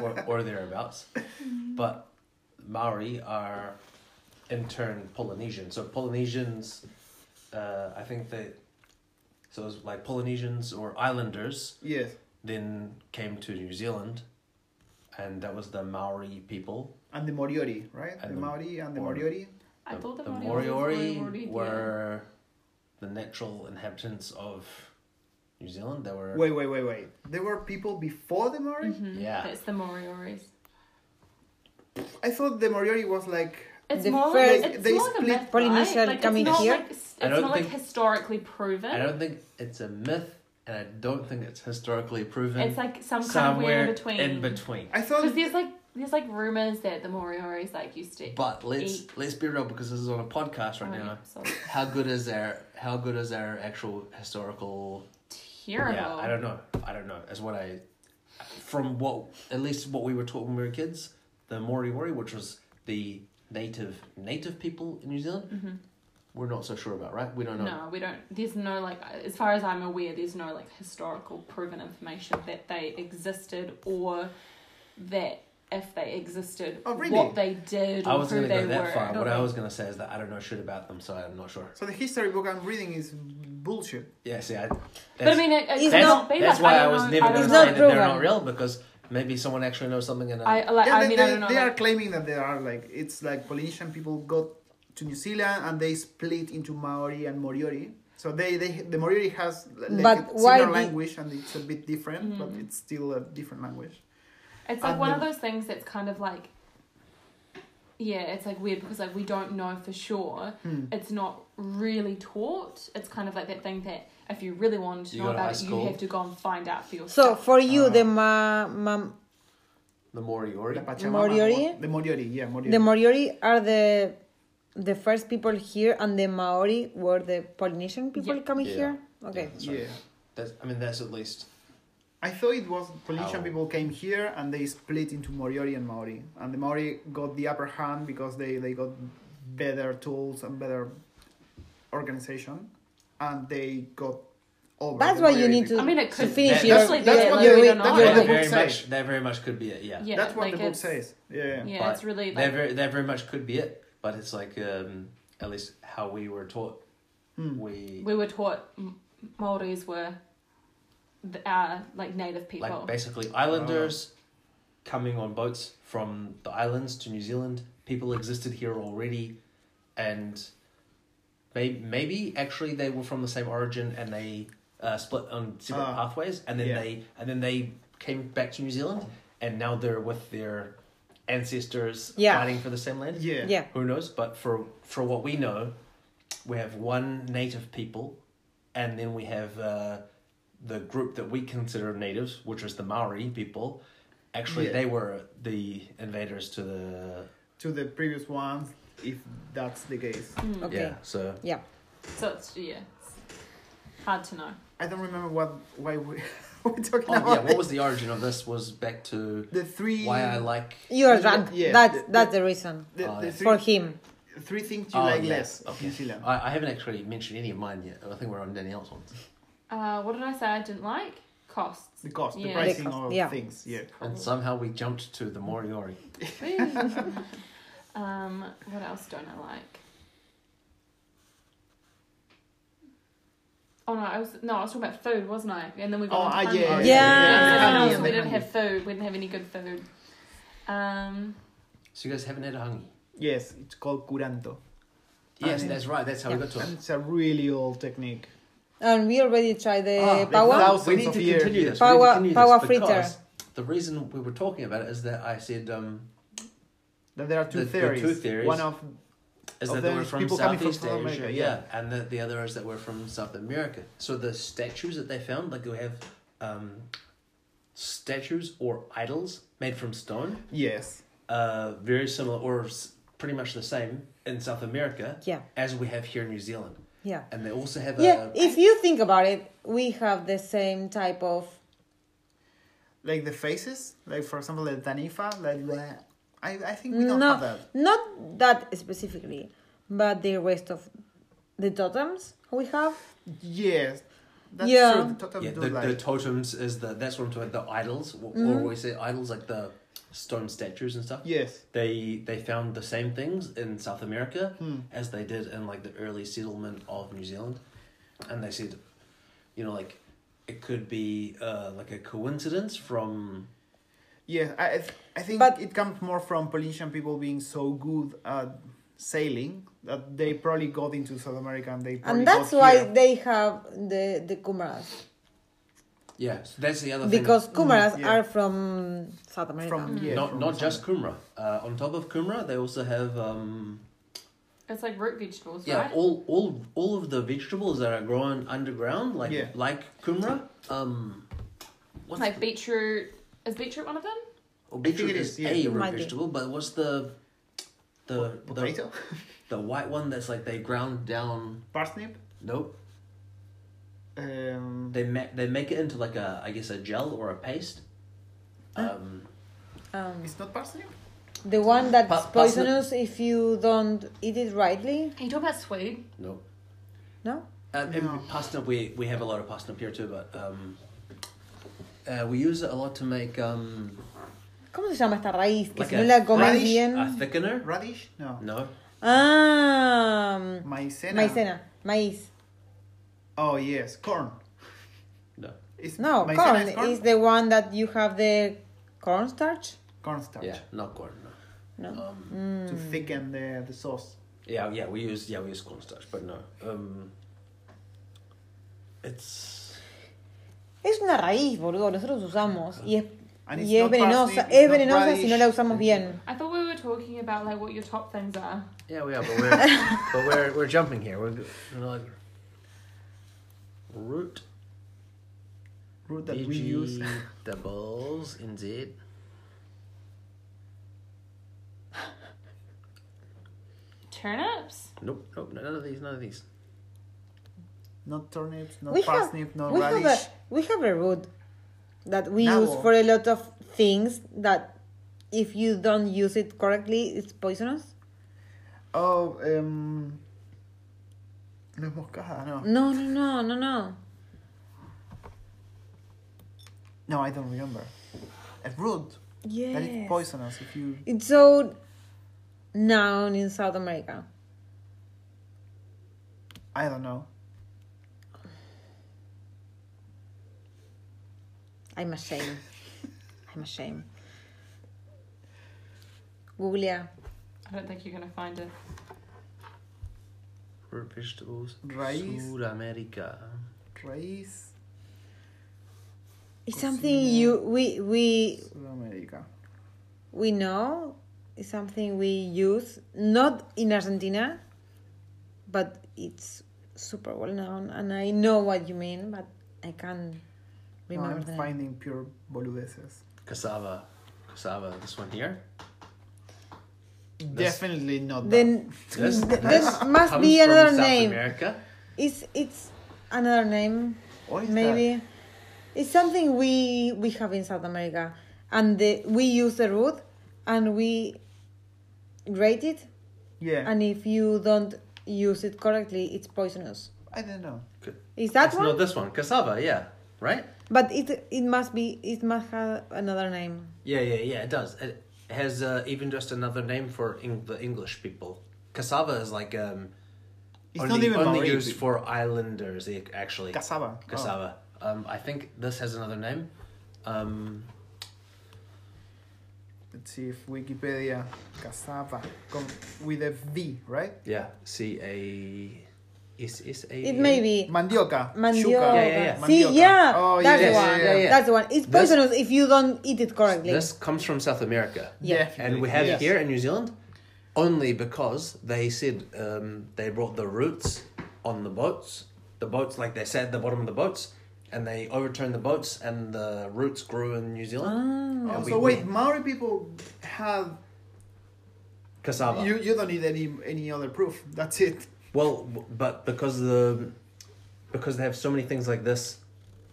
Speaker 4: or or thereabouts. But Maori are in turn Polynesian. So Polynesians, uh, I think they, so it's like Polynesians or Islanders
Speaker 6: Yes.
Speaker 4: then came to New Zealand, and that was the Maori people.
Speaker 6: And the Moriori, right?
Speaker 4: And
Speaker 6: the
Speaker 4: the-
Speaker 6: Maori and the
Speaker 4: or-
Speaker 6: Moriori.
Speaker 5: I
Speaker 4: the,
Speaker 5: thought the,
Speaker 4: the
Speaker 5: Maori
Speaker 4: Moriori
Speaker 5: Maori,
Speaker 4: were the natural inhabitants of New Zealand. They were
Speaker 6: Wait, wait, wait, wait. There were people before the Maori.
Speaker 5: yeah.
Speaker 4: yeah.
Speaker 5: Mm, That's the Morioris.
Speaker 6: I thought the Moriori was like
Speaker 5: It's
Speaker 7: The
Speaker 5: more
Speaker 7: first-
Speaker 5: like, it's
Speaker 6: they
Speaker 5: more of a
Speaker 6: split
Speaker 5: myth,
Speaker 7: Polynesian
Speaker 5: right? Like, it's
Speaker 7: coming
Speaker 5: not
Speaker 7: here.
Speaker 5: Like, it's
Speaker 4: I
Speaker 5: it's
Speaker 4: don't
Speaker 5: not like
Speaker 4: think-
Speaker 5: historically proven.
Speaker 4: I don't think it's a myth, and I don't think it's historically proven.
Speaker 5: It's like some kind of
Speaker 4: somewhere
Speaker 5: way in between.
Speaker 4: In between.
Speaker 6: I
Speaker 5: Because
Speaker 6: thought
Speaker 5: there's like there's like rumors that the Morioris like used to.
Speaker 4: But let's
Speaker 5: eat-
Speaker 4: let's be real because this is on a podcast
Speaker 5: oh,
Speaker 4: right now.
Speaker 5: yeah, sorry.
Speaker 4: How good is our how good is our actual historical?
Speaker 5: terrible.
Speaker 4: Yeah, I don't know. I don't know. Is what I from what at least what we were taught when we were kids, the Moriori, which was the native native people in New Zealand, we're not so sure about, right? We don't know.
Speaker 5: Mm-hmm. No, we don't. There's no like, as far as I'm aware, there's no like historical proven information that they existed or that if they existed,
Speaker 6: Oh, really?
Speaker 5: what they did or
Speaker 4: I was
Speaker 5: who
Speaker 4: going to
Speaker 5: they
Speaker 4: go that
Speaker 5: were.
Speaker 4: far. What I was going to say is that I don't know shit about them, so I'm not sure.
Speaker 6: so. The history book I'm reading is bullshit.
Speaker 4: Yeah, see, I.
Speaker 5: But I
Speaker 4: that's-
Speaker 5: mean, it, it
Speaker 7: It's
Speaker 5: could
Speaker 4: That's,
Speaker 7: not-
Speaker 5: not be
Speaker 4: that's why
Speaker 5: like, I,
Speaker 4: I,
Speaker 5: don't
Speaker 4: was
Speaker 5: know,
Speaker 4: never
Speaker 5: I
Speaker 4: going to say
Speaker 5: don't
Speaker 7: know. It's
Speaker 4: that
Speaker 7: not
Speaker 4: they're
Speaker 7: proven.
Speaker 4: not real because maybe someone actually knows something and
Speaker 5: I like.
Speaker 6: Yeah,
Speaker 5: I
Speaker 6: they,
Speaker 5: mean,
Speaker 6: they,
Speaker 5: I don't know.
Speaker 6: they are
Speaker 5: Like,
Speaker 6: claiming that they are like it's like Polynesian people got to New Zealand and they split into Maori and Moriori. So they, they the Moriori has like
Speaker 7: But
Speaker 6: a
Speaker 7: why
Speaker 6: similar
Speaker 7: the-
Speaker 6: language and it's a bit different, but it's still a different language.
Speaker 5: it's like
Speaker 6: and
Speaker 5: one
Speaker 6: the-
Speaker 5: of those things that's kind of like. Yeah, it's like weird because like we don't know for sure.
Speaker 6: Hmm.
Speaker 5: It's not really taught. It's kind of like that thing that if you really wanted to
Speaker 4: You
Speaker 5: know
Speaker 4: go to high
Speaker 5: about it, you
Speaker 4: school.
Speaker 5: have to go and find out for yourself.
Speaker 7: So for
Speaker 6: Ah.
Speaker 7: you, the ma, ma,
Speaker 4: the
Speaker 6: The
Speaker 4: Moriori.
Speaker 6: Pachamama,
Speaker 7: Moriori?
Speaker 6: the Moriori, yeah, Moriori.
Speaker 7: the Moriori are the the first people here, and the Maori were the Polynesian people
Speaker 5: Yeah.
Speaker 7: coming
Speaker 4: Yeah.
Speaker 7: here. Okay.
Speaker 4: Yeah.
Speaker 6: yeah,
Speaker 4: That's, I mean, that's at least
Speaker 6: I thought it was Polynesian
Speaker 4: How-
Speaker 6: people came here and they split into Moriori and Maori, and the Maori got the upper hand because they they got better tools and better organization, and they got over.
Speaker 2: That's
Speaker 6: the
Speaker 2: why you
Speaker 6: Maori
Speaker 2: need to,
Speaker 6: people.
Speaker 8: I mean, it
Speaker 2: to
Speaker 8: could-
Speaker 2: finish
Speaker 4: That-
Speaker 2: your.
Speaker 6: that's- that's
Speaker 2: yeah,
Speaker 6: what
Speaker 2: like,
Speaker 6: they-
Speaker 2: we-
Speaker 6: that's
Speaker 2: yeah.
Speaker 4: That
Speaker 6: what they-
Speaker 4: very
Speaker 6: book
Speaker 4: much,
Speaker 6: says.
Speaker 4: that very much could be it. Yeah.
Speaker 8: Yeah,
Speaker 6: That's what
Speaker 8: like
Speaker 6: the book
Speaker 8: it's-
Speaker 6: says. Yeah, yeah.
Speaker 8: Yeah,
Speaker 4: But
Speaker 8: it's really
Speaker 4: that
Speaker 8: like
Speaker 4: very that very much could be it. But it's like um, at least how we were taught.
Speaker 6: Hmm.
Speaker 4: We
Speaker 8: we were taught M- Maoris were the, our like native people.
Speaker 4: like basically
Speaker 6: Oh.
Speaker 4: islanders coming on boats from the islands to New Zealand. People existed here already, and maybe maybe actually they were from the same origin and they uh, split on separate
Speaker 6: Ah,
Speaker 4: pathways, and then
Speaker 6: yeah.
Speaker 4: they and then they came back to New Zealand, and now they're with their ancestors
Speaker 2: Yeah.
Speaker 4: fighting for the same land.
Speaker 6: Yeah.
Speaker 2: Yeah.
Speaker 4: Who knows? But for for what we know, we have one native people, and then we have uh, the group that we consider natives, which is the Maori people. Actually,
Speaker 6: Yeah.
Speaker 4: they were the invaders to the
Speaker 6: To the previous ones, if that's the case.
Speaker 2: Okay.
Speaker 4: yeah. So
Speaker 2: Yeah.
Speaker 8: so it's yeah, it's hard to know.
Speaker 6: I don't remember what why we <laughs> we're talking
Speaker 4: oh,
Speaker 6: about.
Speaker 4: yeah, what was the origin of this? Was back to
Speaker 6: the three?
Speaker 4: why I like
Speaker 2: You are drunk.
Speaker 6: Yeah,
Speaker 2: that's
Speaker 6: the-
Speaker 2: that's the reason
Speaker 6: the,
Speaker 4: Oh,
Speaker 6: the
Speaker 4: yeah.
Speaker 6: three,
Speaker 2: for him.
Speaker 6: three things you
Speaker 4: Oh,
Speaker 6: like
Speaker 4: yeah. Uh,
Speaker 6: less of New Zealand.
Speaker 4: I, I haven't actually mentioned any of mine yet. I think we're on Danielle's ones.
Speaker 8: Uh, what did I say I didn't like? Costs.
Speaker 6: The cost, the
Speaker 8: Yeah.
Speaker 6: pricing
Speaker 2: The cost,
Speaker 6: of
Speaker 2: yeah.
Speaker 6: things. Yeah.
Speaker 4: And somehow we jumped to the Moriori.
Speaker 8: um, what else don't I like? Oh no, I was no, I was talking about food, wasn't I? And then we got
Speaker 6: Oh,
Speaker 8: on
Speaker 6: ah,
Speaker 8: honey.
Speaker 6: yeah.
Speaker 2: Yeah.
Speaker 8: Yeah,
Speaker 2: Yeah.
Speaker 8: so we didn't have food. We didn't have any good food. Um,
Speaker 4: So you guys haven't had a hangi?
Speaker 6: Yes, it's called curanto.
Speaker 4: Yes,
Speaker 6: yeah.
Speaker 4: that's right. That's how we
Speaker 2: Yeah.
Speaker 4: got to it.
Speaker 6: It's a really old technique.
Speaker 2: And we already tried the
Speaker 4: Ah,
Speaker 2: Uh, power.
Speaker 6: without-
Speaker 4: we
Speaker 6: Thousands
Speaker 4: need
Speaker 6: of
Speaker 4: to
Speaker 6: years.
Speaker 4: continue this.
Speaker 2: Power-
Speaker 4: we need to continue
Speaker 2: power
Speaker 4: this
Speaker 2: fritter.
Speaker 4: because The reason we were talking about it is that I said um,
Speaker 6: Then there are two
Speaker 4: The- the
Speaker 6: theories.
Speaker 4: two theories.
Speaker 6: One of
Speaker 4: is
Speaker 6: Of
Speaker 4: that they were
Speaker 6: those
Speaker 4: from
Speaker 6: people coming from
Speaker 4: Southeast
Speaker 6: South
Speaker 4: Asia,
Speaker 6: America,
Speaker 4: yeah. and the, the other is that we're from South America. So the statues that they found, like you have um, statues or idols made from stone,
Speaker 6: yes,
Speaker 4: uh, very similar or s- pretty much the same in South America,
Speaker 2: Yeah.
Speaker 4: as we have here in New Zealand,
Speaker 2: Yeah.
Speaker 6: Uh,
Speaker 4: and they also have
Speaker 2: Yeah.
Speaker 4: a
Speaker 2: If you think about it, we have the same type of.
Speaker 6: like the faces, like for example the tanifa. Like bleh. I, I think we don't have
Speaker 2: No,
Speaker 6: that.
Speaker 2: not that specifically, but the rest of the totems we have.
Speaker 6: Yes, that's
Speaker 2: Yeah.
Speaker 6: true. The totem
Speaker 4: Yeah,
Speaker 6: do
Speaker 4: the,
Speaker 6: like Mm-hmm.
Speaker 4: the totems is the that's what I'm talking about. The idols, or- or we say idols like the stone statues and stuff.
Speaker 6: yes,
Speaker 4: They they found the same things in South America
Speaker 6: Hmm.
Speaker 4: as they did in like the early settlement of New Zealand, and they said, you know, like it could be uh, like a coincidence from
Speaker 6: yes. I I th- I think
Speaker 2: But-
Speaker 6: it comes more from Polynesian people being so good at sailing that they probably got into South America and they probably
Speaker 2: and that's
Speaker 6: got
Speaker 2: why
Speaker 6: here.
Speaker 2: they have the the kumaras
Speaker 4: yeah. So that's the other
Speaker 2: because
Speaker 4: thing.
Speaker 2: kumaras
Speaker 6: yeah.
Speaker 2: are from South America.
Speaker 6: from yeah,
Speaker 4: not
Speaker 6: from
Speaker 4: not
Speaker 6: South
Speaker 4: just Kumra. Uh, on top of Kumra, they also have um,
Speaker 8: it's like root vegetables,
Speaker 4: Yeah,
Speaker 8: right?
Speaker 4: all all all of the vegetables that are grown underground, like
Speaker 6: Yeah.
Speaker 4: like kumra, um, what's
Speaker 8: like beetroot. Is beetroot one of them?
Speaker 4: oh, beetroot
Speaker 6: it
Speaker 4: is
Speaker 6: is, yeah.
Speaker 4: a root
Speaker 2: Might be.
Speaker 4: vegetable, but what's the the the,
Speaker 6: Potato,
Speaker 4: the white one that's like they ground down?
Speaker 6: parsnip.
Speaker 4: Nope,
Speaker 6: Um,
Speaker 4: they ma- they make it into like a I guess a gel or a paste. Um,
Speaker 2: Um,
Speaker 6: it's not parsnip.
Speaker 2: the one that's
Speaker 4: Pa- pasta-
Speaker 2: poisonous if you don't eat it rightly.
Speaker 8: Are you talking about swede?
Speaker 4: no.
Speaker 2: No.
Speaker 4: Um, and parsnip, we, we have a lot of parsnip here too, but um, uh, we use it a lot to make um,
Speaker 2: ¿Cómo se llama esta raíz que
Speaker 4: like
Speaker 2: si
Speaker 4: a,
Speaker 2: no la comes
Speaker 4: radish,
Speaker 2: bien?
Speaker 6: Ah.
Speaker 4: a thickener.
Speaker 6: Radish? No.
Speaker 4: No,
Speaker 2: Ah,
Speaker 6: Maicena.
Speaker 2: maicena, maíz.
Speaker 6: Oh yes, corn.
Speaker 4: no.
Speaker 6: It's
Speaker 2: No,
Speaker 6: maicena
Speaker 2: corn
Speaker 6: is corn.
Speaker 2: is the one that you have the cornstarch.
Speaker 6: cornstarch
Speaker 4: Yeah, not corn. No.
Speaker 6: to
Speaker 2: Mm.
Speaker 6: thicken the, the sauce.
Speaker 4: Yeah, yeah, we use yeah we use cornstarch, but no. Um, it's
Speaker 2: Es una raíz, boludo. Nosotros usamos y es,
Speaker 6: And it's
Speaker 2: y es
Speaker 6: not
Speaker 2: venenosa.
Speaker 6: parsnip, it's
Speaker 2: Es
Speaker 6: not
Speaker 2: venenosa si
Speaker 6: radish.
Speaker 2: no la usamos bien.
Speaker 8: I thought we were talking about like what your top things are.
Speaker 4: yeah we are, but we're
Speaker 7: <laughs>
Speaker 4: but we're we're jumping here. We're, go- we're like root
Speaker 6: Root that we use.
Speaker 4: doubles indeed.
Speaker 8: Turnips?
Speaker 4: Nope, nope, none of these, none of these.
Speaker 6: Not turnips, not
Speaker 2: We have,
Speaker 6: parsnip, not
Speaker 2: we have
Speaker 6: radish.
Speaker 2: a we have a root
Speaker 7: that we
Speaker 6: Now
Speaker 7: use
Speaker 6: what?
Speaker 7: for a lot of things that if you don't use it correctly, it's poisonous.
Speaker 6: Oh, em, no es moscada, no.
Speaker 7: No, no, no, no, no.
Speaker 6: No, I don't remember. It's root.
Speaker 7: Yeah.
Speaker 6: That is poisonous if you.
Speaker 7: It's so known in South America.
Speaker 6: I don't know.
Speaker 7: I'm ashamed. I'm ashamed. Googlia.
Speaker 5: I don't think you're gonna find it.
Speaker 4: Root vegetables.
Speaker 6: Raíz.
Speaker 4: Sudamerica.
Speaker 6: Raíz
Speaker 7: It's something you we we
Speaker 6: Sudamérica.
Speaker 7: we know. It's something we use not in Argentina, but it's super well known, and I know what you mean, but I can't
Speaker 6: No,
Speaker 7: remember.
Speaker 6: I'm
Speaker 7: the name.
Speaker 6: finding pure boludeces.
Speaker 4: Cassava. Cassava. This one
Speaker 7: <laughs>
Speaker 4: here.
Speaker 6: Definitely not that.
Speaker 7: Then
Speaker 4: This.
Speaker 7: th-
Speaker 4: this
Speaker 7: there must
Speaker 4: comes
Speaker 7: be
Speaker 4: from
Speaker 7: another
Speaker 4: South
Speaker 7: name.
Speaker 4: America.
Speaker 7: It's it's another name.
Speaker 6: What is
Speaker 7: Maybe it's something we we have in South America, and the, we use the root, and we grate it,
Speaker 6: Yeah.
Speaker 7: and if you don't use it correctly, it's poisonous.
Speaker 6: I don't know.
Speaker 7: Is that
Speaker 4: It's
Speaker 7: one?
Speaker 4: not this one. Cassava. Yeah. Right.
Speaker 7: But it it must be it must have another name.
Speaker 4: Yeah, yeah, yeah. It does. It has uh, even just another name for Eng- the English people. Cassava is like um,
Speaker 6: It's
Speaker 4: only,
Speaker 6: not even
Speaker 4: only
Speaker 6: Maori
Speaker 4: used
Speaker 6: people.
Speaker 4: for islanders. ac- Actually,
Speaker 6: Cassava. Oh.
Speaker 4: Cassava. Um, I think this has another name. Um,
Speaker 6: Oh, Let's see if Wikipedia. Cassava. Con, with a V, right?
Speaker 4: yeah, C A S S A.
Speaker 7: It may be
Speaker 6: Mandioca.
Speaker 7: mandioca.
Speaker 6: Chuca.
Speaker 4: Yeah, yeah, yeah.
Speaker 7: See,
Speaker 6: Mandioca.
Speaker 7: yeah,
Speaker 6: Oh, yeah,
Speaker 7: that's
Speaker 6: yeah,
Speaker 7: the one.
Speaker 6: yeah, yeah.
Speaker 7: That's the one. It's
Speaker 4: This-
Speaker 7: poisonous if you don't eat it correctly.
Speaker 4: This comes from South America.
Speaker 7: Yeah.
Speaker 4: and we have here in New Zealand only because they said um, they brought the roots on the boats. The boats, like they sat at the bottom of the boats, and they overturned the boats, and the roots grew in New Zealand.
Speaker 6: Oh,
Speaker 4: And we-
Speaker 6: so wait, Maori people have
Speaker 4: cassava.
Speaker 6: you. You don't need any any other proof. That's it.
Speaker 4: well, w- but because the because they have so many things like this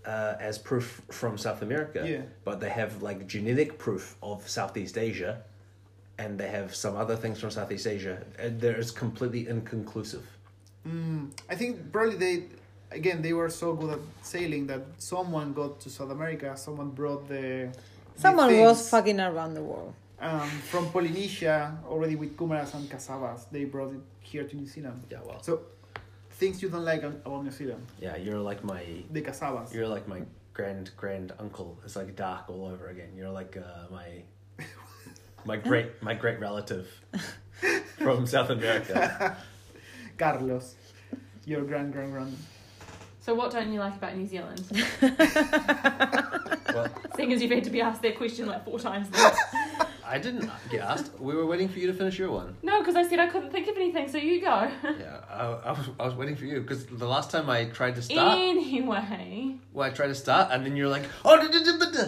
Speaker 4: uh, as proof from South America,
Speaker 6: Yeah.
Speaker 4: but they have like genetic proof of Southeast Asia. And they have some other things from Southeast Asia. And There is completely inconclusive.
Speaker 6: I think probably they, again, they were so good at sailing that someone got to South America. Someone brought the. the
Speaker 7: Someone was
Speaker 6: things,
Speaker 7: fucking around the
Speaker 6: <laughs>
Speaker 7: world.
Speaker 6: um, from Polynesia already with kumaras and cassavas. They brought it here to New Zealand.
Speaker 4: Yeah, well.
Speaker 6: So things you don't like on- about New Zealand,
Speaker 4: Yeah, you're like my
Speaker 6: the cassavas.
Speaker 4: you're like my grand grand uncle. It's like dark all over again. You're like uh, my my great my great relative from South America.
Speaker 6: Carlos, your grand grand grand.
Speaker 5: So what don't you like about
Speaker 8: <laughs>
Speaker 5: New Zealand?
Speaker 4: Well,
Speaker 5: Seeing as you've had to be asked that question like four times. Now.
Speaker 4: I didn't get asked. We were waiting for you to finish your one.
Speaker 5: No, because I said I couldn't think of anything, so
Speaker 4: <laughs>
Speaker 5: you go.
Speaker 4: Yeah, I, I was I was waiting for you because the last time I tried to
Speaker 5: Eh.
Speaker 4: start,
Speaker 5: anyway,
Speaker 4: well, I tried to start, and then you're like, oh, da, da, da, da, da.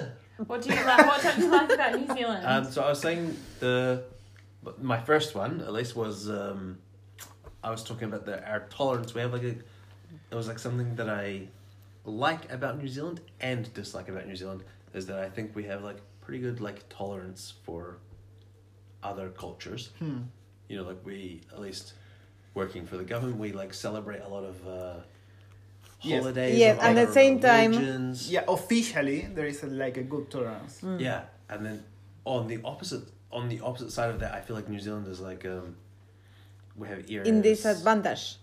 Speaker 5: what do you like? What don't you like about New Zealand?
Speaker 4: Um, so I was saying the my first one at least was um, I was talking about the our tolerance. We have like a it was like something that I like about New Zealand and dislike about New Zealand is that I think we have like pretty good like tolerance for other cultures. You know, like we at least working for the government, we like celebrate a lot of uh,
Speaker 6: Yes.
Speaker 4: holidays.
Speaker 7: Yes,
Speaker 4: of
Speaker 7: and at
Speaker 4: other
Speaker 7: the same time-
Speaker 4: religions.
Speaker 6: Yeah, officially there is a, like a good tolerance.
Speaker 4: Yeah, and then on the opposite on the opposite side of that, I feel like New Zealand is like um, we have areas
Speaker 7: In disadvantage.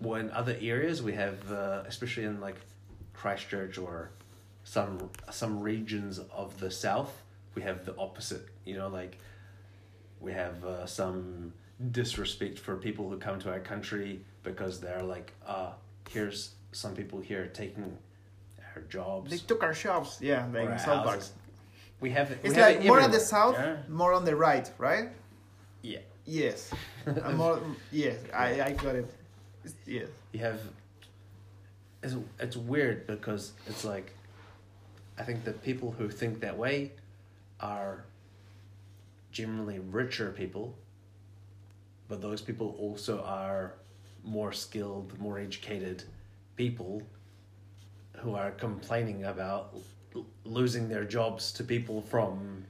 Speaker 4: Well, in other areas, we have uh, especially in like Christchurch or some some regions of the south, we have the opposite. You know, like we have uh, some disrespect for people who come to our country because they're like, uh, here's some people here taking our jobs.
Speaker 6: They took our shops. Yeah, like
Speaker 4: or our
Speaker 6: in South Park.
Speaker 4: houses. We have we
Speaker 6: It's
Speaker 4: have
Speaker 6: like
Speaker 4: it
Speaker 6: more on the
Speaker 4: everywhere,
Speaker 6: south,
Speaker 4: yeah?
Speaker 6: more on the right, right?
Speaker 4: Yeah.
Speaker 6: Yes. And <laughs> more, yes, I, I got it. It's- Yes.
Speaker 4: You have. It's, it's weird because it's like. I think the people who think that way are generally richer people, but those people also are more skilled, more educated people who are complaining about l- losing their jobs to people from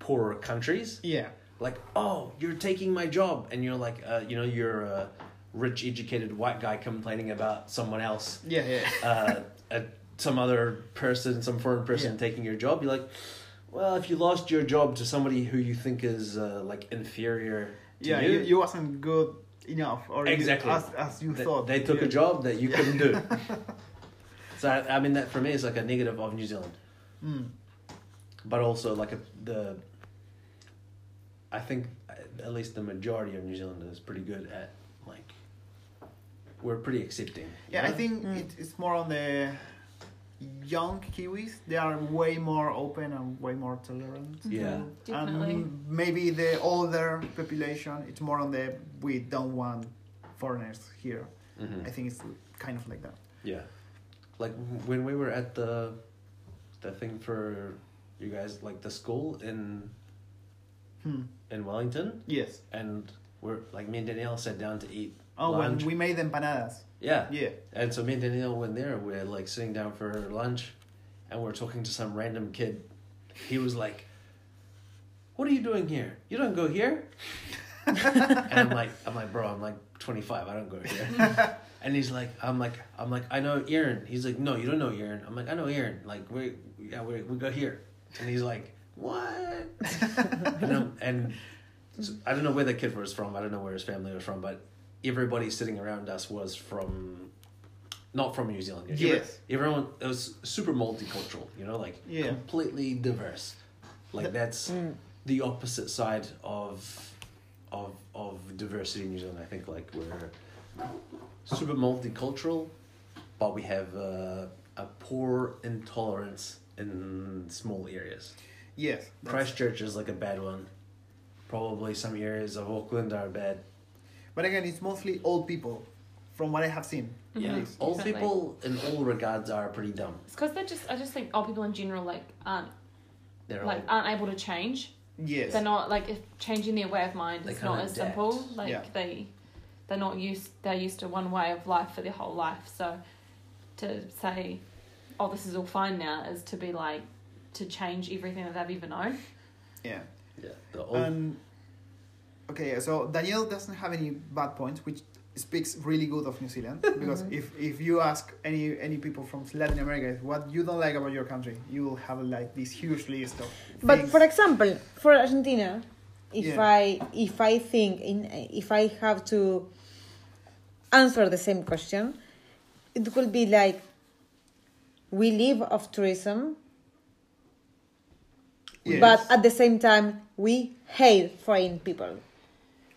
Speaker 4: poorer countries.
Speaker 6: Yeah.
Speaker 4: Like, oh, you're taking my job, and you're like, uh, you know, you're a rich, educated white guy complaining about someone else
Speaker 6: Yeah, yeah.
Speaker 4: <laughs> uh, a, some other person, some foreign person
Speaker 6: Yeah.
Speaker 4: taking your job, you're like, well, if you lost your job to somebody who you think is uh, like inferior to
Speaker 6: yeah,
Speaker 4: you,
Speaker 6: you, you wasn't good enough, or you-
Speaker 4: Exactly.
Speaker 6: as, as you
Speaker 4: they,
Speaker 6: thought.
Speaker 4: they took
Speaker 6: yeah.
Speaker 4: a job that you couldn't
Speaker 6: <laughs>
Speaker 4: do. so I, I mean, that for me is like a negative of New Zealand,
Speaker 6: Mm.
Speaker 4: but also like a, the. I think uh, at least the majority of New Zealanders is pretty good at like. We're pretty accepting. you
Speaker 6: Yeah, I
Speaker 4: know?
Speaker 6: think it, it's more on the young Kiwis. They are way more open and way more tolerant.
Speaker 4: Yeah.
Speaker 8: Definitely.
Speaker 6: And maybe the older population, it's more on the we don't want foreigners here.
Speaker 4: Mhm.
Speaker 6: I think it's kind of like that.
Speaker 4: Yeah. Like w- when we were at the the thing for you guys like the school in
Speaker 6: Hmm.
Speaker 4: in Wellington
Speaker 6: Yes.
Speaker 4: and we're like me and Danielle sat down to eat.
Speaker 6: Oh,
Speaker 4: lunch.
Speaker 6: when we made empanadas.
Speaker 4: Yeah.
Speaker 6: Yeah.
Speaker 4: And so me and Danielle went there, we're like sitting down for lunch and we're talking to some random kid. He was like, What are you doing here? You don't go here? <laughs> and I'm like I'm like, bro, I'm like twenty five, I don't go
Speaker 6: <laughs>
Speaker 4: here. and he's like I'm like I'm like, I know Aaron. He's like, No, you don't know Aaron. I'm like, I know Aaron. Like we yeah, we we go here. And he's like, What? and I'm, and so I don't know where the kid was from. I don't know where his family was from, but everybody sitting around us was from, not from New Zealand. Every-
Speaker 6: Yes.
Speaker 4: everyone it was super multicultural. You know, like
Speaker 6: Yeah.
Speaker 4: completely diverse. Like that's
Speaker 8: Mm.
Speaker 4: the opposite side of of of diversity in New Zealand. I think like we're super multicultural, but we have a, a poor intolerance in small areas.
Speaker 6: Yes. that's-
Speaker 4: Christchurch is like a bad one. Probably some areas of Auckland are bad.
Speaker 6: But again, it's mostly old people, from what I have seen.
Speaker 4: Yeah,
Speaker 8: Mhm.
Speaker 4: all
Speaker 8: Definitely.
Speaker 4: people in all regards are pretty dumb.
Speaker 8: It's because they just, I just think all people in general like aren't
Speaker 4: They're
Speaker 8: like
Speaker 4: all
Speaker 8: aren't able to change.
Speaker 6: Yes.
Speaker 8: They're not like if changing their way of mind
Speaker 4: They
Speaker 8: is
Speaker 4: can't
Speaker 8: not as
Speaker 4: adapt.
Speaker 8: simple. Like
Speaker 6: Yeah.
Speaker 8: they, they're not used. They're used to one way of life for their whole life. So, to say, oh, this is all fine now, is to be like to change everything that they've ever known.
Speaker 6: Yeah.
Speaker 8: uh,
Speaker 4: yeah. The old
Speaker 6: And okay, so Danielle doesn't have any bad points, which speaks really good of New
Speaker 2: <laughs>
Speaker 6: Zealand. Because if, if you ask any any people from Latin America what you don't like about your country, you will have like this huge list of.
Speaker 2: But
Speaker 6: things.
Speaker 2: for example, for Argentina, if
Speaker 6: Yeah.
Speaker 2: I if I think in if I have to answer the same question, it could be like we live of tourism,
Speaker 6: Yes.
Speaker 2: but at the same time we hate foreign people.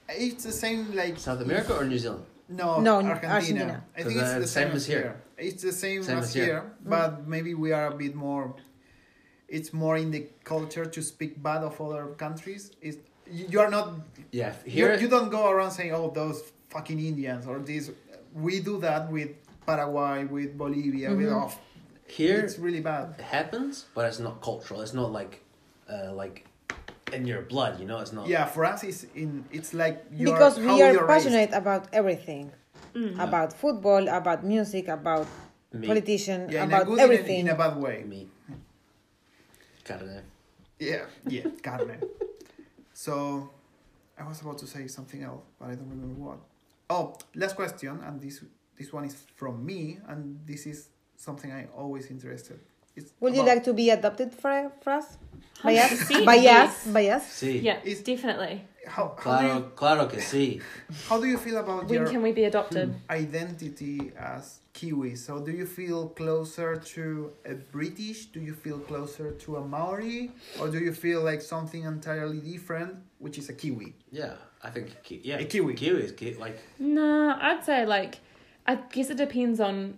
Speaker 6: it's the same like
Speaker 4: South America or New Zealand?
Speaker 6: No,
Speaker 2: No,
Speaker 6: Argentina.
Speaker 2: Argentina.
Speaker 6: I think
Speaker 4: So
Speaker 6: it's
Speaker 4: the
Speaker 6: the same,
Speaker 4: same
Speaker 6: as
Speaker 4: as here.
Speaker 6: here. It's the same,
Speaker 4: Same
Speaker 6: as,
Speaker 4: as
Speaker 6: here,
Speaker 4: here.
Speaker 6: but maybe we are a bit more. It's more in the culture to speak bad of other countries. It's, you you are not
Speaker 4: Yeah, f-
Speaker 6: you,
Speaker 4: here
Speaker 6: you don't go around saying oh those fucking Indians or these. We do that with Paraguay, with Bolivia,
Speaker 2: Mm-hmm.
Speaker 6: with off.
Speaker 4: here
Speaker 6: It's really bad.
Speaker 4: it happens, but it's not cultural. It's not like uh, like in your blood. You know, it's not.
Speaker 6: Yeah, for us, it's in. It's like you're,
Speaker 2: because
Speaker 6: how
Speaker 2: we are
Speaker 6: you're raised.
Speaker 2: passionate about everything. About football, about music, about
Speaker 4: Me.
Speaker 2: politician,
Speaker 6: Yeah, in a
Speaker 2: about
Speaker 6: good and
Speaker 2: everything.
Speaker 6: in a bad way.
Speaker 4: me. Carne.
Speaker 6: Yeah, yeah, Carmen. <laughs> so, I was about to say something else, but I don't remember what. Oh, last question, and this this one is from me, and this is something I always interested. It's
Speaker 2: Would you
Speaker 6: about-
Speaker 2: like to be adopted for, for us? By
Speaker 5: <laughs>
Speaker 2: us?
Speaker 8: 100%,
Speaker 2: By us?
Speaker 8: yes.
Speaker 2: By us?
Speaker 4: Sí.
Speaker 5: Yeah,
Speaker 6: Is-
Speaker 5: definitely.
Speaker 6: how how do, you,
Speaker 4: Claro, claro que sí.
Speaker 6: how do you feel about
Speaker 5: When
Speaker 6: your
Speaker 5: can we be adopted?
Speaker 6: identity as Kiwi? So, do you feel closer to a British? Do you feel closer to a Maori, or do you feel like something entirely different, which is a Kiwi?
Speaker 4: Yeah, I think. ki- Yeah,
Speaker 6: A kiwi.
Speaker 4: Kiwi is ki- like
Speaker 5: Nah, I'd say like, I guess it depends on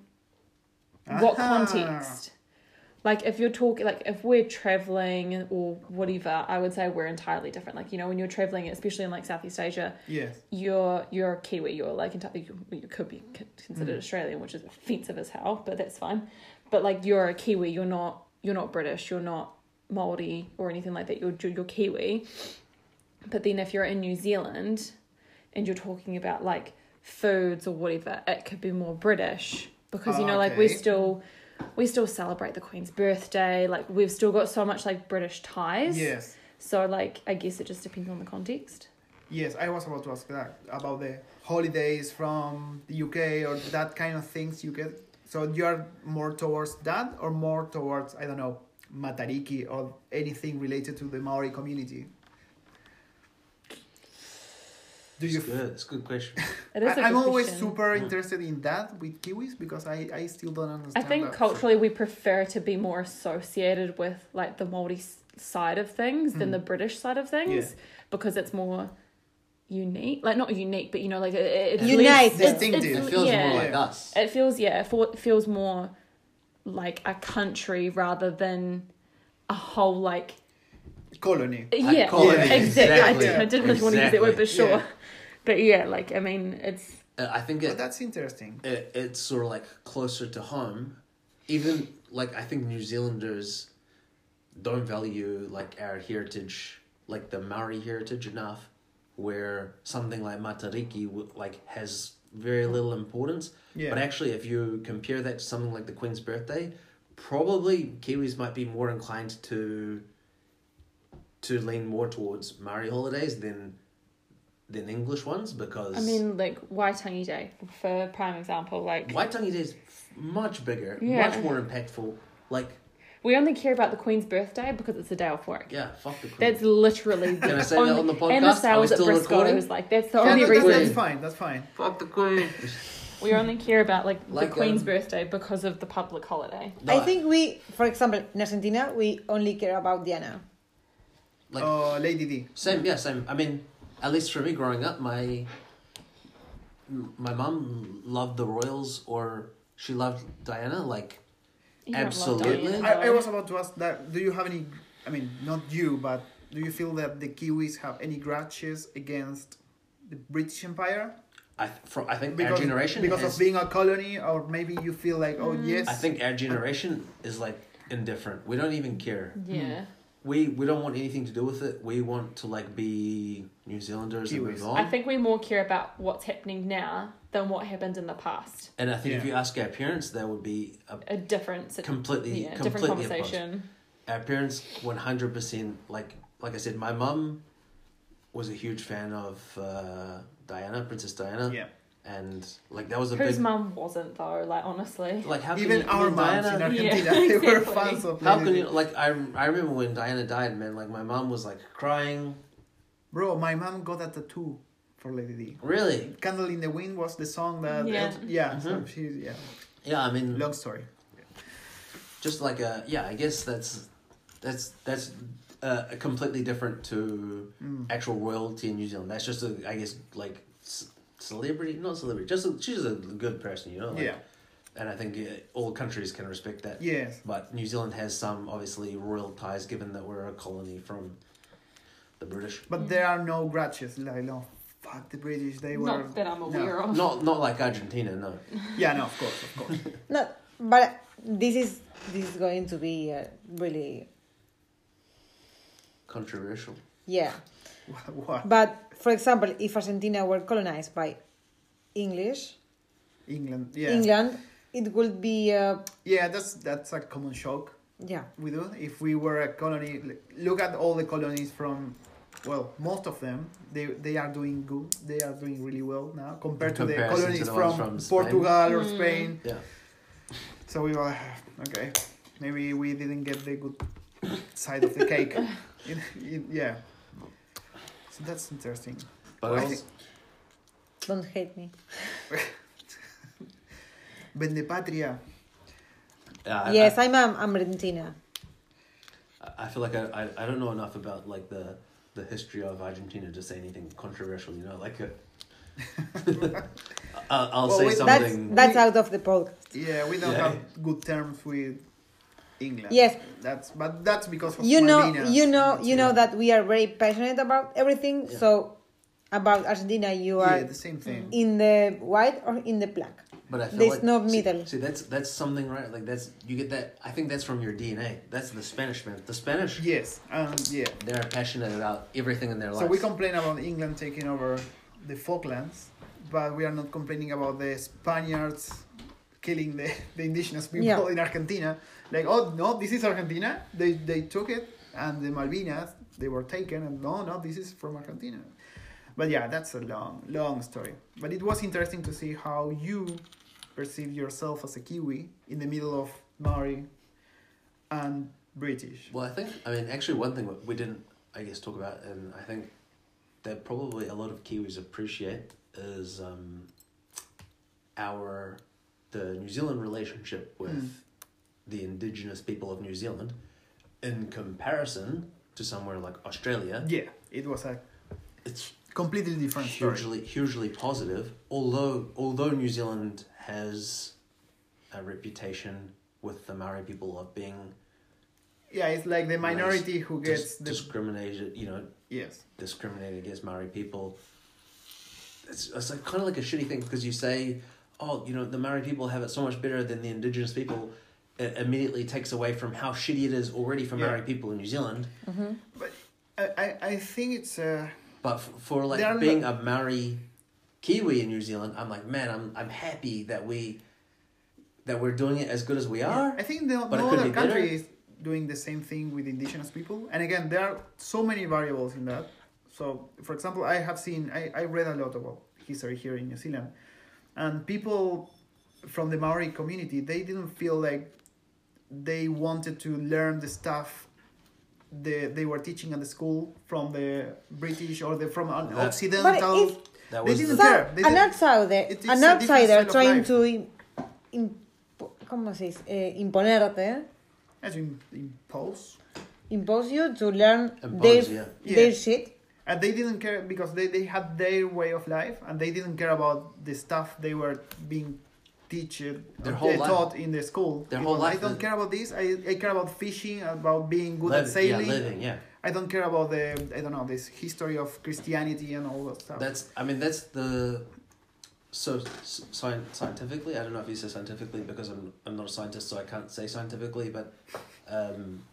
Speaker 5: what
Speaker 6: Aha.
Speaker 5: context. Like if you're talking, like if we're traveling or whatever, I would say we're entirely different. Like you know, when you're traveling, especially in like Southeast Asia,
Speaker 6: Yes.
Speaker 5: you're you're a Kiwi. You're like enti- you, you could be c-
Speaker 6: Mm.
Speaker 5: considered Australian, which is offensive as hell, but that's fine. But like you're a Kiwi. You're not you're not British. You're not Maori or anything like that. You're you're Kiwi. But then if you're in New Zealand, and you're talking about like foods or whatever, it could be more British because you know like we're
Speaker 6: Oh, Okay.
Speaker 5: still we still celebrate the Queen's birthday. Like we've still got so much like British ties.
Speaker 6: Yes.
Speaker 5: So like I guess it just depends on the context.
Speaker 6: Yes, I was about to ask that about the holidays from the UK or that kind of things you get. So you are more towards that or more towards I don't know Matariki or anything related to the Maori community. Do you?
Speaker 4: It's good. It's a good question.
Speaker 5: It is. a
Speaker 6: I, I'm
Speaker 5: good
Speaker 6: always
Speaker 5: question.
Speaker 6: super interested in that with Kiwis because I, I still don't
Speaker 5: I
Speaker 6: understand.
Speaker 5: think
Speaker 6: that.
Speaker 5: culturally we prefer to be more associated with like the Maori s- side of things
Speaker 4: Hmm.
Speaker 5: than the British side of things because it's more unique. Like not unique, but you know, like it, it
Speaker 2: Unique.
Speaker 5: leaves- it's-
Speaker 6: Distinctive.
Speaker 5: it's-
Speaker 6: It
Speaker 4: feels
Speaker 5: yeah.
Speaker 4: more like us.
Speaker 5: It feels yeah, it fe- feels more like a country rather than a whole like
Speaker 6: colony.
Speaker 5: yeah,
Speaker 4: colony,
Speaker 5: yeah, exactly.
Speaker 4: exactly.
Speaker 5: I, did, I didn't really want to use that word, but sure.
Speaker 6: Exactly. Yeah.
Speaker 5: <laughs> But yeah, like I mean, it's
Speaker 4: Uh, I think
Speaker 6: But
Speaker 4: it,
Speaker 6: that's interesting.
Speaker 4: it it's sort of like closer to home. Even like I think New Zealanders don't value like our heritage, like the Maori heritage enough, where something like Matariki w- like has very little importance.
Speaker 6: Yeah.
Speaker 4: But actually, if you compare that to something like the Queen's birthday, probably Kiwis might be more inclined to to lean more towards Maori holidays than than English ones because
Speaker 5: I mean like Waitangi Day for prime example. Like
Speaker 4: White Tongue is much bigger,
Speaker 5: Yeah.
Speaker 4: much more impactful. Like,
Speaker 5: we only care about the Queen's birthday because it's the day off work.
Speaker 4: yeah, fuck the Queen.
Speaker 5: That's literally
Speaker 4: Can I say
Speaker 5: only-
Speaker 4: that on the podcast?
Speaker 5: And the
Speaker 4: Are we
Speaker 5: sales at
Speaker 4: still recording?
Speaker 5: Briscoe's like that's the
Speaker 6: Yeah,
Speaker 5: only
Speaker 6: Oh, no, that's,
Speaker 5: reason
Speaker 6: that's fine. That's fine.
Speaker 4: fuck the Queen.
Speaker 5: we only care about like,
Speaker 4: Like,
Speaker 5: the Queen's
Speaker 4: um,
Speaker 5: birthday because of the public holiday.
Speaker 4: No,
Speaker 2: I think we, for example, in Argentina, we only care about Diana.
Speaker 4: Like,
Speaker 6: Oh, Lady D.
Speaker 4: same, yeah, same. I mean, at least for me growing up, my my mum loved the royals or she loved Diana. Like,
Speaker 5: You don't love
Speaker 4: Absolutely.
Speaker 5: Diana,
Speaker 6: I, I
Speaker 5: though.
Speaker 6: was about to ask that. Do you have any? I mean, not you, but do you feel that the Kiwis have any grudges against the British Empire
Speaker 4: I from, I think our generation
Speaker 6: because
Speaker 4: has,
Speaker 6: of being a colony, or maybe you feel like, oh
Speaker 8: Mm.
Speaker 6: yes,
Speaker 4: I think our generation is like indifferent. We don't even care.
Speaker 5: yeah.
Speaker 4: We we don't want anything to do with it. We want to like be New Zealanders and move
Speaker 6: Kiwis.
Speaker 4: on.
Speaker 5: I think we more care about what's happening now than what happened in the past.
Speaker 4: and I think if
Speaker 6: Yeah.
Speaker 4: you ask our parents, that would be a
Speaker 5: A different sit-
Speaker 4: completely
Speaker 5: yeah,
Speaker 4: completely
Speaker 5: different
Speaker 4: opposed.
Speaker 5: conversation.
Speaker 4: Our parents, one hundred percent. Like like I said, my mum was a huge fan of uh, Diana, Princess Diana.
Speaker 6: Yeah.
Speaker 4: And like that was a
Speaker 5: Whose
Speaker 4: big
Speaker 5: mum wasn't though? Like honestly,
Speaker 4: like how
Speaker 6: even
Speaker 4: can you,
Speaker 6: our
Speaker 4: even
Speaker 6: moms in
Speaker 4: Diana-
Speaker 6: Argentina <laughs>
Speaker 5: Yeah,
Speaker 6: they were
Speaker 5: exactly.
Speaker 6: fans of
Speaker 4: how
Speaker 6: Lady
Speaker 4: can
Speaker 6: Di.
Speaker 4: you like I I remember when Diana died, man. Like my mom was like crying.
Speaker 6: Bro, my mom got a tattoo for Lady D.
Speaker 4: Really?
Speaker 6: Candle in the Wind was the song that
Speaker 5: Yeah.
Speaker 6: yeah,
Speaker 4: Mm-hmm.
Speaker 6: so she yeah.
Speaker 4: Yeah. I mean,
Speaker 6: Long story.
Speaker 4: just like a yeah i guess that's that's that's uh, completely different to
Speaker 6: Hmm.
Speaker 4: actual royalty in new zealand that's just a i guess like c- celebrity not celebrity just a, she's a good person you know like,
Speaker 6: Yeah.
Speaker 4: and i think uh, all countries can respect that
Speaker 6: Yes.
Speaker 4: but new zealand has some obviously royal ties given that we're a colony from the british
Speaker 6: But there are no grudges, like no fuck the British, they were
Speaker 8: Not that I'm
Speaker 6: No.
Speaker 8: aware of.
Speaker 4: not not like argentina no
Speaker 6: Yeah, no, of course, of
Speaker 4: <laughs>
Speaker 6: course.
Speaker 2: No, but this is this is going to be uh, really
Speaker 4: controversial
Speaker 2: yeah.
Speaker 6: what?
Speaker 2: But for example, if Argentina were colonized by English,
Speaker 6: England. Yeah.
Speaker 2: England, it would be uh,
Speaker 6: Yeah, that's that's a common shock
Speaker 2: yeah.
Speaker 6: we do. If we were a colony, l- look at all the colonies from, well, most of them they they are doing good. They are doing really well now compared to the
Speaker 4: comparison to
Speaker 6: colonies
Speaker 4: the ones
Speaker 6: from,
Speaker 4: from Spain.
Speaker 6: Portugal or Spain.
Speaker 4: yeah
Speaker 6: So we were <sighs> like, "Ah, okay, maybe we didn't get the good side of the cake. <laughs> It- it- yeah. So that's interesting.
Speaker 4: but
Speaker 6: I
Speaker 4: also,
Speaker 6: think-
Speaker 2: Don't hate me.
Speaker 6: Vende patria.
Speaker 4: yeah, uh, I-
Speaker 2: yes, I, am I'm Argentina.
Speaker 4: I- I feel like I, I, I don't know enough about like the the history of Argentina to say anything controversial. You know, like uh, <laughs> I'll, I'll
Speaker 6: Well,
Speaker 4: say
Speaker 6: we-
Speaker 2: That's
Speaker 4: something.
Speaker 2: that's out of the podcast.
Speaker 6: Yeah, we don't
Speaker 4: Yeah.
Speaker 6: have good terms with England.
Speaker 2: Yes.
Speaker 6: That's but that's because of
Speaker 2: You know,
Speaker 6: Malvinas.
Speaker 2: you know, you know that we are very passionate about everything. So about Argentina, you are
Speaker 6: Yeah, the same thing.
Speaker 2: in the white or in the black.
Speaker 4: but I feel
Speaker 2: there's
Speaker 4: like,
Speaker 2: no
Speaker 4: see-
Speaker 2: middle.
Speaker 4: See, that's that's something right. Like that's you get that. I think that's from your DNA. That's the Spanish man. The Spanish.
Speaker 6: Yes, um, yeah.
Speaker 4: They're passionate about everything in their life.
Speaker 6: So we complain about England taking over the Falklands, but we are not complaining about the Spaniards killing the, <laughs> the indigenous people
Speaker 2: Yeah.
Speaker 6: in Argentina. Like, oh no, this is Argentina. They they took it, and the Malvinas they were taken, and no, no, this is from Argentina. But yeah, that's a long, long story. But it was interesting to see how you perceive yourself as a Kiwi in the middle of Maori and British.
Speaker 4: Well, I think I mean actually one thing we didn't I guess talk about, and I think that probably a lot of Kiwis appreciate is um, our the New Zealand relationship
Speaker 6: Hmm.
Speaker 4: with the indigenous people of New Zealand in comparison to somewhere like Australia.
Speaker 6: Yeah, it was a
Speaker 4: It's
Speaker 6: completely different story.
Speaker 4: hugely hugely positive. Although although New Zealand has a reputation with the Maori people of being
Speaker 6: Yeah, it's like the minority
Speaker 4: race-
Speaker 6: who
Speaker 4: dis-
Speaker 6: gets the
Speaker 4: discriminated, you know,
Speaker 6: yes.
Speaker 4: discriminated against Maori people. It's, it's like, kind of like a shitty thing because you say, oh, you know, the Maori people have it so much better than the indigenous people. It immediately takes away from how shitty it is already for
Speaker 6: Yeah.
Speaker 4: Maori people in New Zealand.
Speaker 6: But I, I, I think it's uh,
Speaker 4: But f- for
Speaker 6: They are
Speaker 4: like being a Maori Kiwi in New Zealand, I'm like, man, I'm I'm happy that we that we're doing it as good as we are.
Speaker 6: I think no,
Speaker 4: But it
Speaker 6: no
Speaker 4: could
Speaker 6: other
Speaker 4: be better.
Speaker 6: country is doing the same thing with indigenous people. And again, there are so many variables in that. So, for example, I have seen, I, I read a lot about history here in New Zealand. And people from the Maori community, they didn't feel like they wanted to learn the stuff they, they were teaching at the school from the British or the from an
Speaker 4: That-
Speaker 6: Occidental.
Speaker 2: But
Speaker 4: That
Speaker 6: they
Speaker 4: was
Speaker 6: didn't
Speaker 4: the-
Speaker 6: care. They
Speaker 2: an
Speaker 6: didn't-
Speaker 2: outsider,
Speaker 6: it is
Speaker 2: an
Speaker 6: a
Speaker 2: outsider
Speaker 6: different style of
Speaker 2: trying
Speaker 6: life.
Speaker 2: to im- imp- ¿cómo se dice? Eh, imponerte,
Speaker 6: As you impose.
Speaker 2: impose you to learn
Speaker 4: Impose,
Speaker 2: their,
Speaker 6: yeah.
Speaker 2: their
Speaker 6: Yeah.
Speaker 2: shit.
Speaker 6: and they didn't care because they, they had their way of life and they didn't care about the stuff they were being teached
Speaker 4: Their whole
Speaker 6: they
Speaker 4: life-
Speaker 6: taught in the school
Speaker 4: their
Speaker 6: You
Speaker 4: whole
Speaker 6: know, i
Speaker 4: life
Speaker 6: don't
Speaker 4: is-
Speaker 6: care about this I, I care about fishing about being good
Speaker 4: Liv-
Speaker 6: at
Speaker 4: yeah,
Speaker 6: sailing
Speaker 4: living, yeah.
Speaker 6: i don't care about the i don't know this history of christianity and all that stuff
Speaker 4: That's I mean that's the so s- scien- scientifically I don't know if you say scientifically because I'm I'm not a scientist so I can't say scientifically but um,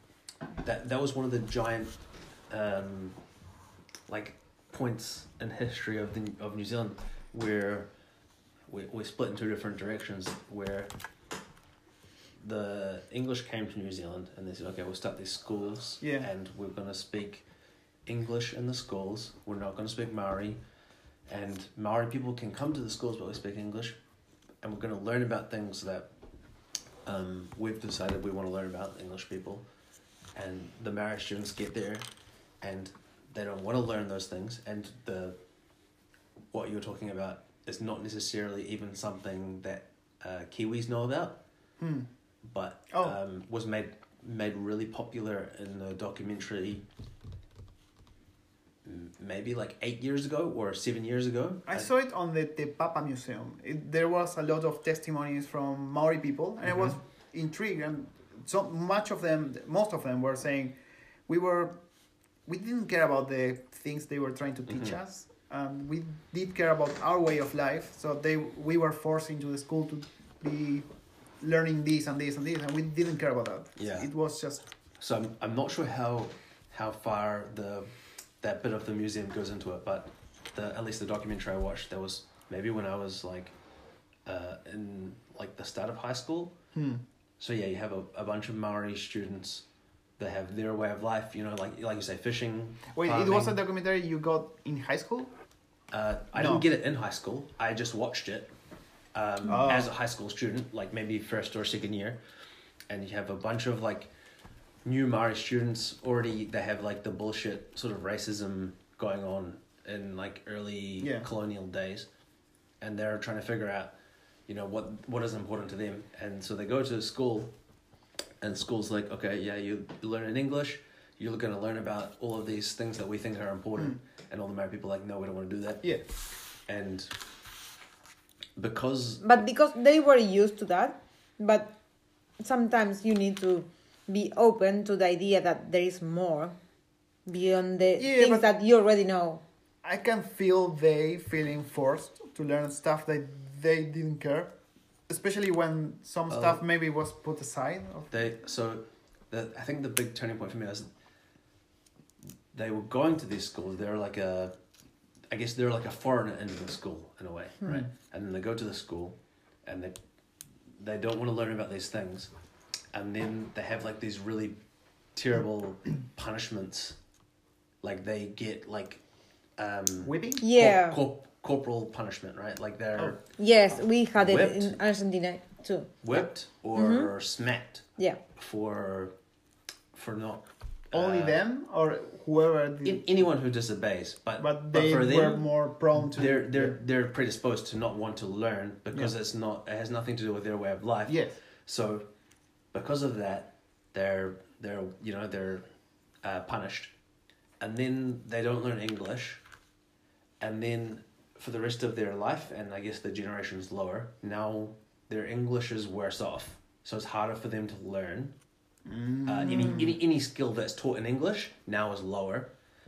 Speaker 4: that that was one of the giant um, like points in history of the of New Zealand where we we split in two different directions where the English came to New Zealand and they said okay we'll start these schools
Speaker 6: Yeah.
Speaker 4: and we're gonna speak English in the schools we're not gonna speak Maori and Maori people can come to the schools but we speak English and we're gonna learn about things that um, we've decided we want to learn about English people, and the Maori students get there, and they don't want to learn those things, and the what you're talking about is not necessarily even something that uh, Kiwis know about, but
Speaker 6: Oh.
Speaker 4: um, was made made really popular in a documentary. m- Maybe like eight years ago or seven years ago.
Speaker 6: I saw it on the Te Papa Museum. It, there was a lot of testimonies from Maori people, and I was
Speaker 4: Mm-hmm.
Speaker 6: intrigued. And so much of them, most of them, were saying, "We were, we didn't care about the things they were trying to teach
Speaker 4: Mm-hmm.
Speaker 6: us, and we did care about our way of life. So they, we were forced into the school to be learning this and this and this, and we didn't care about that.
Speaker 4: Yeah.
Speaker 6: it was just
Speaker 4: So I'm, I'm not sure how how far the that bit of the museum goes into it, but the at least the documentary I watched that was maybe when I was like uh, in like the start of high school.
Speaker 6: Hmm.
Speaker 4: So yeah, you have a, a bunch of Maori students that have their way of life, you know, like like you say, fishing.
Speaker 6: wait. It was a
Speaker 4: farming.
Speaker 6: documentary you got in high school.
Speaker 4: uh, I
Speaker 6: No.
Speaker 4: didn't get it in high school. I just watched it um,
Speaker 6: Oh.
Speaker 4: as a high school student, like maybe first or second year, and you have a bunch of like new Maori students already they have like the bullshit sort of racism going on in like early
Speaker 6: Yeah.
Speaker 4: colonial days and they're trying to figure out you know what what is important to them and so they go to school and school's like okay yeah you learn in english you're going to learn about all of these things that we think are important and all the Maori people are like no we don't want to do that
Speaker 6: Yeah,
Speaker 4: and because
Speaker 2: But because they were used to that, but sometimes you need to be open to the idea that there is more beyond the
Speaker 6: Yeah,
Speaker 2: things
Speaker 6: but-
Speaker 2: that you already know.
Speaker 6: I can feel they feeling forced to learn stuff that they didn't care, especially when some
Speaker 4: Oh.
Speaker 6: stuff maybe was put aside. Of,
Speaker 4: they so the, I think the big turning point for me was they were going to these schools. They were like a, I guess
Speaker 7: Hmm.
Speaker 4: they were like a foreigner into the school in a way, right? And then they go to the school, and they They don't want to learn about these things, and then they have like these really terrible punishments. Like they get like um, cor-
Speaker 6: Whipping?
Speaker 7: Yeah.
Speaker 4: cor- corporal punishment, right? Like they're
Speaker 7: Yes, we had it
Speaker 4: Whipped.
Speaker 7: in Argentina too.
Speaker 4: whipped or smacked
Speaker 7: Mm-hmm. Yeah.
Speaker 4: for for not
Speaker 6: Only
Speaker 4: uh,
Speaker 6: them or whoever did.
Speaker 4: an- anyone who disobeys. But
Speaker 6: but they
Speaker 4: for
Speaker 6: were
Speaker 4: them,
Speaker 6: more prone to.
Speaker 4: they're they're they're predisposed to not want to learn because it's not it has nothing to do with their way of life.
Speaker 6: Yes.
Speaker 4: So because of that, they're they're you know they're uh, punished, and then they don't learn English, and then for the rest of their life, and I guess the generations lower now, their English is worse off. So it's harder for them to learn. Uh, any,
Speaker 7: Mm.
Speaker 4: any any skill that's taught in English now is lower.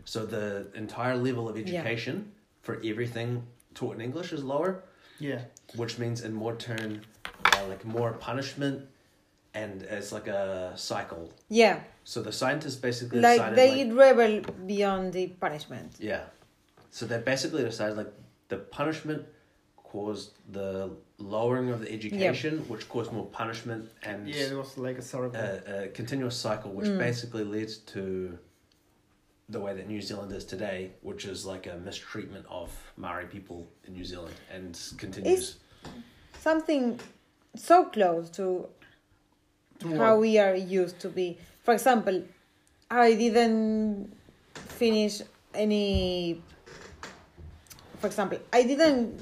Speaker 4: So the entire level of education for everything taught in English is lower
Speaker 6: yeah.
Speaker 4: which means in more turn, uh, like more punishment, and it's like a cycle.
Speaker 7: Yeah.
Speaker 4: So the scientists basically
Speaker 7: Like
Speaker 4: decided,
Speaker 7: they
Speaker 4: like,
Speaker 7: rebel beyond the punishment.
Speaker 4: yeah. So they basically decided like the punishment caused the lowering of the education, which caused more punishment and
Speaker 6: Yeah, it was like a cerebral.
Speaker 4: a, a continuous cycle, which basically leads to the way that New Zealand is today, which is like a mistreatment of Maori people in New Zealand, and continues.
Speaker 7: Something so close to how we are used to be. For example, I didn't finish any. For example, I didn't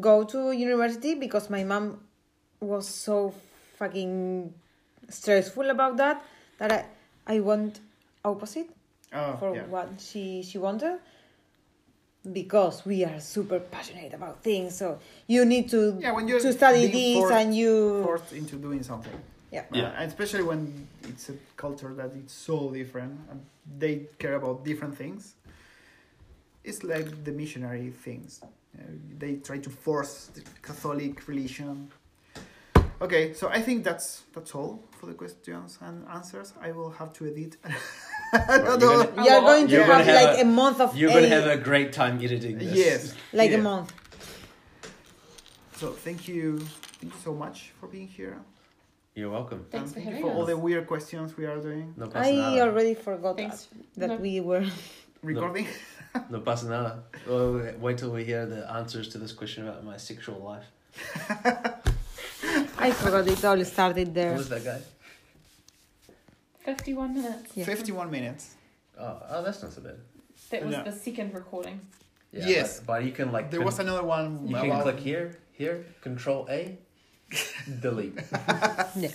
Speaker 7: go to university because my mom was so fucking stressful about that that I, I went opposite
Speaker 6: oh,
Speaker 7: for
Speaker 6: yeah.
Speaker 7: what she she wanted because we are super passionate about things so you need to
Speaker 6: Yeah, when you're
Speaker 7: to study
Speaker 6: being
Speaker 7: this
Speaker 6: forced-
Speaker 7: and you
Speaker 6: Forced into doing something.
Speaker 7: yeah
Speaker 6: Yeah. especially when it's a culture that it's so different and they care about different things. It's like the missionary things. Uh, they try to force the Catholic religion. Okay, so I think that's that's all for the questions and answers. I will have to edit. <laughs>
Speaker 4: you're
Speaker 7: you are going to
Speaker 4: You're gonna
Speaker 7: have,
Speaker 4: have
Speaker 7: like
Speaker 4: a-
Speaker 7: a, month of
Speaker 4: You're gonna
Speaker 7: edit,
Speaker 4: have a great time editing this.
Speaker 6: yes.
Speaker 7: like
Speaker 6: yeah.
Speaker 7: a month
Speaker 6: So thank you, thank you so much for being here.
Speaker 4: You're welcome.
Speaker 5: Thanks
Speaker 6: and
Speaker 5: for
Speaker 6: thank you
Speaker 5: having
Speaker 6: for all
Speaker 5: us.
Speaker 6: the weird questions we are doing.
Speaker 4: No pasa
Speaker 7: i
Speaker 4: nada.
Speaker 7: already forgot
Speaker 5: Thanks.
Speaker 7: that,
Speaker 5: No.
Speaker 7: that we were <laughs>
Speaker 6: Recording. <laughs>
Speaker 4: No pasa nada. Oh, wait till we hear the answers to this question about my sexual life.
Speaker 7: i forgot it all started
Speaker 4: Who
Speaker 7: there
Speaker 4: was that guy?
Speaker 5: 51 minutes.
Speaker 7: Yeah.
Speaker 6: 51 minutes.
Speaker 4: Oh, oh that's not so bad.
Speaker 5: That was
Speaker 6: No.
Speaker 5: the second recording.
Speaker 6: Yes.
Speaker 4: But, but you can like.
Speaker 6: There
Speaker 4: con-
Speaker 6: was another one
Speaker 4: You can
Speaker 6: about
Speaker 4: click here, here, Control A, delete.
Speaker 7: yeah.